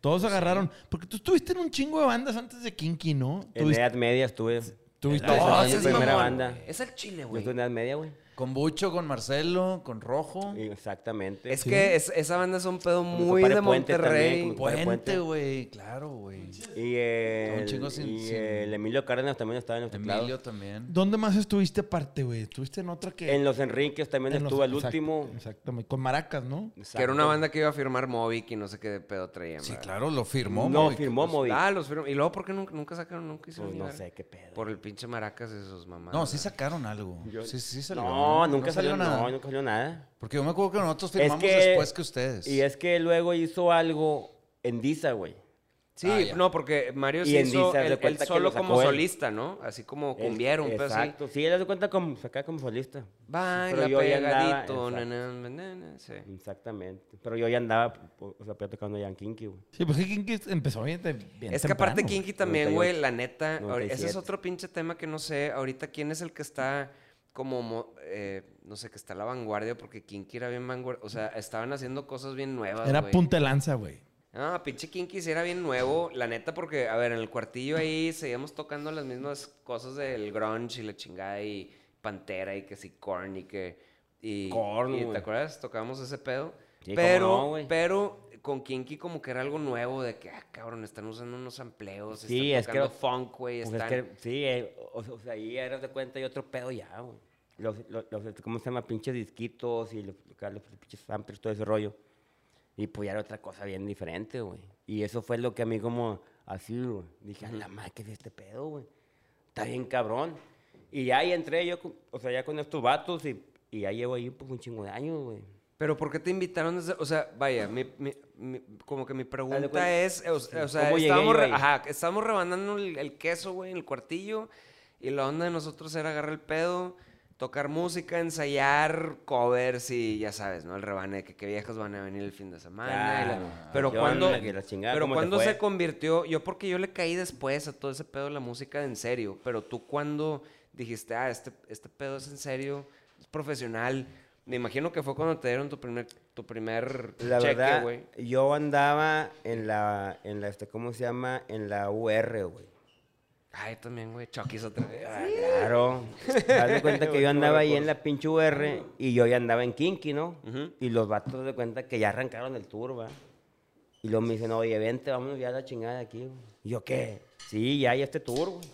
Speaker 1: Todos agarraron. Porque tú estuviste en un chingo de bandas antes de Kinky, ¿no?
Speaker 2: En
Speaker 1: Tuviste-
Speaker 2: Edad Media estuve.
Speaker 1: tuviste-
Speaker 2: Esa
Speaker 3: No,
Speaker 2: fue
Speaker 3: ese
Speaker 2: mi
Speaker 3: es
Speaker 2: primera
Speaker 3: mamón.
Speaker 2: banda.
Speaker 3: Es el chile,
Speaker 2: Yo
Speaker 3: güey.
Speaker 2: estuve en Edad Media, güey.
Speaker 4: Con Bucho, con Marcelo, con Rojo.
Speaker 2: Y- Exactamente.
Speaker 3: Es que es- esa banda es un pedo
Speaker 2: mi
Speaker 3: muy
Speaker 2: compadre
Speaker 3: de
Speaker 2: Puente también,
Speaker 3: Monterrey.
Speaker 2: con-
Speaker 4: Puente,
Speaker 2: Puente.
Speaker 4: güey. Claro, güey.
Speaker 2: Y el,
Speaker 4: chingo sin-
Speaker 2: y
Speaker 4: sin-
Speaker 2: el Emilio Cárdenas también estaba en los teclados.
Speaker 4: Emilio también.
Speaker 1: ¿Dónde más estuviste aparte, güey? ¿Estuviste en otra que...?
Speaker 2: En Los Enriques también
Speaker 1: en los-
Speaker 2: estuvo al
Speaker 1: exacto,
Speaker 2: último.
Speaker 1: Exactamente. Con Maracas, ¿no?
Speaker 2: Exacto.
Speaker 3: que era una banda que iba a firmar Movic y no sé qué pedo traían.
Speaker 4: Sí,
Speaker 3: ¿verdad?
Speaker 4: claro, lo firmó.
Speaker 2: No,
Speaker 4: Movic.
Speaker 1: pues,
Speaker 2: firmó Moby.
Speaker 3: Ah, los firmó. ¿Y luego por qué nunca, nunca sacaron? Nunca hicieron
Speaker 2: Pues no
Speaker 3: llegar?
Speaker 2: sé qué pedo.
Speaker 3: Por el pinche maracas de sus mamás.
Speaker 4: No, sí sacaron algo.
Speaker 2: Yo-
Speaker 4: Sí, sí salió.
Speaker 2: no, nunca salió,
Speaker 4: nada.
Speaker 2: No, nunca salió nada.
Speaker 4: Porque yo me acuerdo que nosotros
Speaker 2: Es
Speaker 4: firmamos
Speaker 2: que-
Speaker 4: después que ustedes.
Speaker 2: Y es que luego hizo algo en Disa, güey.
Speaker 3: Sí,
Speaker 4: Ah, ya.
Speaker 3: no, porque Mario
Speaker 2: Y
Speaker 3: se
Speaker 2: en
Speaker 3: hizo
Speaker 2: Dice, haz de
Speaker 3: el, el
Speaker 2: cuenta que
Speaker 3: solo
Speaker 2: lo sacó
Speaker 3: como
Speaker 2: él.
Speaker 3: solista, ¿no? Así como pues, cumbiera, un pedo así.
Speaker 2: Exacto. pues, Sí, él hace cuenta como acá como solista.
Speaker 3: Baila
Speaker 2: Pero yo ya andaba-
Speaker 3: pegadito. na,
Speaker 2: exacto.
Speaker 3: na, na, na, sí.
Speaker 2: Exactamente. Pero yo ya andaba, o sea, pero tocando ya en Kinky, güey.
Speaker 1: Sí, pues que Kinky empezó bien, te- bien
Speaker 3: Es que
Speaker 1: temprano,
Speaker 3: aparte
Speaker 1: güey.
Speaker 3: Kinky también, güey, la neta, ahor- ese es
Speaker 2: 97.
Speaker 3: otro pinche tema que no sé, ahorita quién es el que está como, mo- eh, no sé, que está a la vanguardia, porque Kinky era bien vanguardia, o sea, estaban haciendo cosas bien nuevas,
Speaker 1: Era
Speaker 3: güey.
Speaker 1: punta de lanza, güey.
Speaker 3: Ah, pinche Kinky sí era bien nuevo, la neta, porque, a ver, en el cuartillo ahí seguíamos tocando las mismas cosas del grunge y la chingada y Pantera y que sí, Korn y que... Y,
Speaker 2: Korn,
Speaker 3: y, ¿Te
Speaker 2: güey.
Speaker 3: acuerdas? Tocábamos ese pedo.
Speaker 2: Sí, cómo
Speaker 3: pero,
Speaker 2: no, güey.
Speaker 3: pero con Kinky como que era algo nuevo de que, ah, cabrón, están usando unos amplios,
Speaker 2: Sí,
Speaker 3: están
Speaker 2: es que
Speaker 3: tocando
Speaker 2: lo-
Speaker 3: funk, güey,
Speaker 2: Pues es
Speaker 3: están...
Speaker 2: que, sí, eh, o, o sea, ahí eras de cuenta y otro pedo ya, güey. Los, los, los- ¿cómo se llama? Pinches disquitos y los, acá los pinches samplers, todo ese rollo. Y pues ya era otra cosa bien diferente, güey. Y eso fue lo que a mí como así, güey. Dije, a la madre, ¿qué es este pedo, güey? Está bien cabrón. Y ya ahí entré yo, con- o sea, ya con estos vatos y, y ya llevo ahí pues un chingo de años, güey.
Speaker 3: Pero ¿por qué te invitaron desde...? O sea, vaya, mi- mi- mi- como que mi
Speaker 2: cuenta.
Speaker 3: pregunta es... eh, O, o sea,
Speaker 2: pues. ¿Cómo llegué
Speaker 3: estábamos,
Speaker 2: yo
Speaker 3: re-
Speaker 2: ahí?
Speaker 3: ajá, estábamos rebandando el, el queso, güey, en el cuartillo. Y la onda de nosotros era agarrar el pedo, tocar música, ensayar covers y ya sabes, ¿no? El rebane de que, qué viejas van a venir el fin de semana. y la-
Speaker 2: Claro,
Speaker 3: pero
Speaker 2: ¿qué
Speaker 3: cuando,
Speaker 2: onda? Que la chingada,
Speaker 3: pero
Speaker 2: ¿cómo te
Speaker 3: cuando
Speaker 2: fue?
Speaker 3: se convirtió... Yo porque yo le caí después a todo ese pedo de la música en serio. Pero tú cuando dijiste, ah, este, este pedo es en serio, es profesional... Me imagino que fue cuando te dieron tu primer, tu primer
Speaker 2: La
Speaker 3: cheque,
Speaker 2: verdad,
Speaker 3: güey.
Speaker 2: yo andaba en la, en la, este, ¿cómo se llama? En la UR, güey.
Speaker 3: Ay, también, güey. Chokis otra vez.
Speaker 2: Ah, Claro. Haz de cuenta que yo andaba ahí en la pinche UR y yo ya andaba en Kinky, ¿no? Y los vatos de cuenta que ya arrancaron el tour, va. Y luego me dicen, oye, vente, vámonos ya a la chingada de aquí. güey. Y yo, ¿qué? Sí, ya hay este tour, güey.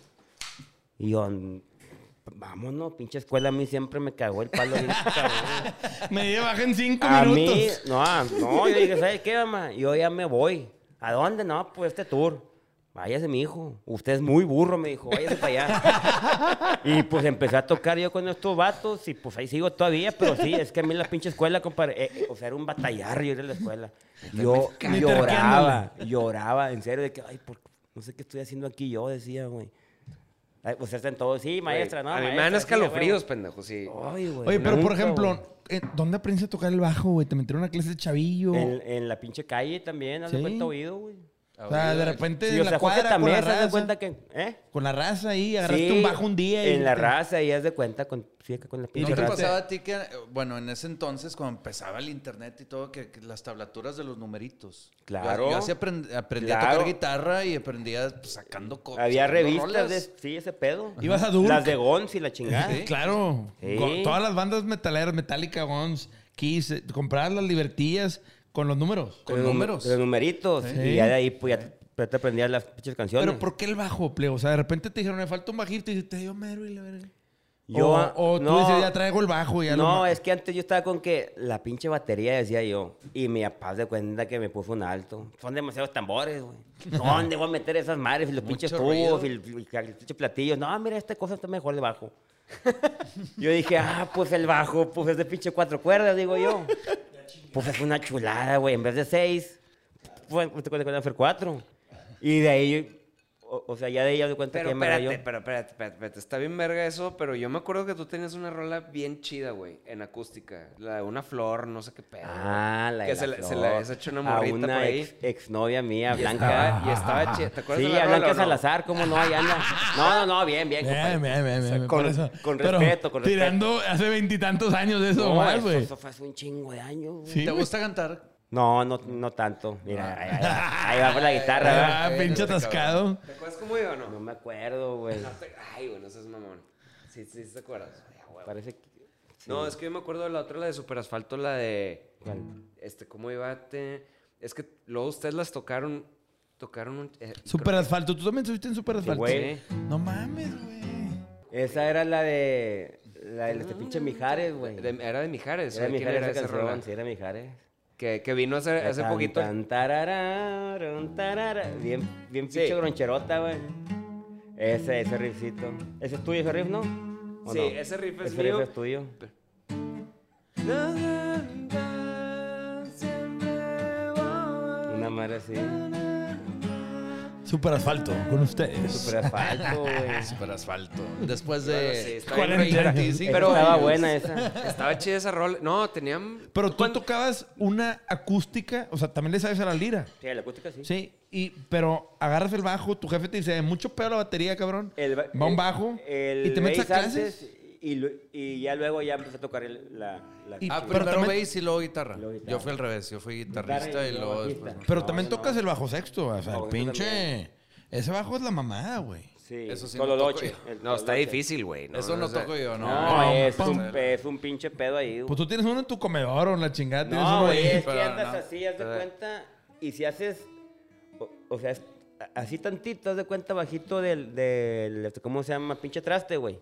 Speaker 2: Y yo, "Mm, vámonos, pinche escuela, a mí siempre me cagó el palo. bien cabrón.
Speaker 1: Me dio baja en cinco
Speaker 2: A
Speaker 1: minutos.
Speaker 2: mí, no, a- no, yo dije, ¿sabes qué, mamá? Yo ya me voy. ¿A dónde? No, pues este tour. Váyase, mi hijo. Usted es muy burro, me dijo. Váyase para allá. y pues empecé a tocar yo con estos vatos y pues ahí sigo todavía, pero sí, es que a mí la pinche escuela, compadre, eh, eh, o sea, era un batallar yo ir a la escuela. Yo
Speaker 1: Ni
Speaker 2: lloraba, lloraba, en serio, de que, ay, por- no sé qué estoy haciendo aquí yo, decía, güey. Ay, Pues están todos, sí, maestra, ¿no?
Speaker 3: A mí me
Speaker 2: maestra,
Speaker 3: dan
Speaker 2: sí,
Speaker 3: escalofríos, pendejo, sí.
Speaker 2: a huevo". Ay, güey.
Speaker 1: Oye, pero por
Speaker 2: nunca, güey.
Speaker 1: ejemplo, eh, ¿dónde aprendiste a tocar el bajo, güey? ¿Te metieron a clase de chavillo?
Speaker 2: En, en la pinche calle también, haz de
Speaker 1: Sí.
Speaker 2: cuenta oído, güey.
Speaker 1: o sea, de repente
Speaker 2: Sí,
Speaker 1: en
Speaker 2: o
Speaker 1: la
Speaker 2: sea, Jorge
Speaker 1: cuadra
Speaker 2: también
Speaker 1: con la
Speaker 2: se haz
Speaker 1: raza.
Speaker 2: de cuenta que, ¿eh?
Speaker 1: Con la raza ahí, agarraste
Speaker 2: Sí,
Speaker 1: un bajo un día. y
Speaker 2: En la
Speaker 1: te-
Speaker 2: raza y haz de cuenta con, sí, acá con la
Speaker 4: ¿No
Speaker 2: pinche
Speaker 4: te
Speaker 2: raza.
Speaker 4: pasaba a ti que, eh, bueno, en ese entonces, cuando empezaba el internet y todo, que, que las tablaturas de los numeritos? Yo-
Speaker 2: Claro.
Speaker 4: Yo, así aprend- aprendí a
Speaker 2: Claro.
Speaker 4: tocar guitarra y aprendía sacando cosas.
Speaker 2: Había revistas de, sí, ese pedo.
Speaker 1: Ibas a Durk.
Speaker 2: Las de Gons y la chingada.
Speaker 1: Sí, Claro.
Speaker 2: Sí.
Speaker 1: Con todas las bandas metaleras, Metallica, Guns, Kiss, eh, comprabas las libertillas con los números.
Speaker 4: Con
Speaker 2: Los num-
Speaker 4: números.
Speaker 2: Los numeritos.
Speaker 1: Sí.
Speaker 2: Y ya de ahí pues ya te, te aprendías las pinches canciones.
Speaker 1: Pero ¿por qué el bajo, pleo? O sea, de repente te dijeron, me falta un bajito y dijiste, yo mero y la verga.
Speaker 2: Yo,
Speaker 1: o, o tú
Speaker 2: no.
Speaker 1: dices, ya traigo el bajo. y Ya lo
Speaker 2: No,
Speaker 1: ma-
Speaker 2: es que antes yo estaba con que la pinche batería decía yo. Y mi papá se cuenta que me puso un alto. Son demasiados tambores, güey. ¿Dónde voy a meter esas madres y los
Speaker 4: Mucho
Speaker 2: pinches
Speaker 4: ruido.
Speaker 2: tubos y el- y el pinche platillo? No, mira, esta cosa está mejor de bajo. yo dije, ah, pues el bajo, pues es de pinche cuatro cuerdas, digo yo. Pues es una chulada, güey. En vez de seis, pues te cuenta que hacer cuatro. Y de ahí, o, o sea, ya de ahí ya me di cuenta
Speaker 3: Pero
Speaker 2: que me era
Speaker 3: espérate,
Speaker 2: yo.
Speaker 3: pero espérate, espérate, espérate. Está bien verga eso, pero yo me acuerdo que tú tenías una rola bien chida, güey, en acústica. La de una flor, no sé qué pedo.
Speaker 2: Ah, la de
Speaker 3: Que
Speaker 2: la
Speaker 3: se, le- se
Speaker 2: flor.
Speaker 3: le habías hecho una
Speaker 2: A
Speaker 3: morrita
Speaker 2: una
Speaker 3: por ahí.
Speaker 2: Ex, exnovia mía,
Speaker 3: y
Speaker 2: Blanca.
Speaker 3: Estaba, y estaba chida. ¿Te acuerdas de
Speaker 2: Sí,
Speaker 3: la
Speaker 2: a
Speaker 3: rola
Speaker 2: Blanca
Speaker 3: o no?
Speaker 2: Salazar, cómo no, ahí anda. No, no, no, bien, bien. compadre.
Speaker 1: Bien, bien, bien, bien, bien, por
Speaker 2: Con,
Speaker 1: eso.
Speaker 2: con
Speaker 1: Pero
Speaker 2: respeto, con respeto.
Speaker 1: Tirando hace veintitantos años de eso,
Speaker 2: No,
Speaker 1: más,
Speaker 2: eso,
Speaker 1: güey.
Speaker 2: eso fue hace un chingo de años. güey.
Speaker 1: Sí,
Speaker 4: ¿Te
Speaker 1: güey.
Speaker 4: gusta cantar?
Speaker 2: No, no, no tanto. Mira, ahí, ahí va- ahí va por la guitarra, ¿verdad?
Speaker 1: Ah, pinche atascado.
Speaker 3: ¿Te acuerdas cómo iba o no?
Speaker 2: No me acuerdo, güey.
Speaker 3: No te- Ay, güey, no seas mamón. Sí, sí, sí te acuerdas. Ay, güey.
Speaker 2: Parece que...
Speaker 3: No, es que yo me acuerdo de la otra, la de Superasfalto, la de... Este, ¿cómo iba? Te- Es que luego ustedes las tocaron... Tocaron un... eh,
Speaker 1: Super asfalto. Tú también subiste en super asfalto.
Speaker 2: güey.
Speaker 1: No mames, güey.
Speaker 2: Esa era la de... La de este pinche Mijares, güey.
Speaker 3: creo- Ah, de- era de Mijares.
Speaker 2: Era
Speaker 3: ¿o de quién
Speaker 2: Mijares
Speaker 3: era
Speaker 2: esa
Speaker 3: ese
Speaker 2: canción,
Speaker 3: rolón?
Speaker 2: sí, era Mijares.
Speaker 3: Que, que vino hace, hace
Speaker 2: Tan,
Speaker 3: poquito.
Speaker 2: tan, tarararán, tarara. Bien, bien
Speaker 3: Sí.
Speaker 2: pinche groncherota, güey. Ese, ese riffcito. ¿Ese es tuyo ese riff, no? ¿O
Speaker 3: Sí,
Speaker 2: no?
Speaker 3: ese riff es
Speaker 2: ese
Speaker 3: mío.
Speaker 2: riff es tuyo. Una madre así.
Speaker 1: Super asfalto con ustedes.
Speaker 2: Súper asfalto, güey.
Speaker 4: Para Ah, asfalto. Después
Speaker 3: Claro, sí,
Speaker 4: de
Speaker 3: está bien
Speaker 1: Cuarentena.
Speaker 4: 45
Speaker 2: Pero estaba
Speaker 4: años.
Speaker 2: buena esa.
Speaker 3: Estaba chida esa rola. No, tenían...
Speaker 1: Pero tú
Speaker 3: ¿Cuán-
Speaker 1: tocabas una acústica, o sea, también le sabes a la lira.
Speaker 2: Sí, la acústica sí.
Speaker 1: Sí, y, pero agarras el bajo, tu jefe te dice, mucho pedo la batería, cabrón.
Speaker 2: El ba-
Speaker 1: Va un
Speaker 2: el-
Speaker 1: bajo
Speaker 2: el
Speaker 1: y te metes a
Speaker 2: bass
Speaker 1: clases.
Speaker 2: antes y, lu- y ya luego ya empecé a tocar el- la, la
Speaker 1: Y-
Speaker 4: Ah,
Speaker 1: Pero
Speaker 4: primero
Speaker 1: también-
Speaker 4: bass y luego guitarra.
Speaker 2: Luego guitarra.
Speaker 4: Yo fui al revés, yo fui guitarrista
Speaker 2: Guitarra
Speaker 4: y
Speaker 2: y
Speaker 4: luego...
Speaker 2: luego
Speaker 4: después-
Speaker 2: bajista.
Speaker 1: Pero
Speaker 2: No,
Speaker 1: también
Speaker 2: yo
Speaker 1: tocas
Speaker 2: no.
Speaker 1: el bajo sexto, o sea,
Speaker 2: No,
Speaker 1: el
Speaker 2: yo
Speaker 1: pinche...
Speaker 2: también.
Speaker 1: Ese bajo es la mamada, güey.
Speaker 2: Sí,
Speaker 4: Eso sí
Speaker 2: con
Speaker 4: no
Speaker 2: los
Speaker 4: toco
Speaker 2: ocho,
Speaker 4: yo.
Speaker 2: el-
Speaker 3: Pues, No,
Speaker 2: los
Speaker 3: está
Speaker 2: ocho.
Speaker 3: difícil, güey.
Speaker 4: Eso no
Speaker 3: sé.
Speaker 4: toco yo,
Speaker 2: No,
Speaker 4: no.
Speaker 2: es,
Speaker 1: pam.
Speaker 2: un, pe- es un pinche pedo ahí. güey.
Speaker 1: Pues tú tienes uno en tu comedor o en la chingada, tienes
Speaker 2: No,
Speaker 1: uno
Speaker 2: güey,
Speaker 1: ahí.
Speaker 2: es que
Speaker 4: pero
Speaker 2: andas
Speaker 4: no.
Speaker 2: así, haz de cuenta. Y si haces. O, o sea, es- a- así tantito, haz de cuenta bajito del. del este, ¿Cómo se llama? Pinche traste, güey.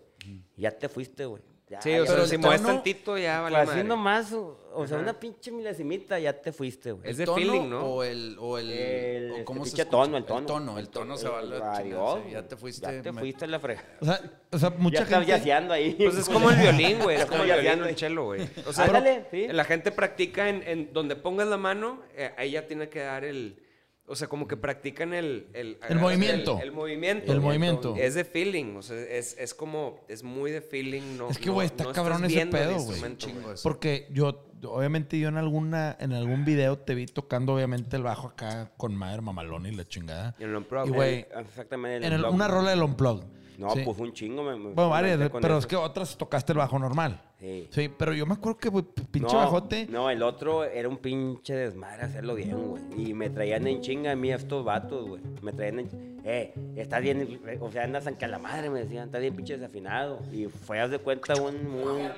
Speaker 2: Ya te fuiste, güey. Ya,
Speaker 3: Sí,
Speaker 2: ya
Speaker 3: o sea,
Speaker 2: valió
Speaker 3: si
Speaker 2: madre.
Speaker 3: mueves tantito ya vale
Speaker 2: Pues así
Speaker 3: madre.
Speaker 2: nomás, o, o sea, una pinche milasimita, ya te fuiste, güey.
Speaker 3: Es de
Speaker 4: tono
Speaker 3: feeling, ¿no?
Speaker 4: O el. O el,
Speaker 2: El-
Speaker 4: o
Speaker 2: este
Speaker 4: cómo se
Speaker 2: pinche
Speaker 4: escucha?
Speaker 2: tono, el
Speaker 4: El
Speaker 2: tono.
Speaker 4: tono, el tono se va a la
Speaker 2: Adiós,
Speaker 4: chingada, sí,
Speaker 2: güey.
Speaker 4: Ya te fuiste.
Speaker 2: Ya te
Speaker 4: me-
Speaker 2: fuiste a la fregada.
Speaker 1: O sea, o sea, mucha
Speaker 2: ya estás
Speaker 1: gente...
Speaker 2: yaceando ahí.
Speaker 3: Pues es como el violín, güey. Es
Speaker 2: Ya
Speaker 3: como el
Speaker 2: estás
Speaker 3: violín
Speaker 2: yaceando
Speaker 3: o el
Speaker 2: ahí.
Speaker 3: chelo, güey. O sea,
Speaker 2: Ándale, sí.
Speaker 3: la gente practica en, en donde pongas la mano, eh, ahí ya tiene que dar el. O sea, como que practican el. El, agarras
Speaker 1: movimiento.
Speaker 3: El, el movimiento.
Speaker 1: El movimiento.
Speaker 3: Es de feeling. O sea, es, es como. Es muy de feeling. No,
Speaker 1: Es que,
Speaker 3: no-
Speaker 1: güey, está
Speaker 3: no estás
Speaker 1: cabrón ese
Speaker 3: viendo el
Speaker 1: pedo,
Speaker 2: este
Speaker 1: güey.
Speaker 3: instrumento,
Speaker 4: Chingo
Speaker 3: güey.
Speaker 4: eso.
Speaker 1: Porque yo, obviamente, yo en alguna, en algún video te vi tocando, obviamente, el bajo acá con madre mamalón y la chingada.
Speaker 3: Y en el unplugged.
Speaker 1: Y, güey,
Speaker 2: Exactamente. el
Speaker 1: en el-
Speaker 2: blog.
Speaker 1: una rola del unplugged.
Speaker 2: No,
Speaker 1: Sí.
Speaker 2: pues un chingo. Me, me-
Speaker 1: Bueno, varias,
Speaker 2: me metí con
Speaker 1: pero es
Speaker 2: eso.
Speaker 1: que otras tocaste el bajo normal.
Speaker 2: Sí.
Speaker 1: pero yo me acuerdo que, güey, p- pinche
Speaker 2: no,
Speaker 1: bajote.
Speaker 2: No, el otro era un pinche desmadre hacerlo bien, güey. Y me traían en chinga a mí estos vatos, güey. Me traían en. Eh, estás bien. O sea, andas que a la madre, me decían. Estás bien pinche desafinado. Y fue, haz de cuenta, un. Un,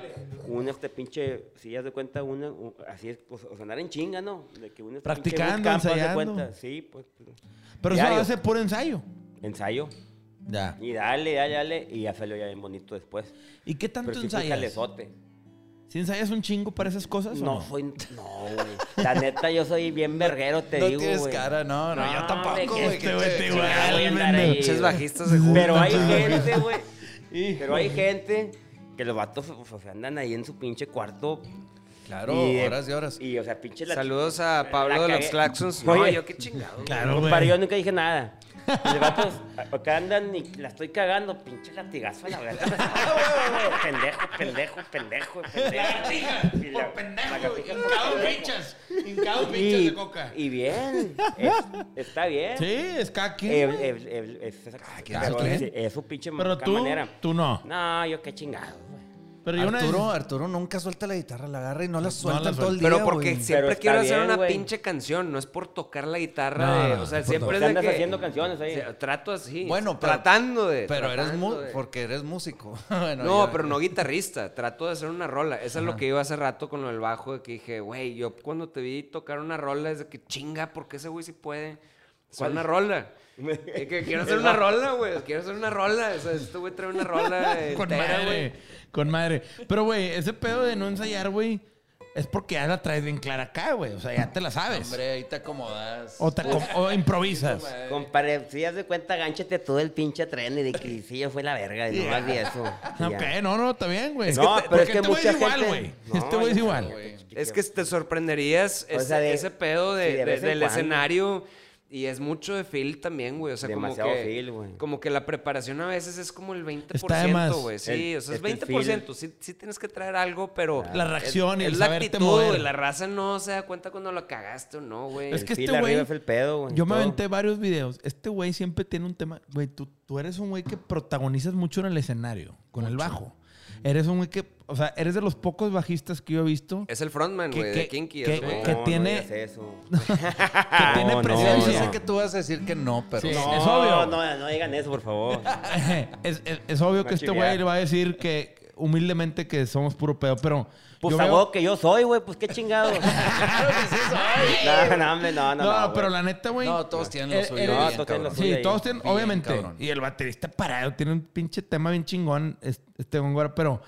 Speaker 2: un este pinche. Sí, haz de cuenta, una, un- así es. Pues, o sea, andar en chinga, ¿no? De que un este pinche
Speaker 1: Practicando,
Speaker 2: bootcamp, haz de
Speaker 1: ensayando.
Speaker 2: cuenta. Sí, pues. pues,
Speaker 1: pero eso lo
Speaker 2: diario.
Speaker 1: hace por ensayo.
Speaker 2: Ensayo.
Speaker 1: Ya.
Speaker 2: Y dale, dale, dale. Y ya salió ya bien bonito después.
Speaker 1: ¿Y qué tanto
Speaker 2: Pero sí fui
Speaker 1: ensayas?
Speaker 2: jalezote.
Speaker 1: ¿Si ensayas un chingo para esas cosas? o
Speaker 2: No, soy. No, güey. La neta, yo soy bien verguero, te
Speaker 4: no
Speaker 2: digo.
Speaker 4: tienes
Speaker 2: güey.
Speaker 4: cara, no, no, yo
Speaker 2: hombre,
Speaker 4: tampoco,
Speaker 2: que
Speaker 4: güey.
Speaker 2: este
Speaker 4: que
Speaker 1: güey
Speaker 4: te-
Speaker 1: te
Speaker 4: chingada,
Speaker 1: guarda.
Speaker 2: voy a andar
Speaker 1: Almendra.
Speaker 2: ahí.
Speaker 3: Pinches bajistas de juntan,
Speaker 2: Pero hay
Speaker 3: chingada.
Speaker 2: gente, güey. Pero hay gente que los vatos o sea, andan ahí en su pinche cuarto.
Speaker 4: Claro,
Speaker 2: de-
Speaker 4: horas y horas.
Speaker 2: Y, o sea, pinche la.
Speaker 3: Saludos a Pablo de los
Speaker 2: cagué.
Speaker 3: Claxons. No,
Speaker 2: Oye.
Speaker 3: yo qué chingado.
Speaker 1: Claro,
Speaker 2: Compadre, yo
Speaker 1: güey.
Speaker 2: nunca dije nada. Y los vatos acá andan y la estoy cagando. Pinche latigazo a la verdad. pendejo, pendejo, pendejo, pendejo. Y la- la gatija por pendejo. Y, y bien. es- está bien.
Speaker 1: Sí, Ah, es cada quien,
Speaker 2: Eh,
Speaker 1: güey.
Speaker 2: eh, eh, es, es-
Speaker 1: ¿quién
Speaker 2: pero
Speaker 1: sabe
Speaker 2: es-
Speaker 1: quién?
Speaker 2: es su pinche
Speaker 1: Pero
Speaker 2: ca-
Speaker 1: tú,
Speaker 2: manera.
Speaker 1: tú no.
Speaker 2: No, yo qué chingado. güey.
Speaker 1: Pero yo una vez-
Speaker 4: Arturo, Arturo nunca suelta la guitarra, la agarra y no la
Speaker 1: la
Speaker 4: suelta todo el día.
Speaker 1: suelta.
Speaker 3: Pero porque
Speaker 4: güey.
Speaker 3: siempre
Speaker 2: está
Speaker 3: quiero hacer
Speaker 2: bien,
Speaker 3: una
Speaker 2: güey.
Speaker 3: pinche canción, no es por tocar la guitarra.
Speaker 1: No,
Speaker 3: de-
Speaker 1: no, no,
Speaker 3: o sea,
Speaker 1: es por
Speaker 3: siempre
Speaker 1: tocar.
Speaker 2: Te
Speaker 3: es de
Speaker 2: andas
Speaker 3: que-
Speaker 2: haciendo canciones ahí.
Speaker 3: se- Trato así.
Speaker 4: Bueno, pero-
Speaker 3: tratando de.
Speaker 4: Pero eres
Speaker 3: tratando
Speaker 4: mu
Speaker 3: de.
Speaker 4: porque eres músico. Bueno,
Speaker 3: no,
Speaker 4: yo-
Speaker 3: pero no guitarrista. Trato de hacer una rola. Eso es lo que iba hace rato con lo del bajo. De que dije, güey, yo cuando te vi tocar una rola es de que chinga, porque ese güey sí puede. Hacer una rola. Es que quiero hacer una rola, güey. Quiero hacer una rola. O sea, este güey trae una rola.
Speaker 1: con
Speaker 3: entera,
Speaker 1: madre,
Speaker 3: güey.
Speaker 1: con madre. Pero, güey, ese pedo de no ensayar, güey, es porque ya la traes bien clara acá, güey. O sea, ya te la sabes.
Speaker 4: Hombre, ahí te acomodas.
Speaker 1: O, te acom- o improvisas.
Speaker 2: Compadre, si haz de cuenta, gánchate todo el pinche tren y de que sí, yo fue la verga. Y no más de eso. y ya.
Speaker 1: Ok, no, no, está bien, güey.
Speaker 2: Es que No, te- pero
Speaker 1: Porque
Speaker 2: es que
Speaker 1: este güey es
Speaker 2: mucha
Speaker 1: igual,
Speaker 2: gente-
Speaker 1: güey.
Speaker 2: No,
Speaker 1: Este güey es
Speaker 2: yo sé,
Speaker 1: igual.
Speaker 2: güey.
Speaker 3: Es que te sorprenderías
Speaker 2: O
Speaker 3: ese,
Speaker 2: sea, de-
Speaker 3: ese pedo de-
Speaker 2: sí, de
Speaker 3: de-
Speaker 2: vez en
Speaker 3: del
Speaker 2: cuando.
Speaker 3: escenario. Y es mucho de feel también, güey. O sea,
Speaker 2: Demasiado
Speaker 3: como que.
Speaker 2: feel, güey.
Speaker 3: Como que la preparación a veces es como el 20%,
Speaker 1: Está de más.
Speaker 3: güey. Sí,
Speaker 2: El- este
Speaker 3: o
Speaker 2: es
Speaker 3: sea, es
Speaker 2: que el
Speaker 3: 20%. Sí, sí tienes que traer algo, pero.
Speaker 1: La reacción y
Speaker 3: es,
Speaker 1: el
Speaker 3: es la
Speaker 1: saberte
Speaker 3: actitud,
Speaker 1: mover.
Speaker 3: güey. La raza no se da cuenta cuando lo cagaste o no, güey.
Speaker 1: Es que
Speaker 2: feel
Speaker 1: este
Speaker 2: arriba
Speaker 1: güey.
Speaker 2: es el pedo, güey,
Speaker 1: Yo me
Speaker 2: todo.
Speaker 1: aventé varios videos. Este güey siempre tiene un tema. Güey, tú, tú eres un güey que protagonizas mucho en el escenario, con el bajo. Eres un güey que, o sea, eres de los pocos bajistas que yo he visto
Speaker 3: Es el frontman,
Speaker 1: Que-
Speaker 3: güey,
Speaker 1: que-
Speaker 3: de Kinky.
Speaker 1: que-
Speaker 3: ese güey.
Speaker 1: que- tiene-
Speaker 2: digas eso.
Speaker 1: que tiene
Speaker 2: no,
Speaker 1: presencia.
Speaker 4: Yo sé que tú vas a decir que no, pero...
Speaker 1: Sí.
Speaker 2: No,
Speaker 1: Es obvio.
Speaker 2: No, no digan eso, por favor.
Speaker 1: es, es- es obvio que este güey le va a decir que humildemente que somos puro pedo, pero
Speaker 2: Pues
Speaker 1: yo
Speaker 2: a
Speaker 1: veo-
Speaker 2: huevo que yo soy, güey, pues qué chingados. No, no, hombre, no, no,
Speaker 1: No,
Speaker 2: no,
Speaker 1: pero
Speaker 2: güey.
Speaker 1: la neta, güey.
Speaker 4: No, todos tienen lo
Speaker 1: Eh,
Speaker 4: suyo.
Speaker 1: eh,
Speaker 4: bien,
Speaker 2: no, todos tienen lo
Speaker 4: cabrón.
Speaker 2: suyo.
Speaker 1: Sí,
Speaker 2: ahí.
Speaker 1: todos tienen,
Speaker 4: Bien,
Speaker 1: obviamente.
Speaker 4: cabrón.
Speaker 1: Y el baterista parado tiene un pinche tema bien chingón, es- este Góngora, pero,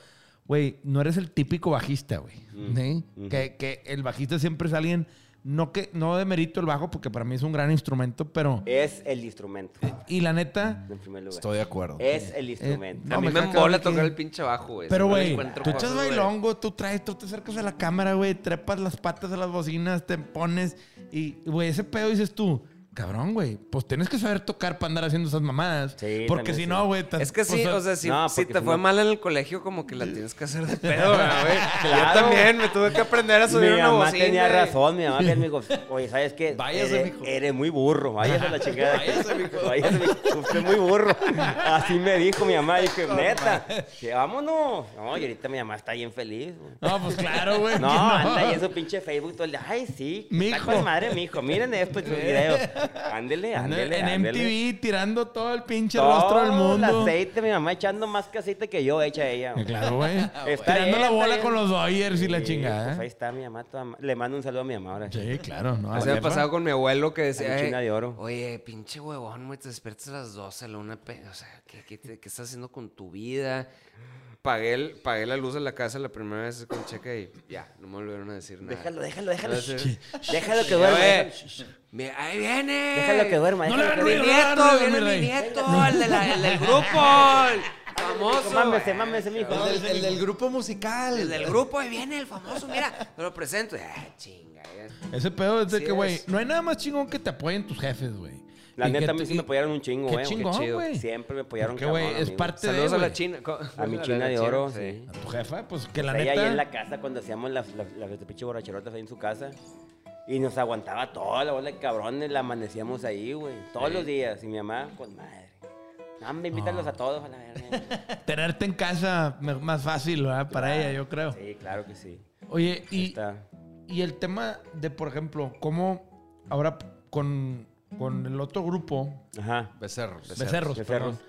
Speaker 1: güey, no eres el típico bajista, güey.
Speaker 4: Mm.
Speaker 1: ¿sí? que, que el bajista siempre es alguien, no que no demerito el bajo, porque para mí es un gran instrumento, pero.
Speaker 2: Es el instrumento,
Speaker 1: Y la neta,
Speaker 2: en primer lugar.
Speaker 4: Estoy de acuerdo.
Speaker 2: Es el instrumento.
Speaker 1: no,
Speaker 3: a mí
Speaker 1: me
Speaker 3: me
Speaker 1: caga
Speaker 3: embola
Speaker 1: que-
Speaker 3: tocar el pinche bajo,
Speaker 2: pues,
Speaker 3: güey.
Speaker 1: pero,
Speaker 3: Siempre le
Speaker 1: güey,
Speaker 3: encuentro
Speaker 1: tú echas
Speaker 3: cosas, güey.
Speaker 1: bailongo, tú traes, tú te acercas a la cámara, güey, trepas las patas a las bocinas, te pones y, güey, ese pedo dices tú. Cabrón, güey, pues tienes que saber tocar para andar haciendo esas mamadas.
Speaker 2: Sí,
Speaker 1: porque
Speaker 2: también
Speaker 1: si
Speaker 2: sí.
Speaker 1: no, güey, te-
Speaker 3: Es que sí,
Speaker 1: pues,
Speaker 3: o sea, si,
Speaker 2: no,
Speaker 3: si
Speaker 2: porque
Speaker 3: te
Speaker 2: si
Speaker 3: fue
Speaker 2: no-
Speaker 3: mal en el colegio, como que la tienes que hacer de pedo, güey.
Speaker 2: Claro.
Speaker 3: Yo también me tuve que aprender a subir
Speaker 2: mi
Speaker 3: una
Speaker 2: mamá
Speaker 3: bocina.
Speaker 2: tenía
Speaker 3: y-
Speaker 2: razón, mi mamá que me dijo, oye, ¿sabes qué?
Speaker 4: Váyase,
Speaker 2: eres,
Speaker 4: mijo.
Speaker 2: eres muy burro, váyase a la chingada. váyase, mijo. Váyase, mijo. Usted es muy burro. Así me dijo mi mamá, dije, neta, que vámonos. No, y ahorita mi mamá está bien feliz. güey.
Speaker 1: No, pues claro, güey.
Speaker 2: No,
Speaker 1: que
Speaker 2: anda ahí en su pinche Facebook todo el día, ay, sí, está
Speaker 1: Mijo.
Speaker 2: con madre, mijo, miren estos videos. Ándele, ándele,
Speaker 1: en
Speaker 2: ándele.
Speaker 1: MTV tirando todo el pinche
Speaker 2: Todo
Speaker 1: rostro del mundo.
Speaker 2: el aceite, mi mamá echando más que aceite que yo echa ella.
Speaker 1: Eh,
Speaker 2: güey.
Speaker 1: Claro, güey. Tirando
Speaker 2: Está bien,
Speaker 1: la
Speaker 2: está
Speaker 1: bola
Speaker 2: bien.
Speaker 1: con los Dodgers y la ¿eh?
Speaker 2: Sí, pues
Speaker 1: chingada.
Speaker 2: ahí está mi mamá. toda ma- Le mando un saludo a mi mamá ahora.
Speaker 1: Sí, claro. No,
Speaker 3: Así me ha
Speaker 1: jefa.
Speaker 3: pasado con mi abuelo que decía,
Speaker 2: Hay china
Speaker 3: "Ey,
Speaker 2: de oro".
Speaker 3: oye, pinche huevón, güey, te despiertas a las 12, la una, pe- o sea, ¿qué, qué, te- qué estás haciendo con tu vida? Pagué, el- pagué la luz de la casa la primera vez con cheque y ya, no me volvieron a decir nada.
Speaker 2: Déjalo, déjalo, déjalo.
Speaker 3: Gracias.
Speaker 2: Shh, Déjalo que
Speaker 3: Ya,
Speaker 2: duerma.
Speaker 3: güey.
Speaker 2: déjalo, shh, shh.
Speaker 3: Mi- ahí viene.
Speaker 2: Déjalo que duerma.
Speaker 1: No
Speaker 2: déjalo
Speaker 1: le hagan ruido,
Speaker 2: que
Speaker 1: no
Speaker 3: Mi
Speaker 1: le hagan
Speaker 3: nieto,
Speaker 1: ruido,
Speaker 3: viene
Speaker 1: mi
Speaker 3: mi
Speaker 1: rey.
Speaker 3: nieto, el, de la- el del grupo, el famoso.
Speaker 2: Mámese,
Speaker 3: güey.
Speaker 2: mámese, mijo.
Speaker 4: El del, el del grupo musical.
Speaker 3: El del grupo, ahí viene el famoso, mira, te lo presento. Ah, chinga. ya.
Speaker 1: Ese pedo es de
Speaker 3: Así
Speaker 1: que, güey,
Speaker 3: es.
Speaker 1: no hay nada más chingón que te apoyen tus jefes, güey.
Speaker 2: La
Speaker 1: Y que
Speaker 2: neta, a
Speaker 1: tú-
Speaker 2: mí sí
Speaker 1: y-
Speaker 2: me apoyaron un chingo,
Speaker 1: Qué
Speaker 2: güey.
Speaker 1: chingón,
Speaker 3: chido.
Speaker 1: güey.
Speaker 2: Siempre me apoyaron
Speaker 1: Porque, güey,
Speaker 2: cabrón,
Speaker 1: es
Speaker 2: amigo.
Speaker 1: parte
Speaker 3: Saludos
Speaker 1: de,
Speaker 3: a la
Speaker 1: güey.
Speaker 3: china. co-
Speaker 2: A mi
Speaker 3: la
Speaker 2: china de
Speaker 3: china,
Speaker 2: oro, sí.
Speaker 1: A tu jefa, pues que la
Speaker 2: Ella ahí
Speaker 1: neta...
Speaker 2: en la casa cuando hacíamos las, las, las, las pinche borracherotas ahí en su casa. Y nos aguantaba toda la bola de cabrones, la amanecíamos ahí, güey. Todos los días. Y mi mamá, con madre. No, me invítalos a todos a la verga.
Speaker 1: Tenerte en casa me- más fácil, ¿verdad? Para ella, yo creo.
Speaker 2: Sí, claro que sí.
Speaker 1: Oye, y,
Speaker 2: Está.
Speaker 1: y el tema de, por ejemplo, cómo ahora con, con el otro grupo,
Speaker 2: Ajá.
Speaker 4: Becerros.
Speaker 1: Becerros,
Speaker 2: Becerros.
Speaker 1: perdón.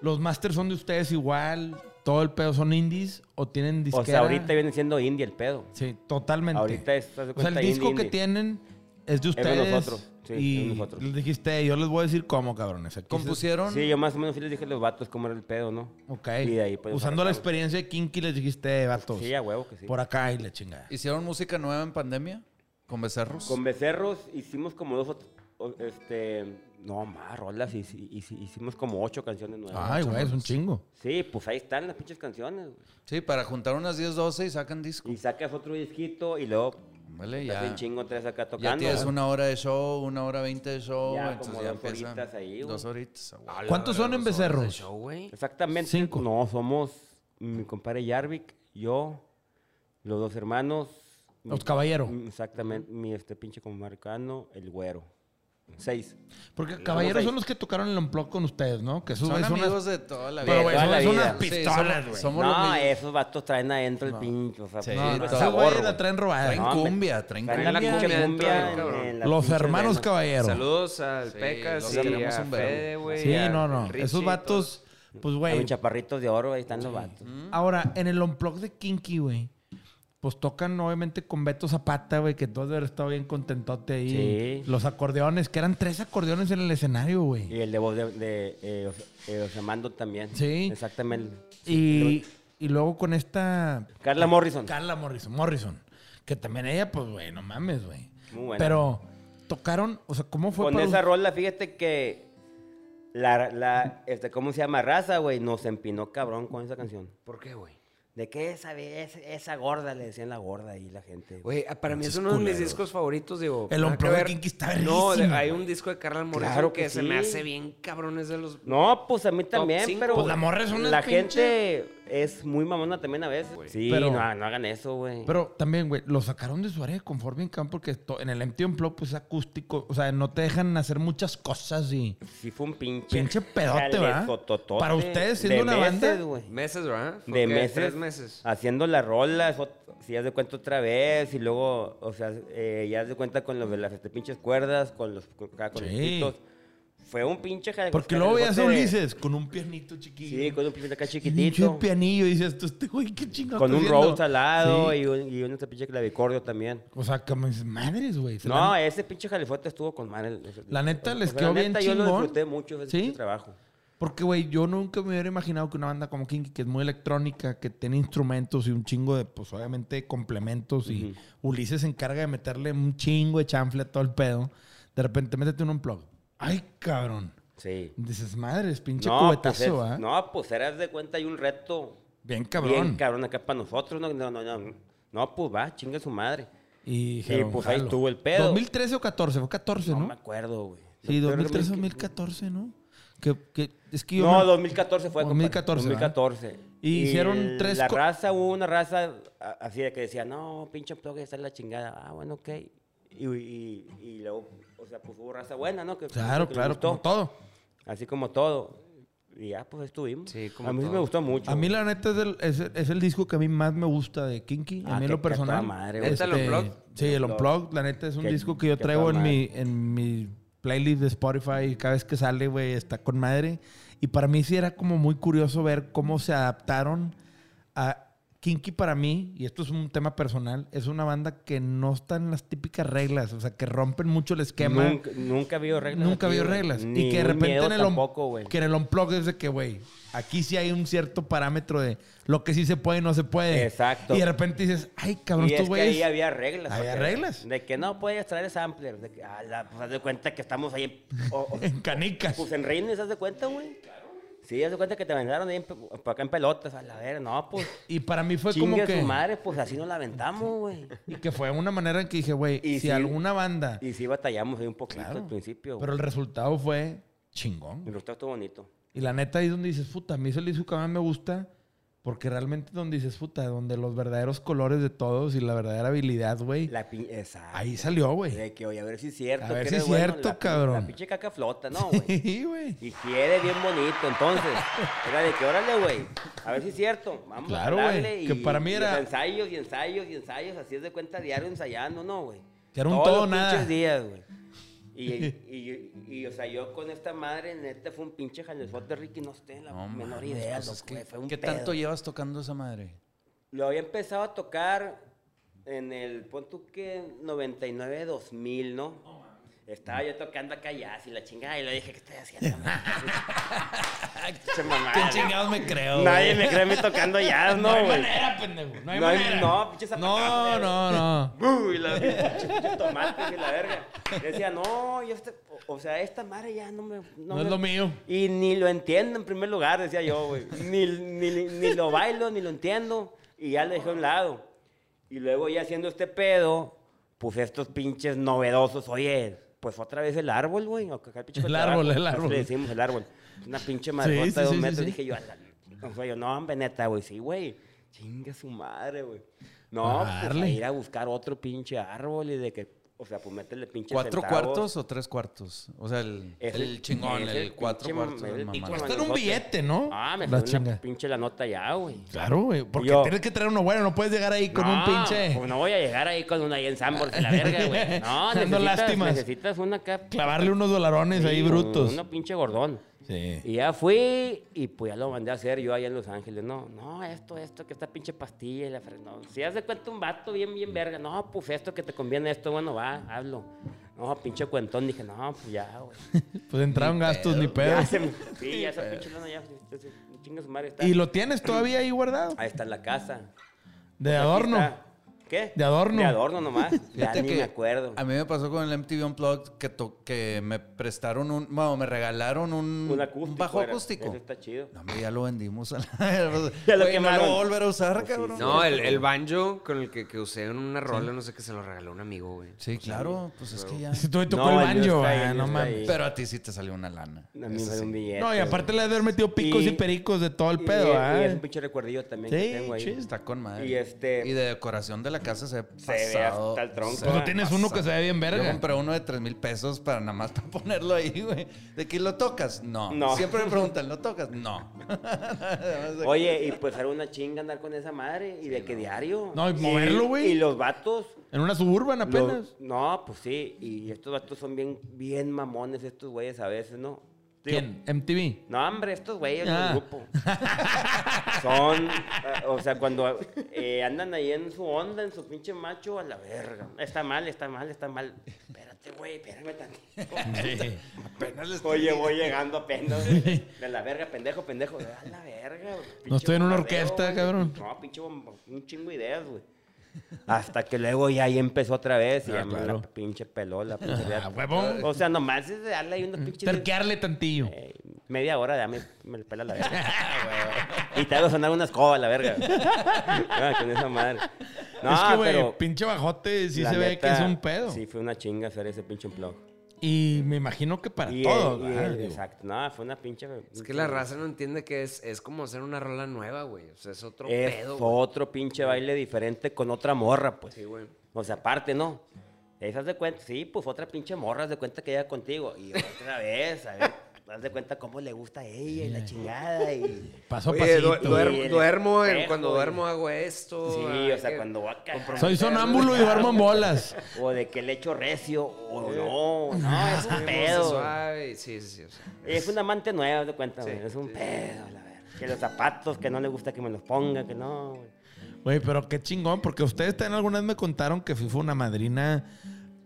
Speaker 1: ¿Los masters son de ustedes igual? ¿Todo el pedo son indies? ¿O tienen disquera?
Speaker 2: O sea, ahorita viene siendo indie el pedo.
Speaker 1: Sí, totalmente.
Speaker 2: Ahorita es, haz de
Speaker 1: O sea, el
Speaker 2: cuenta,
Speaker 1: disco
Speaker 2: indie,
Speaker 1: que
Speaker 2: indie.
Speaker 1: tienen es de
Speaker 2: de
Speaker 1: ustedes.
Speaker 2: nosotros, sí,
Speaker 1: y
Speaker 2: es de nosotros.
Speaker 1: les dijiste, yo les voy a decir cómo, cabrones. Aquí
Speaker 4: Compusieron.
Speaker 2: Sí, yo más o menos sí les dije a los vatos cómo era el pedo, ¿no?
Speaker 1: se- Ok.
Speaker 2: Y de ahí, pues,
Speaker 1: Usando la
Speaker 2: arrancamos.
Speaker 1: experiencia de Kinky, les dijiste, vatos.
Speaker 2: Sí, a huevo que sí.
Speaker 1: Por acá y la chingada.
Speaker 4: Hicieron música nueva en pandemia con Becerros.
Speaker 2: Con becerros hicimos como dos, ot- o- este, no más rolas, y, y- y- hicimos como ocho canciones nuevas.
Speaker 1: Ay, güey, es un chingo.
Speaker 2: Sí, pues ahí están las pinches canciones. güey.
Speaker 4: Sí, para juntar unas 10, 12 y sacan disco.
Speaker 2: Y sacas otro disquito y luego
Speaker 4: Vale,
Speaker 2: estás
Speaker 4: ya.
Speaker 2: un chingo tres acá
Speaker 4: Ya
Speaker 2: tocando.
Speaker 4: tienes una hora de show, una hora veinte de show.
Speaker 2: Ya,
Speaker 4: entonces
Speaker 2: como
Speaker 4: ya
Speaker 2: dos
Speaker 4: empieza.
Speaker 2: horitas ahí, güey.
Speaker 4: Dos horitas. ah, güey.
Speaker 3: Hola,
Speaker 1: ¿Cuántos son en
Speaker 3: dos horas de
Speaker 1: becerros?
Speaker 3: show, güey.
Speaker 2: Exactamente.
Speaker 1: Cinco.
Speaker 2: No, somos mi compadre Yarvik, yo, los dos hermanos. mi-
Speaker 1: Los Caballero.
Speaker 2: Mm, Exactamente, mi este pinche comarcano, el güero. Seis.
Speaker 1: Porque caballeros son
Speaker 2: ahí.
Speaker 1: los que tocaron el unplug con ustedes, ¿no? Que
Speaker 4: Son
Speaker 1: son
Speaker 4: amigos de toda la vida.
Speaker 1: Pero, güey,
Speaker 2: toda
Speaker 1: son,
Speaker 2: la
Speaker 1: son
Speaker 2: vida.
Speaker 1: unas
Speaker 4: Sí,
Speaker 1: pistolas,
Speaker 4: somos-
Speaker 1: güey.
Speaker 4: somos los
Speaker 2: No, eh,
Speaker 4: mismos.
Speaker 2: esos vatos traen adentro el pinche. O sea,
Speaker 4: Sí,
Speaker 2: puro
Speaker 4: no,
Speaker 1: esos
Speaker 2: sabor,
Speaker 1: güeyes
Speaker 2: güey.
Speaker 1: la traen robada.
Speaker 4: Traen
Speaker 2: No, hombre.
Speaker 4: cumbia, traen
Speaker 2: Traen
Speaker 4: cumbia.
Speaker 2: la
Speaker 3: cumbia
Speaker 2: pinche
Speaker 3: adentro,
Speaker 2: cumbia.
Speaker 3: cabrón.
Speaker 2: en- en las
Speaker 1: Los
Speaker 2: pinches
Speaker 1: hermanos
Speaker 2: venas.
Speaker 1: caballeros.
Speaker 3: Saludos al Pecas
Speaker 4: los
Speaker 3: y
Speaker 4: queremos
Speaker 3: a
Speaker 4: un verbo.
Speaker 3: Fede, güey.
Speaker 1: Sí,
Speaker 3: y a
Speaker 1: no, no.
Speaker 3: Richie
Speaker 1: Esos
Speaker 3: y
Speaker 1: vatos, pues,
Speaker 2: Hay
Speaker 1: güey.
Speaker 2: un chaparritos de oro, ahí están los vatos.
Speaker 1: Ahora, en el unplug de Kinky, güey, pues tocan obviamente con Beto Zapata, güey, que todos haber estado bien contentote ahí.
Speaker 2: Sí.
Speaker 1: Los acordeones, que eran tres acordeones en el escenario, güey.
Speaker 2: Y el de voz de, de eh, Os- eh, Osamando también.
Speaker 1: Sí.
Speaker 2: Exactamente.
Speaker 1: Y, y luego con esta
Speaker 2: Carla Morrison.
Speaker 1: Carla Morrison, Morrison, que también ella, pues, güey, no mames, güey.
Speaker 2: Muy buena.
Speaker 1: Pero tocaron, o sea, ¿cómo fue?
Speaker 2: Con
Speaker 1: para
Speaker 2: esa
Speaker 1: los-
Speaker 2: rola, fíjate que la, la este, ¿cómo se llama? Raza, güey, nos empinó cabrón con esa canción.
Speaker 3: todo. ¿Por qué, güey?
Speaker 2: ¿De qué esa, ve- es- esa gorda? Le decían la gorda ahí la gente.
Speaker 3: Güey, ah, para mí es uno de mis discos favoritos, digo.
Speaker 1: El
Speaker 3: nada
Speaker 1: Unplugged
Speaker 3: que
Speaker 1: de
Speaker 3: ver.
Speaker 1: Kinky está
Speaker 3: No, de-
Speaker 1: verguísima,
Speaker 3: hay un
Speaker 1: güey.
Speaker 3: disco de Carla Morrison
Speaker 2: Claro
Speaker 3: que,
Speaker 2: que
Speaker 3: se me
Speaker 2: sí.
Speaker 3: hace bien cabrón, es de los...
Speaker 2: No, pues a mí también,
Speaker 3: cinco,
Speaker 2: pero...
Speaker 3: Pues
Speaker 1: la morra es una
Speaker 2: La
Speaker 1: pinche-
Speaker 2: gente es muy mamona también a veces. Sí,
Speaker 1: Pero-
Speaker 2: no, no hagan eso, güey.
Speaker 1: Pero también, güey, lo sacaron de su área de confort bien cabrón porque to- en el Empty and Plop, pues es acústico. O sea, no te dejan hacer muchas cosas y...
Speaker 2: sí fue un pinche...
Speaker 1: Pinche pedote, ¿verdad?
Speaker 2: jalezototote
Speaker 1: Para ustedes,
Speaker 2: de
Speaker 1: siendo una banda,
Speaker 2: meses, güey.
Speaker 3: Meses, ¿verdad? Fue
Speaker 2: de
Speaker 3: que
Speaker 2: meses,
Speaker 3: Tres meses.
Speaker 2: haciendo las rolas, ot- si haz de cuenta otra vez, y luego, o sea, eh, ya haz de cuenta con los de las este, pinches cuerdas, con los con, acá, con los
Speaker 1: Sí.
Speaker 2: pitos. Fue un pinche jale-
Speaker 1: Porque luego veías a
Speaker 2: jalezote de-
Speaker 1: Ulises con un pianito chiquito.
Speaker 2: Sí, con un pinche acá
Speaker 1: Pinche
Speaker 2: chiquitito.
Speaker 1: pianillo, y dices, tú, este güey, qué chingado.
Speaker 2: Con
Speaker 1: está
Speaker 2: un
Speaker 1: haciendo?"
Speaker 2: roast al lado
Speaker 1: Sí.
Speaker 2: y, un, y un este pinche clavicordio también.
Speaker 1: O sea, como dices, madres, güey. se
Speaker 2: No,
Speaker 1: la-
Speaker 2: ese pinche jalefote estuvo con madre. el- el-
Speaker 1: La neta, les
Speaker 2: la
Speaker 1: quedó bien
Speaker 2: neta, Yo lo
Speaker 1: chingón.
Speaker 2: disfruté mucho ese
Speaker 1: ¿Sí?
Speaker 2: pinche trabajo.
Speaker 1: Porque, güey, yo nunca me hubiera imaginado que una banda como Kinky, que es muy electrónica, que tiene instrumentos y un chingo de, pues obviamente, complementos y Ulises se encarga de meterle un chingo de chanfle a todo el pedo, de repente métete en un plug. ¡Ay, cabrón!
Speaker 2: Sí.
Speaker 1: Dices, madres, pinche
Speaker 2: No, pues, es-
Speaker 1: cubetazo, ¿ah?
Speaker 2: no, pues eras de cuenta, hay un reto
Speaker 1: Bien cabrón.
Speaker 2: Bien cabrón acá para nosotros. No, no, no, no. No, pues va, chinga su madre.
Speaker 1: Y,
Speaker 2: Y, pues, ahí
Speaker 1: jalo.
Speaker 2: estuvo el pedo.
Speaker 1: ¿2013 o 14? Fue 14,
Speaker 2: No,
Speaker 1: ¿no?
Speaker 2: me acuerdo, güey.
Speaker 1: sí,
Speaker 2: Pero
Speaker 1: 2013
Speaker 2: 2000
Speaker 1: 2014, ¿no? Que, que, es que yo
Speaker 2: No,
Speaker 1: me-
Speaker 2: 2014 fue. compadre.
Speaker 1: 2014, ¿verdad?
Speaker 2: 2014.
Speaker 1: Y hicieron tres
Speaker 2: La
Speaker 1: co-
Speaker 2: raza, hubo una raza a- así de que decía, no, pinche plug, está en la chingada. Ah, bueno, ok. Y, y, y luego, o sea, pues hubo raza buena, ¿no? Que-
Speaker 1: Claro,
Speaker 2: que le
Speaker 1: claro,
Speaker 2: gustó.
Speaker 1: como todo.
Speaker 2: Así como todo. Y ya, pues estuvimos.
Speaker 3: Sí, como
Speaker 2: a mí sí
Speaker 3: todo.
Speaker 2: me gustó mucho.
Speaker 1: A mí la neta es el, es, el- es el disco que a mí más me gusta de Kinky.
Speaker 2: Ah,
Speaker 1: a mí en
Speaker 2: qué-
Speaker 1: lo
Speaker 2: qué
Speaker 1: personal. Este,
Speaker 2: toda madre, güey.
Speaker 3: ¿Neta el Unplugged?
Speaker 1: Sí, el
Speaker 2: Unplugged.
Speaker 1: Unplugged. La neta es un
Speaker 2: Qué-
Speaker 1: disco que yo
Speaker 2: qué
Speaker 1: traigo
Speaker 2: toda
Speaker 1: en mi, en mi playlist de Spotify. y Cada vez que sale, güey, está con madre. Y para mí sí era como muy curioso ver cómo se adaptaron a... Kinky para mí, y esto es un tema personal, es una banda que no está en las típicas reglas, o sea, que rompen mucho el esquema.
Speaker 2: Nunca, nunca vio reglas.
Speaker 1: Nunca
Speaker 2: aquí,
Speaker 1: vio
Speaker 2: güey.
Speaker 1: reglas.
Speaker 2: Ni
Speaker 1: y que de
Speaker 2: un
Speaker 1: repente
Speaker 2: miedo
Speaker 1: en el, on-
Speaker 2: tampoco, güey.
Speaker 1: que en el unplug es de que, güey, aquí sí hay un cierto parámetro de lo que sí se puede y no se puede.
Speaker 2: Exacto.
Speaker 1: Y de repente dices, ay, cabrón,
Speaker 2: Y es
Speaker 1: estos
Speaker 2: que ahí
Speaker 1: güeyes.
Speaker 2: había reglas.
Speaker 1: Había
Speaker 2: porque-
Speaker 1: reglas.
Speaker 2: De que no podías traer sampler. De que, a la, pues haz de cuenta que estamos ahí. en- o- o-
Speaker 1: En canicas.
Speaker 2: pues en reines, haz de cuenta, güey. Sí, haz de cuenta que te aventaron ahí en pe- pa' acá en pelotas. A la ver, no, pues.
Speaker 1: Y para mí fue como
Speaker 2: Chingue
Speaker 1: que.
Speaker 2: su madre, pues así nos la aventamos, güey.
Speaker 1: Y que fue una manera en que dije, güey,
Speaker 2: Y
Speaker 1: si
Speaker 2: sí.
Speaker 1: alguna banda.
Speaker 2: Y sí batallamos ahí un poquito
Speaker 1: Claro.
Speaker 2: al principio, güey.
Speaker 1: Pero el resultado fue
Speaker 2: El
Speaker 1: chingón.
Speaker 2: resultado estuvo bonito.
Speaker 1: Y la neta ahí es donde dices, puta, a mí ese disco que más me gusta. Porque realmente donde dices, puta, donde los verdaderos colores de todos y la verdadera habilidad, güey.
Speaker 2: La pin- Exacto.
Speaker 1: Ahí salió, güey.
Speaker 2: De que, oye, a ver si es cierto.
Speaker 1: A ver
Speaker 2: que
Speaker 1: si
Speaker 2: eres
Speaker 1: es
Speaker 2: bueno,
Speaker 1: cierto,
Speaker 2: la pin-
Speaker 1: cabrón.
Speaker 2: La pinche caca flota, ¿no, güey?
Speaker 1: Sí, güey.
Speaker 2: Y quiere bien bonito, entonces. Era de que órale, güey. A ver si es cierto. Vamos
Speaker 1: Claro,
Speaker 2: a
Speaker 1: güey,
Speaker 2: darle.
Speaker 1: que para mí
Speaker 2: y
Speaker 1: era-
Speaker 2: ensayos y ensayos y ensayos. Así es de cuenta diario ensayando, ¿no, güey?
Speaker 1: Que era un
Speaker 2: Todos
Speaker 1: todo
Speaker 2: los
Speaker 1: nada.
Speaker 2: pinches días, güey. Y, y, y, y, o sea, yo con esta madre, neta, fue un pinche jalezote, Ricky, no esté en la
Speaker 4: No,
Speaker 2: menor
Speaker 4: mames,
Speaker 2: idea,
Speaker 4: pues,
Speaker 2: loco,
Speaker 4: es que-
Speaker 2: güey, fue un
Speaker 4: ¿Qué
Speaker 2: pedo.
Speaker 4: tanto llevas tocando esa madre?
Speaker 2: Lo había empezado a tocar en el, pon tú que 99, 2000, ¿no? Estaba yo tocando acá ya, así la chingada, y le dije, ¿qué estoy haciendo? Che mamada,
Speaker 4: ¿Qué
Speaker 2: Ah, ¿no?
Speaker 4: chingados me creo?
Speaker 2: Nadie me cree a mí tocando jazz, no, güey.
Speaker 1: pendejo.
Speaker 2: No, hay- no, pinche
Speaker 1: No,
Speaker 2: zapatazo,
Speaker 1: no, no.
Speaker 2: ¡bu! Y la pinche tomates y la verga. Yo decía, no, yo este, o, o sea, esta madre ya no me.
Speaker 1: No,
Speaker 2: me-
Speaker 1: es lo mío.
Speaker 2: Y ni lo entiendo en primer lugar, decía yo, güey. Ni, ni, ni lo bailo, ni lo entiendo. Y ya lo dejé a un lado. Y luego ya haciendo este pedo, pues estos pinches novedosos, oye, pues otra vez el árbol, güey. o que acá pinche
Speaker 1: El
Speaker 2: cotarraco,
Speaker 1: árbol, el
Speaker 2: nosotros
Speaker 1: árbol.
Speaker 2: Le decimos el árbol. Una pinche madre
Speaker 1: Sí, sí,
Speaker 2: de dos
Speaker 1: sí, sí,
Speaker 2: metros.
Speaker 1: sí.
Speaker 2: Dije yo, "A la- o sea, yo, no, hombre, neta, güey. Sí, güey. Chinga su madre, güey. No, pues a
Speaker 1: Darle.
Speaker 2: ir a buscar otro pinche árbol y de que, o sea, pues métele pinche
Speaker 4: ¿Cuatro
Speaker 2: centavos.
Speaker 4: cuartos o tres cuartos? O sea, el,
Speaker 2: Es
Speaker 4: el
Speaker 2: el-
Speaker 4: chingón,
Speaker 2: es
Speaker 4: el,
Speaker 2: el
Speaker 4: cuatro
Speaker 2: pinche
Speaker 4: cuartos.
Speaker 2: mamel,
Speaker 4: el
Speaker 2: pinche
Speaker 4: mamá.
Speaker 1: Cuesta en un
Speaker 2: Madresote.
Speaker 1: billete, ¿no?
Speaker 2: Ah, me
Speaker 1: La
Speaker 2: fue una
Speaker 1: chinga.
Speaker 2: pinche la nota ya, güey.
Speaker 1: Claro, güey. Porque
Speaker 2: Yo-
Speaker 1: tienes que traer uno bueno. No puedes llegar ahí con un
Speaker 2: No,
Speaker 1: pinche.
Speaker 2: Pues no voy a llegar ahí con una ahí en Sambor de la verga, güey. No,
Speaker 1: Dando
Speaker 2: necesitas,
Speaker 1: lástimas.
Speaker 2: necesitas una acá.
Speaker 1: Clavarle unos dolarones ahí
Speaker 2: Sí,
Speaker 1: brutos.
Speaker 2: Una pinche gordón.
Speaker 1: Sí.
Speaker 2: Y ya fui y pues ya lo mandé a hacer yo allá en Los Ángeles. No, no, esto, esto, que esta pinche pastilla y la fre- no. Si hace cuenta un vato bien, bien verga. No, pues esto que te conviene, esto, bueno, va, hablo. No, pinche cuentón. Dije, no, pues ya, güey.
Speaker 1: Pues entraron gastos, ni pedo.
Speaker 2: Ya se me- Sí, ya esa pinche lana ya. Chingas madre. Está.
Speaker 1: Y lo tienes todavía ahí guardado.
Speaker 2: Ahí está en la casa.
Speaker 1: De
Speaker 2: Aquí
Speaker 1: adorno.
Speaker 2: está. ¿Qué?
Speaker 1: De adorno.
Speaker 2: De adorno nomás. ya
Speaker 4: Fíjate
Speaker 2: ni
Speaker 4: que
Speaker 2: me acuerdo.
Speaker 4: A mí me pasó con el MTV Unplugged que, to- que me prestaron un. Bueno, me regalaron un,
Speaker 2: Un acústico.
Speaker 4: un bajo
Speaker 2: era.
Speaker 4: acústico.
Speaker 2: Eso está chido.
Speaker 4: No, hombre, ya lo vendimos. A la... pues,
Speaker 2: Ya lo
Speaker 4: Güey, no
Speaker 2: quemaron.
Speaker 4: lo voy a volver a usar,
Speaker 2: Pues sí,
Speaker 4: cabrón.
Speaker 2: sí.
Speaker 3: No, el, el banjo con el que, que usé en una rola, no sé qué, se lo regaló un amigo, güey.
Speaker 4: Sí, claro. Pues es que ya.
Speaker 1: Si tú me tocó
Speaker 2: No,
Speaker 1: el
Speaker 2: el mío
Speaker 1: banjo,
Speaker 2: está ahí,
Speaker 1: ah,
Speaker 2: el mío
Speaker 1: no
Speaker 2: está
Speaker 1: mames.
Speaker 2: ahí.
Speaker 4: Pero a ti sí te salió una lana.
Speaker 2: A mí
Speaker 4: Eso
Speaker 2: me dio
Speaker 4: sí.
Speaker 2: un billete.
Speaker 1: No, y aparte le
Speaker 2: güey.
Speaker 1: he de haber metido picos y,
Speaker 2: Y-
Speaker 1: pericos de todo el
Speaker 2: Y-
Speaker 1: pedo,
Speaker 2: y,
Speaker 1: ah.
Speaker 2: y es un pinche recuerdillo también
Speaker 1: Sí,
Speaker 2: que tengo ahí.
Speaker 1: chido.
Speaker 4: Está con madre.
Speaker 2: Y este-
Speaker 4: Y de decoración de la casa se,
Speaker 2: Se ve
Speaker 4: pasado-
Speaker 2: hasta el tronco,
Speaker 4: se
Speaker 2: ¿eh?
Speaker 4: ve
Speaker 1: Tú tienes uno que se ve bien verga.
Speaker 4: Yo compré uno de 3 mil pesos para nada más para ponerlo ahí, güey. ¿De que lo tocas? No.
Speaker 2: No.
Speaker 4: Siempre me preguntan, ¿lo tocas? No.
Speaker 2: Oye, y pues era una chinga andar con esa madre. Y de que diario.
Speaker 1: No, y moverlo, güey.
Speaker 2: Y los vatos.
Speaker 1: En una suburban apenas.
Speaker 2: los- no, pues sí. Y estos vatos son bien, bien mamones, estos güeyes a veces, ¿no? Digo,
Speaker 1: ¿Quién? MTV.
Speaker 2: No, hombre, estos güeyes del
Speaker 1: Ah.
Speaker 2: grupo. Son, eh, o sea, cuando eh, andan ahí en su onda, en su pinche macho, a la verga. Está mal, está mal, está mal. Espérate, güey, espérame tantito.
Speaker 4: Apenas les
Speaker 2: Oye, voy llegando apenas. güey. De la verga, pendejo, pendejo. A la verga, güey. Pinche
Speaker 1: estoy en una
Speaker 2: bombardeo,
Speaker 1: orquesta,
Speaker 2: güey.
Speaker 1: cabrón.
Speaker 2: No, pinche bomba- un chingo de ideas, güey. Hasta que luego ya ahí empezó otra vez y
Speaker 1: Ah,
Speaker 2: ya me
Speaker 1: claro. Ah,
Speaker 2: la pinche peló la pinche idea.
Speaker 1: huevo. Mm.
Speaker 2: O sea, nomás es darle ahí unos pinches...
Speaker 1: Terquearle tantillo.
Speaker 2: Eh, media hora ya me, me pela la verga. y te hago sonar una escoba, la verga. Ah, con esa madre. No,
Speaker 1: es que, güey,
Speaker 2: pero
Speaker 1: pinche bajote sí
Speaker 2: la
Speaker 1: se ve que
Speaker 2: neta,
Speaker 1: es un pedo.
Speaker 2: Sí, fue una chinga hacer ese pinche blog.
Speaker 1: Y me imagino que para
Speaker 2: Y
Speaker 1: todos.
Speaker 2: el- y el-
Speaker 1: ¿verdad? Digo,
Speaker 2: exacto. No, fue una pinche.
Speaker 3: Es que la raza no entiende que es, es como hacer una rola nueva, güey. O sea, es otro
Speaker 2: Es
Speaker 3: pedo, güey.
Speaker 2: otro pinche baile diferente con otra morra, pues.
Speaker 3: Sí, güey.
Speaker 2: O sea, aparte, ¿no? Esas de cuenta, sí, pues otra pinche morra, haz de cuenta que llega contigo. Y otra vez, a ver, haz de cuenta cómo le gusta a ella y la chingada. Y,
Speaker 1: Paso a
Speaker 3: Oye, du-
Speaker 1: pasito.
Speaker 3: duermo,
Speaker 2: Y el
Speaker 3: duermo en-
Speaker 2: espejo,
Speaker 3: cuando
Speaker 2: y-
Speaker 3: duermo hago esto.
Speaker 2: Sí,
Speaker 3: hay
Speaker 2: o sea,
Speaker 3: que
Speaker 2: cuando va a cagar.
Speaker 1: Soy
Speaker 3: comprometerme.
Speaker 1: sonámbulo y duermo en bolas.
Speaker 2: O de que le echo recio, o no, no, es un
Speaker 3: Sí,
Speaker 2: pedo. Eh,
Speaker 3: suave, Sí, sí, sí. o sea.
Speaker 2: Es un amante nuevo, de cuenta,
Speaker 3: Sí,
Speaker 2: güey, es un
Speaker 3: sí.
Speaker 2: pedo, la verdad. Que los zapatos, que no le gusta que me los ponga, que no, güey.
Speaker 1: Güey, pero qué chingón, porque ustedes también algunas me contaron que fue una madrina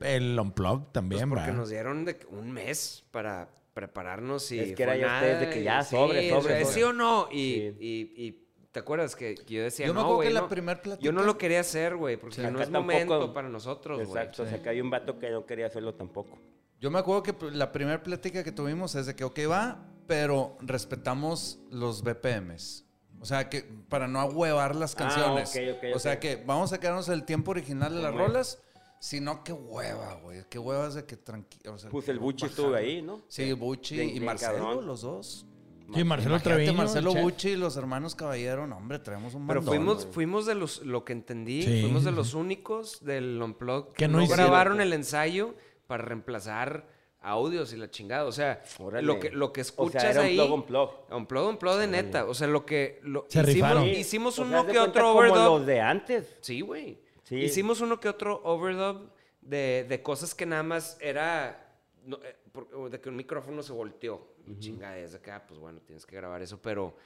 Speaker 1: el Unplugged
Speaker 3: Pues
Speaker 1: también,
Speaker 3: porque
Speaker 1: ¿verdad?
Speaker 3: nos dieron de que un mes para prepararnos y
Speaker 2: Es que
Speaker 3: fue
Speaker 2: era ya
Speaker 3: nada,
Speaker 2: ustedes de que
Speaker 3: y
Speaker 2: ya, sobre,
Speaker 3: sí,
Speaker 2: sobre,
Speaker 3: o sea,
Speaker 2: sobre.
Speaker 3: sí o no y,
Speaker 2: Sí.
Speaker 3: y- y te acuerdas que que yo decía
Speaker 4: Yo me
Speaker 3: no
Speaker 4: acuerdo
Speaker 3: güey
Speaker 4: que la
Speaker 3: no,
Speaker 4: primer plática-
Speaker 3: yo no lo quería hacer güey porque
Speaker 2: Acá
Speaker 3: no es
Speaker 2: tampoco-
Speaker 3: momento para nosotros güey
Speaker 2: Exacto, o sea, que hay un vato que no quería hacerlo tampoco.
Speaker 4: Yo me acuerdo que la primera plática que tuvimos es de que, ok, va, pero respetamos los BPMs. O sea, que para no ahuevar las canciones.
Speaker 2: Ah, ok, ok,
Speaker 4: o sea,
Speaker 2: ok.
Speaker 4: que vamos a quedarnos el tiempo original de las
Speaker 2: Como es.
Speaker 4: rolas. Si no, qué hueva, güey. Qué huevas de que tranquilo.
Speaker 2: Pues el Buchi estuvo ahí, ¿no?
Speaker 4: Sí, Buchi
Speaker 2: Bien-
Speaker 4: y
Speaker 2: bien
Speaker 4: Marcelo,
Speaker 2: cabrón.
Speaker 4: los dos.
Speaker 1: Sí, Marcelo
Speaker 4: Imagínate,
Speaker 1: Treviño.
Speaker 4: Marcelo
Speaker 1: el chef.
Speaker 4: Bucci y los hermanos Caballero, no, hombre, traemos un
Speaker 3: pero
Speaker 4: bandón,
Speaker 3: fuimos
Speaker 4: güey.
Speaker 3: fuimos de los lo que entendí
Speaker 1: Sí,
Speaker 3: fuimos
Speaker 1: sí,
Speaker 3: de
Speaker 1: sí.
Speaker 3: los únicos del unplug
Speaker 1: Que no hicieron.
Speaker 3: grabaron el ensayo para reemplazar audios y la chingada o sea
Speaker 2: Órale.
Speaker 3: lo que lo que
Speaker 2: O sea,
Speaker 3: escuchas
Speaker 2: era
Speaker 3: ahí
Speaker 2: unplug, unplug.
Speaker 3: unplug unplug de neta o sea lo que lo,
Speaker 1: Se rifaron.
Speaker 3: hicimos,
Speaker 1: Sí,
Speaker 3: hicimos
Speaker 2: o sea, haz
Speaker 3: uno
Speaker 2: de
Speaker 3: que
Speaker 2: cuenta
Speaker 3: otro
Speaker 2: como
Speaker 3: overdub
Speaker 2: los de antes.
Speaker 3: Sí, güey.
Speaker 2: Sí.
Speaker 3: Hicimos uno que otro overdub de, de cosas que nada más era. no, eh, por- o de que un micrófono se volteó. Y Chinga, desde acá, pues bueno, tienes que grabar eso, pero.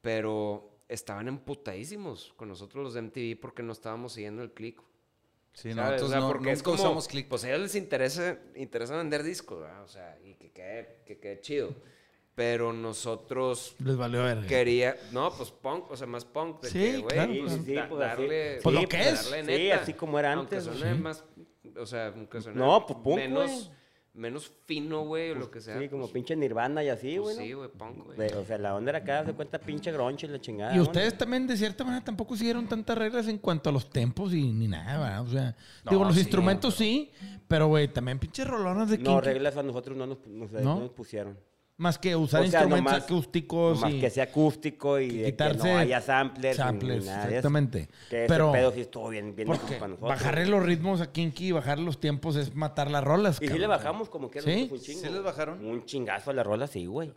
Speaker 3: Pero estaban emputadísimos con nosotros los de MTV porque no estábamos siguiendo el click.
Speaker 4: Sí, no,
Speaker 3: ¿sabes?
Speaker 4: entonces
Speaker 3: O sea,
Speaker 4: no,
Speaker 3: porque es
Speaker 4: nunca
Speaker 3: como,
Speaker 4: usamos click.
Speaker 3: Pues a ellos les interesa, interesa vender discos, ¿verdad? O sea, y que quede, que quede chido. Pero nosotros
Speaker 1: Les valió verga.
Speaker 3: quería, no, pues punk, o sea, más punk. De
Speaker 1: Sí,
Speaker 3: que, güey,
Speaker 1: claro,
Speaker 2: Sí,
Speaker 1: pues,
Speaker 2: sí, sí,
Speaker 3: da-
Speaker 2: pues así.
Speaker 3: darle,
Speaker 1: Pues lo
Speaker 2: sí,
Speaker 1: que
Speaker 2: pues,
Speaker 1: es.
Speaker 3: darle
Speaker 2: Sí,
Speaker 3: neta.
Speaker 2: así como era
Speaker 3: Aunque
Speaker 2: antes.
Speaker 3: suene más, o sea, aunque suene
Speaker 2: No, pues, punk,
Speaker 3: menos,
Speaker 2: güey.
Speaker 3: menos fino, güey, o lo que sea.
Speaker 2: Sí, como
Speaker 3: pues,
Speaker 2: pinche Nirvana y así,
Speaker 3: pues
Speaker 2: güey.
Speaker 3: sí,
Speaker 2: ¿no?
Speaker 3: güey, punk, güey.
Speaker 2: De- o sea, la onda era acá, haz de cuenta pinche gronche y la chingada.
Speaker 1: Y
Speaker 2: ¿no?
Speaker 1: ustedes también, de cierta manera, tampoco siguieron tantas reglas en cuanto a los tiempos y ni nada, ¿verdad? O sea,
Speaker 4: No,
Speaker 1: digo, los
Speaker 4: sí,
Speaker 1: instrumentos sí, pero, güey, también pinches rolonas de
Speaker 2: No,
Speaker 1: kinky.
Speaker 2: reglas a nosotros no nos, nos-
Speaker 1: ¿No?
Speaker 2: nos pusieron.
Speaker 1: Más que usar
Speaker 2: O sea,
Speaker 1: instrumentos
Speaker 2: nomás-
Speaker 1: acústicos
Speaker 2: Más
Speaker 1: y
Speaker 2: que sea acústico y
Speaker 1: que
Speaker 2: de que
Speaker 1: quitarse
Speaker 2: no haya samplers. ni
Speaker 1: samplers,
Speaker 2: nada de eso.
Speaker 1: exactamente.
Speaker 2: Que
Speaker 1: Pero-
Speaker 2: ese pedo sí estuvo bien, bien lejos
Speaker 1: porque
Speaker 2: para nosotros.
Speaker 1: bajarle los ritmos a kinky y bajar los tiempos es matar las rolas.
Speaker 2: Y sí
Speaker 1: cabrón.
Speaker 2: le bajamos como que
Speaker 1: ¿Sí?
Speaker 2: un chingo.
Speaker 4: ¿Sí les
Speaker 2: güey.
Speaker 4: bajaron?
Speaker 2: Un chingazo a la rola, sí, güey.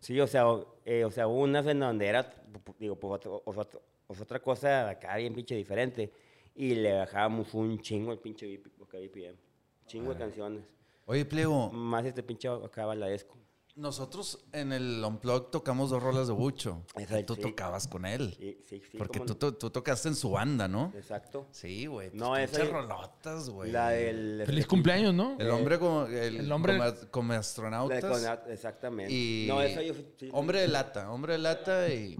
Speaker 2: Sí, o sea, o- eh, o sea, hubo unas en donde era, pu- pu- digo, pues otro- o- otro- o sea, otra cosa acá bien pinche diferente. Y le bajábamos un chingo el pinche BP acá BPM. Chingo de canciones.
Speaker 4: Oye, Pliego,
Speaker 2: Más este pinche acá baladesco.
Speaker 4: nosotros en el Unplugged tocamos dos rolas de Bucho.
Speaker 2: Esa
Speaker 4: Y tú
Speaker 2: sí.
Speaker 4: tocabas con él.
Speaker 2: Sí, sí, sí,
Speaker 4: porque
Speaker 2: cómo
Speaker 4: tú,
Speaker 2: no.
Speaker 4: to- tú tocaste en su banda, ¿no?
Speaker 2: Exacto.
Speaker 4: Sí, güey.
Speaker 2: No,
Speaker 4: No,
Speaker 2: esa-
Speaker 4: esas rolotas, güey.
Speaker 2: La del...
Speaker 1: Feliz cumpleaños, ¿no?
Speaker 4: El hombre como... El,
Speaker 1: El hombre-
Speaker 4: Como, como
Speaker 2: la del
Speaker 4: astronautas.
Speaker 2: con- exactamente.
Speaker 4: y...
Speaker 2: No, eso yo... sí-
Speaker 4: Hombre de lata. Hombre de lata y...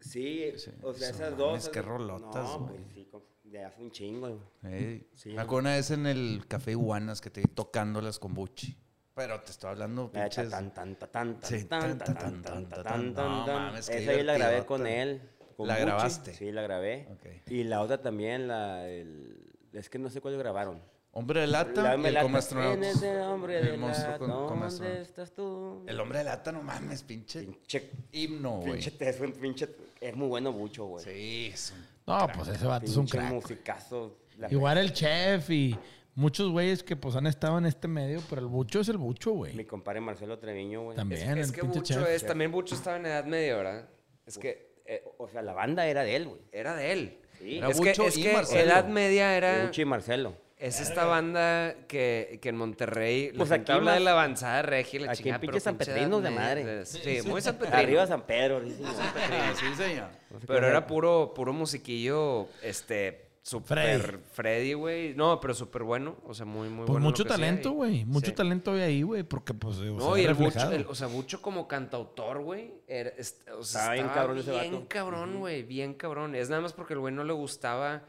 Speaker 2: Sí, o sea,
Speaker 4: Sí,
Speaker 2: esas
Speaker 4: no
Speaker 2: dos.
Speaker 4: mames, qué
Speaker 2: esas-
Speaker 4: rolotas,
Speaker 2: No,
Speaker 4: güey.
Speaker 2: pues sí, con- De hace un chingo. güey.
Speaker 4: Ey,
Speaker 2: Sí.
Speaker 4: Me acuerdo una vez en el Café Iguanas que te vi tocando las kombuchi. Pero te estoy hablando,
Speaker 2: La de
Speaker 4: pinches.
Speaker 2: tan, tan, tan, tan,
Speaker 4: Sí,
Speaker 2: tan,
Speaker 4: tan,
Speaker 2: tan, tan,
Speaker 4: tan, tan,
Speaker 2: tan,
Speaker 4: tan.
Speaker 2: tan,
Speaker 4: No
Speaker 2: tan.
Speaker 4: mames, qué
Speaker 2: Esa yo la grabé
Speaker 4: divertidota.
Speaker 2: con él. con
Speaker 4: ¿La
Speaker 2: Gucci.
Speaker 4: grabaste?
Speaker 2: Sí, la grabé.
Speaker 4: Ok.
Speaker 2: Y la otra también, la, el- es que no sé cuál grabaron.
Speaker 4: Hombre de
Speaker 2: La
Speaker 4: lata y
Speaker 2: hombre
Speaker 4: el
Speaker 2: lata.
Speaker 4: come
Speaker 2: En
Speaker 4: astronautas.
Speaker 2: ese hombre de
Speaker 4: El monstruo
Speaker 2: lata,
Speaker 4: con- come
Speaker 2: ¿Dónde
Speaker 4: astronautas.
Speaker 2: estás tú?
Speaker 4: El hombre de lata, no mames, pinche
Speaker 2: Pinche,
Speaker 4: himno, güey.
Speaker 2: pinche, es un pinche, es muy bueno Bucho, güey.
Speaker 4: Sí, es un-
Speaker 1: No, pues ese vato es un
Speaker 2: Pinche
Speaker 1: crack.
Speaker 2: musicazo. la-
Speaker 1: Igual el chef y muchos güeyes que pues han estado en este medio, pero el bucho es el bucho,
Speaker 2: Mi
Speaker 1: güey.
Speaker 2: compadre Marcelo Treviño, güey.
Speaker 3: Es,
Speaker 1: También,
Speaker 3: es
Speaker 1: el
Speaker 3: que
Speaker 1: pinche
Speaker 3: Bucho
Speaker 1: chef.
Speaker 3: es, también Bucho estaba en edad media, ¿verdad? Es que
Speaker 2: Eh, o sea, la banda era de él, güey.
Speaker 3: era de él.
Speaker 2: Sí.
Speaker 4: Era
Speaker 3: es que,
Speaker 4: Bucho
Speaker 3: es
Speaker 4: y
Speaker 3: que
Speaker 4: Marcelo.
Speaker 3: edad media era...
Speaker 2: Bucho y Marcelo.
Speaker 3: Es esta banda que, que en Monterrey.
Speaker 2: Pues
Speaker 3: Pues aquí
Speaker 2: aquí
Speaker 3: habla
Speaker 2: más-
Speaker 3: de la avanzada regia y la
Speaker 2: aquí
Speaker 3: chingada,
Speaker 2: pinches
Speaker 3: pero
Speaker 2: San
Speaker 3: pinche
Speaker 2: Petrinos de
Speaker 3: edad
Speaker 2: madre.
Speaker 3: media. Sí, muy San Petrino.
Speaker 2: Arriba San Pedro, dicen,
Speaker 3: Ah,
Speaker 2: güey.
Speaker 4: Sí, señor.
Speaker 3: Pero era puro, puro musiquillo, este, super Freddy, güey. No, pero súper bueno. O sea, muy, muy
Speaker 1: Pues
Speaker 3: bueno. en lo
Speaker 1: mucho
Speaker 3: que hacía
Speaker 1: talento,
Speaker 3: y-
Speaker 1: güey. Mucho
Speaker 3: sí.
Speaker 1: talento había ahí, güey, porque pues o
Speaker 3: No,
Speaker 1: sea,
Speaker 3: y el
Speaker 1: reflejado.
Speaker 3: Bucho, el- o sea, Bucho como cantautor, güey. era- es- o sea,
Speaker 2: Estaba bien cabrón ese
Speaker 3: bien
Speaker 2: vato.
Speaker 3: cabrón, güey. Bien cabrón. Es nada más porque el güey no le gustaba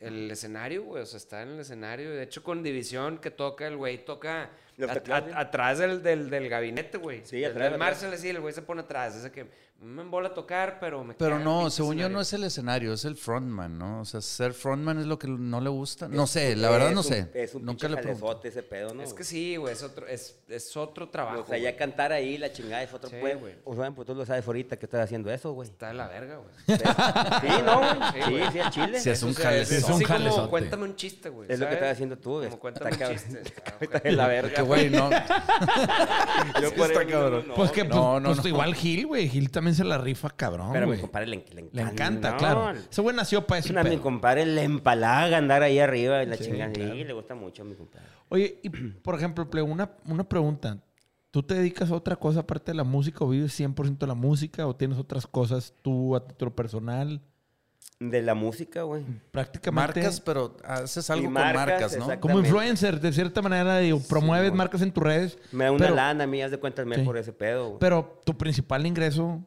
Speaker 3: el escenario, güey. O sea, está en el escenario. De hecho, con división que toca, el güey toca
Speaker 2: Los
Speaker 3: a-
Speaker 2: teclados,
Speaker 3: a-
Speaker 2: ¿sí?
Speaker 3: atrás del, del, del gabinete, güey.
Speaker 2: Sí,
Speaker 3: Del-
Speaker 2: atrás,
Speaker 3: Del
Speaker 2: atrás.
Speaker 3: Marcel, así, el güey se pone atrás. Ese que "Mm, me embola a tocar, pero me
Speaker 4: Pero
Speaker 3: caga el
Speaker 4: no,
Speaker 3: pinche
Speaker 4: según yo
Speaker 3: escenario".
Speaker 4: no es el escenario, es el frontman, ¿no? O sea, ser frontman es lo que no le gusta. No sé, la verdad
Speaker 2: Es
Speaker 4: no
Speaker 2: un-
Speaker 4: sé.
Speaker 2: Es un
Speaker 4: Nunca
Speaker 2: pinche
Speaker 4: le pregunto.
Speaker 2: jalezote ese pedo, ¿no?
Speaker 3: Es que
Speaker 2: güey?
Speaker 3: sí, güey. Es otro, es, es otro trabajo.
Speaker 2: O sea,
Speaker 3: güey.
Speaker 2: ya cantar ahí, la chingada es otro
Speaker 3: Sí,
Speaker 2: pueblo.
Speaker 3: güey.
Speaker 2: O sea, pues tú lo sabes ahorita que estás haciendo eso, güey.
Speaker 3: Está de la verga, güey.
Speaker 2: sí, no, güey.
Speaker 3: Sí,
Speaker 2: Sí, sí,
Speaker 3: güey.
Speaker 2: al chile.
Speaker 4: Sí, es un
Speaker 3: O sea,
Speaker 4: jalezón.
Speaker 1: es un
Speaker 3: así como
Speaker 1: jalezote.
Speaker 3: cuéntame un chiste, güey.
Speaker 2: Es lo que
Speaker 3: ¿sabes?
Speaker 2: estás haciendo tú, es-
Speaker 3: Como cuéntame
Speaker 2: está
Speaker 3: un
Speaker 2: cabrón.
Speaker 3: chiste. está
Speaker 2: Está
Speaker 3: ojete.
Speaker 2: de la
Speaker 4: Porque,
Speaker 2: verga.
Speaker 4: güey, no.
Speaker 2: Yo
Speaker 4: sí
Speaker 2: por
Speaker 4: está
Speaker 2: él,
Speaker 4: cabrón.
Speaker 2: no,
Speaker 1: pues que
Speaker 4: no,
Speaker 1: pues,
Speaker 4: no,
Speaker 1: pues,
Speaker 4: no.
Speaker 1: igual Gil, güey. Gil también se la rifa, cabrón.
Speaker 2: Pero a mi
Speaker 1: güey.
Speaker 2: compadre le, le encanta.
Speaker 1: Le encanta,
Speaker 2: No,
Speaker 1: claro. Ese güey nació para eso.
Speaker 2: A mi compadre le empalaga andar ahí arriba y la chingada.
Speaker 1: claro.
Speaker 2: Sí, le gusta mucho a mi compadre.
Speaker 1: Oye, y por ejemplo, Pleo, una, una pregunta. ¿Tú te dedicas a otra cosa aparte de la música o vives 100% de la música o tienes otras cosas tú a título personal?
Speaker 2: De la música, güey.
Speaker 1: Prácticamente.
Speaker 4: Marcas, pero haces algo
Speaker 2: Y
Speaker 4: con
Speaker 2: marcas,
Speaker 4: marcas,
Speaker 2: exacto.
Speaker 4: ¿no?
Speaker 1: Como
Speaker 2: Exactamente.
Speaker 1: influencer, de cierta manera, digo, promueves marcas en tus redes.
Speaker 2: Me da una
Speaker 1: pero,
Speaker 2: lana, a mí, haz de cuenta, me
Speaker 1: Sí.
Speaker 2: por ese pedo, güey.
Speaker 1: Pero tu principal ingreso,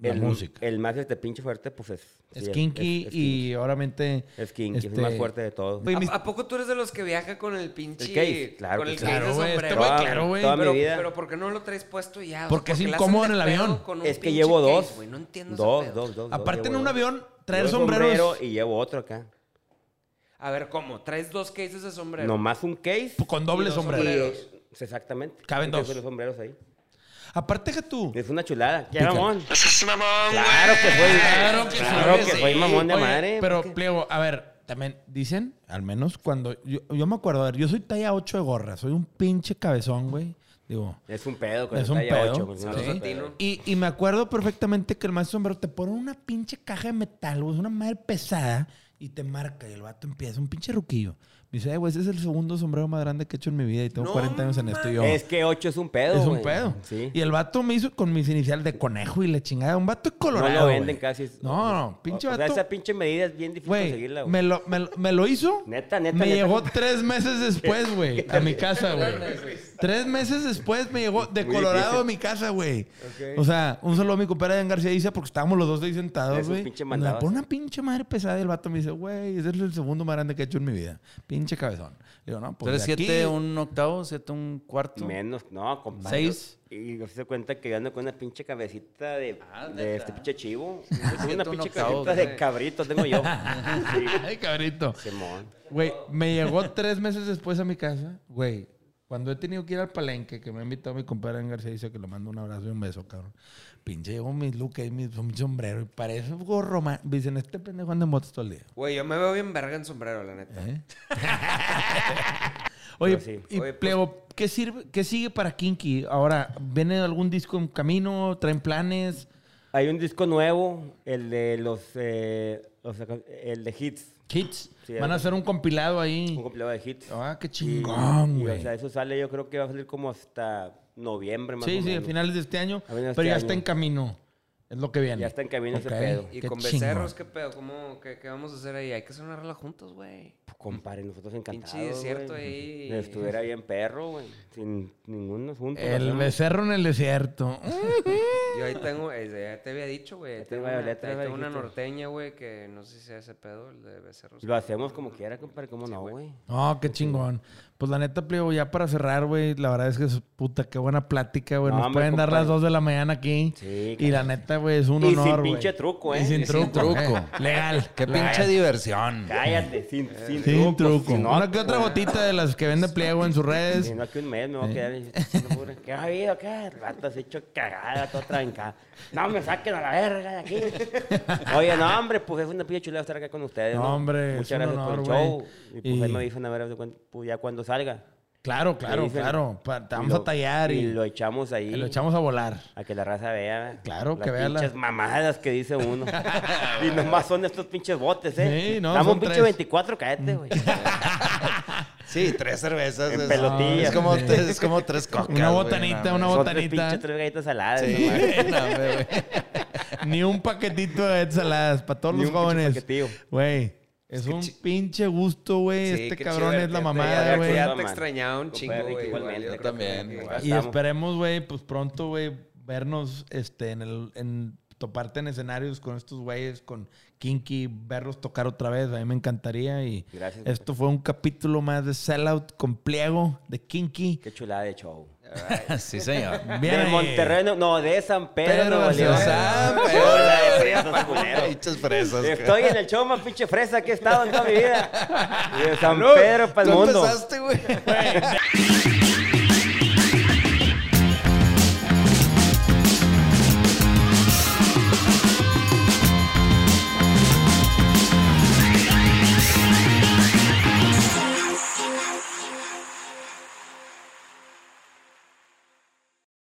Speaker 1: la
Speaker 2: el,
Speaker 1: música.
Speaker 2: El más este pinche fuerte, pues es. sí,
Speaker 1: es kinky
Speaker 2: es- es
Speaker 1: y este, obviamente.
Speaker 2: Es kinky, es el más fuerte de todos.
Speaker 1: Oye, mis-
Speaker 3: ¿A, a poco tú eres de los que viaja con el pinche...
Speaker 2: El case, claro
Speaker 3: Con
Speaker 2: que
Speaker 3: el
Speaker 2: sí.
Speaker 3: case
Speaker 1: Claro,
Speaker 3: de
Speaker 1: güey, este
Speaker 3: sombrero.
Speaker 1: güey,
Speaker 2: Toda-
Speaker 1: claro, güey.
Speaker 2: toda mi
Speaker 3: Pero,
Speaker 2: vida.
Speaker 3: pero ¿por qué no lo traes puesto y ya?
Speaker 1: Porque es
Speaker 3: le hacen
Speaker 1: incómodo en
Speaker 3: de
Speaker 1: el
Speaker 3: pedo
Speaker 1: avión.
Speaker 3: con un
Speaker 2: Es que
Speaker 3: pinche
Speaker 2: llevo
Speaker 3: case,
Speaker 2: dos.
Speaker 3: güey, No entiendo ese
Speaker 2: dos,
Speaker 3: pedo.
Speaker 2: dos, dos.
Speaker 1: Aparte en
Speaker 2: llevo
Speaker 1: un
Speaker 2: dos.
Speaker 1: avión, traer
Speaker 2: Llevo
Speaker 1: sombreros.
Speaker 2: sombrero y llevo otro acá.
Speaker 3: A ver, ¿cómo? ¿Traes dos cases de sombrero?
Speaker 2: Nomás un case.
Speaker 1: Pues, Con doble
Speaker 3: y dos
Speaker 1: sombrero.
Speaker 3: sombreros.
Speaker 2: Es Exactamente.
Speaker 1: Caben
Speaker 2: Entonces,
Speaker 1: dos.
Speaker 2: los sombreros ahí.
Speaker 1: Aparte que tú.
Speaker 2: Es una chulada. ¡Qué
Speaker 1: Pica.
Speaker 2: mamón!
Speaker 5: Estás mamón, güey.
Speaker 2: Claro que soy.
Speaker 1: Claro que
Speaker 2: claro
Speaker 1: sí.
Speaker 2: que soy mamón de
Speaker 1: Oye,
Speaker 2: madre.
Speaker 1: Pero,
Speaker 2: porque-
Speaker 1: Pliego, a ver, también dicen, al menos cuando. Yo, yo me acuerdo, a ver, yo soy talla 8 de gorra, soy un pinche cabezón, güey. Digo.
Speaker 2: Es un pedo con
Speaker 1: Es
Speaker 2: el
Speaker 1: un
Speaker 2: talla
Speaker 1: pedo.
Speaker 2: 8. con
Speaker 1: sí.
Speaker 2: el talla
Speaker 3: Latino.
Speaker 2: 8.
Speaker 1: Y, y me acuerdo perfectamente que el maestro sombrero te pone una pinche caja de metal, güey, es una madre pesada, y te marca, y el vato empieza, un pinche ruquillo. Me dice, "Ay, güey, ese es el segundo sombrero más grande que he hecho en mi vida y tengo
Speaker 3: No
Speaker 1: 40 años en esto. Y yo,
Speaker 2: Es que 8 es un pedo.
Speaker 1: es un
Speaker 2: güey.
Speaker 1: pedo.
Speaker 2: Sí.
Speaker 1: Y el vato me hizo con mis iniciales de conejo y la chingada. Un vato colorado.
Speaker 2: No lo venden
Speaker 1: güey.
Speaker 2: casi.
Speaker 1: No, no, pinche
Speaker 2: o, o
Speaker 1: vato.
Speaker 2: sea, esa pinche medida es bien difícil
Speaker 1: Güey,
Speaker 2: conseguirla, güey.
Speaker 1: me lo, me, lo- me lo hizo.
Speaker 2: Neta, neta,
Speaker 1: Me
Speaker 2: neta.
Speaker 1: llegó tres meses después, güey, a mi casa, güey.
Speaker 3: güey.
Speaker 1: Tres meses después me llegó de
Speaker 2: Muy
Speaker 1: Colorado
Speaker 2: difícil.
Speaker 1: a mi casa, güey. O sea, un saludo a mi compadre Dan García Isa porque estábamos los dos ahí
Speaker 2: Es
Speaker 1: sentados,
Speaker 2: un
Speaker 1: güey.
Speaker 2: pinche
Speaker 1: Me
Speaker 2: mandado.
Speaker 1: pone una pinche madre pesada y el vato me dice, güey, ese es el segundo más grande que he hecho en mi vida. Pinche cabezón. Le digo, no, pues.
Speaker 4: Entonces,
Speaker 1: de aquí-
Speaker 4: siete, un octavo, siete, un cuarto.
Speaker 2: Menos, no, compadre.
Speaker 4: Seis.
Speaker 2: Y yo se dio cuenta que yo ando con una pinche cabecita de,
Speaker 4: Ah,
Speaker 2: de
Speaker 4: neta.
Speaker 2: este pinche chivo. Yo tengo una
Speaker 4: Siento un
Speaker 2: pinche
Speaker 4: octavo,
Speaker 2: cabecita de
Speaker 4: güey.
Speaker 2: cabrito, tengo yo. Sí,
Speaker 1: Ay, cabrito.
Speaker 2: Simón.
Speaker 1: Güey, me llegó tres meses después a mi casa. Güey, cuando he tenido que ir al palenque, que me ha invitado mi compadre en García, dice que le mando un abrazo y un beso, cabrón. Pinche, llevo mi look ahí, mi, mi sombrero. Y parece un gorro, man. Dicen, este pendejo anda en motos todo el día.
Speaker 3: Güey, yo me veo bien verga en sombrero, la neta.
Speaker 1: ¿eh? Oye,
Speaker 2: Pero sí.
Speaker 1: y
Speaker 3: Oye, pues-
Speaker 1: Pleo, ¿qué, sirve, ¿qué sigue para Kinky? Ahora, ¿viene algún disco en camino? ¿Traen planes?
Speaker 2: Hay un disco nuevo, el de los, eh, los- el de hits,
Speaker 1: ¿Hits?
Speaker 2: Sí,
Speaker 1: ¿Van a
Speaker 2: algo.
Speaker 1: hacer un compilado ahí?
Speaker 2: un compilado de hits.
Speaker 1: Ah, qué
Speaker 2: Y-
Speaker 1: chingón,
Speaker 2: y,
Speaker 1: güey.
Speaker 2: O sea, eso sale, yo creo que va a salir como hasta noviembre más o
Speaker 1: Sí,
Speaker 2: menos.
Speaker 1: sí, a finales de este año,
Speaker 2: A finales de
Speaker 1: pero
Speaker 2: este
Speaker 1: ya está
Speaker 2: año.
Speaker 1: en camino. Es lo que viene.
Speaker 2: Ya está en camino ese
Speaker 1: Ok.
Speaker 2: pedo.
Speaker 3: Y
Speaker 1: Eh, Qué
Speaker 3: con
Speaker 1: chingón.
Speaker 3: becerros, ¿qué pedo? ¿Cómo, qué, qué vamos a hacer ahí? Hay que hacer una rola juntos, güey.
Speaker 2: Compadre, nosotros encantados.
Speaker 3: Pinche desierto
Speaker 2: güey.
Speaker 3: ahí.
Speaker 2: Estuviera bien perro, güey. Sin ningún asunto.
Speaker 1: El
Speaker 2: ¿no?
Speaker 1: becerro en el desierto.
Speaker 3: Yo ahí tengo, eh, ya te había dicho, güey. ahí
Speaker 2: te
Speaker 3: Tengo,
Speaker 2: había-
Speaker 3: una,
Speaker 2: ya te
Speaker 3: ahí
Speaker 2: había
Speaker 3: tengo una
Speaker 2: dijiste.
Speaker 3: norteña, güey, que no sé si sea ese pedo, el de becerros.
Speaker 2: Pues Lo hacemos como quiera, compadre. ¿Cómo no, güey?
Speaker 1: No, qué chingón. Pues la neta, pleo, ya para cerrar, güey, la verdad es que, puta, qué buena plática, güey.
Speaker 2: No,
Speaker 1: Nos
Speaker 2: hombre,
Speaker 1: pueden dar las
Speaker 2: compadre.
Speaker 1: 2 de la mañana aquí.
Speaker 2: Sí,
Speaker 1: Y la neta, güey, es un
Speaker 2: Y sin
Speaker 1: honor, güey.
Speaker 2: pinche truco, ¿eh?
Speaker 1: Y sin
Speaker 2: Y
Speaker 1: truco.
Speaker 2: sin
Speaker 4: truco.
Speaker 1: eh. Legal.
Speaker 4: Qué
Speaker 1: legal.
Speaker 4: pinche diversión.
Speaker 2: Cállate, sin, sin,
Speaker 1: Sin truco.
Speaker 2: si no,
Speaker 1: Una que otra
Speaker 2: güey.
Speaker 1: gotita de las que vende pliego en sus redes.
Speaker 2: Si no, que un mes me voy a quedar diciendo, pura, ¿Qué ha habido? ¿Qué? Rato has hecho cagada, todo trancada. No me saquen a la verga de aquí. Oye, no, hombre, pues es una pinche chulada estar acá con ustedes.
Speaker 1: No,
Speaker 2: No,
Speaker 1: hombre, es
Speaker 2: Muchas
Speaker 1: un
Speaker 2: gracias por el
Speaker 1: honor,
Speaker 2: show.
Speaker 1: güey.
Speaker 2: Y pues ahí
Speaker 1: Y-
Speaker 2: me dicen a ver haz de cuenta, pues, ya cuando salga.
Speaker 1: Claro, claro,
Speaker 2: Me dicen,
Speaker 1: claro. Pa- te vamos
Speaker 2: lo-
Speaker 1: a tallar y,
Speaker 2: lo echamos ahí.
Speaker 1: y lo echamos a volar.
Speaker 2: A que la raza vea.
Speaker 1: Claro,
Speaker 2: las
Speaker 1: que vea la-
Speaker 2: pinches mamadas que dice uno. y nomás son estos pinches botes, ¿eh?
Speaker 1: Sí, no,
Speaker 2: Dame
Speaker 1: son
Speaker 2: un pinche
Speaker 1: tres.
Speaker 2: 24, cállate, güey.
Speaker 4: Sí, tres cervezas.
Speaker 2: En
Speaker 4: es-
Speaker 2: pelotillas.
Speaker 4: Es como,
Speaker 1: Sí.
Speaker 4: es como tres cocas.
Speaker 1: Una
Speaker 4: güey,
Speaker 1: botanita,
Speaker 4: no,
Speaker 1: una
Speaker 4: güey.
Speaker 2: Son tres
Speaker 1: botanita.
Speaker 2: pinches, tres galletas saladas.
Speaker 4: Sí,
Speaker 2: nomás.
Speaker 4: no, güey, güey.
Speaker 1: Ni un paquetito de saladas para todos
Speaker 2: Ni
Speaker 1: los
Speaker 2: un pinche
Speaker 1: jóvenes.
Speaker 2: paquetillo.
Speaker 1: Güey, es un pinche gusto, güey.
Speaker 3: Sí,
Speaker 1: este
Speaker 3: qué
Speaker 1: cabrón
Speaker 3: chido,
Speaker 1: es la
Speaker 3: ya-
Speaker 1: mamada,
Speaker 3: ya-
Speaker 1: güey.
Speaker 3: Ya te
Speaker 2: Mamá.
Speaker 3: extrañaba un
Speaker 2: Compadre,
Speaker 3: chingo, güey.
Speaker 2: igualmente,
Speaker 3: igual,
Speaker 4: yo
Speaker 3: yo creo
Speaker 4: también,
Speaker 3: que-
Speaker 2: igual.
Speaker 1: Y
Speaker 2: Estamos.
Speaker 1: esperemos, güey, pues pronto, güey, vernos este, en el, en toparte en escenarios con estos güeyes, con Kinky, verlos tocar otra vez. A mí me encantaría. Y
Speaker 2: Gracias, güey.
Speaker 1: esto fue un capítulo más de Sellout con pliego de Kinky.
Speaker 2: Qué chulada de show.
Speaker 4: Sí, señor.
Speaker 1: Bien
Speaker 2: de
Speaker 1: ahí.
Speaker 2: Monterrey, no, no, de San Pedro,
Speaker 1: Pedro,
Speaker 2: Nuevo
Speaker 1: San
Speaker 2: León.
Speaker 4: Pedro.
Speaker 2: Qué chulada de fresas, culero.
Speaker 4: Pinches fresas.
Speaker 2: Estoy en el show más pinche fresa que he estado en toda mi vida. Y De San Pedro para el
Speaker 4: Tú
Speaker 2: mundo.
Speaker 4: empezaste, güey.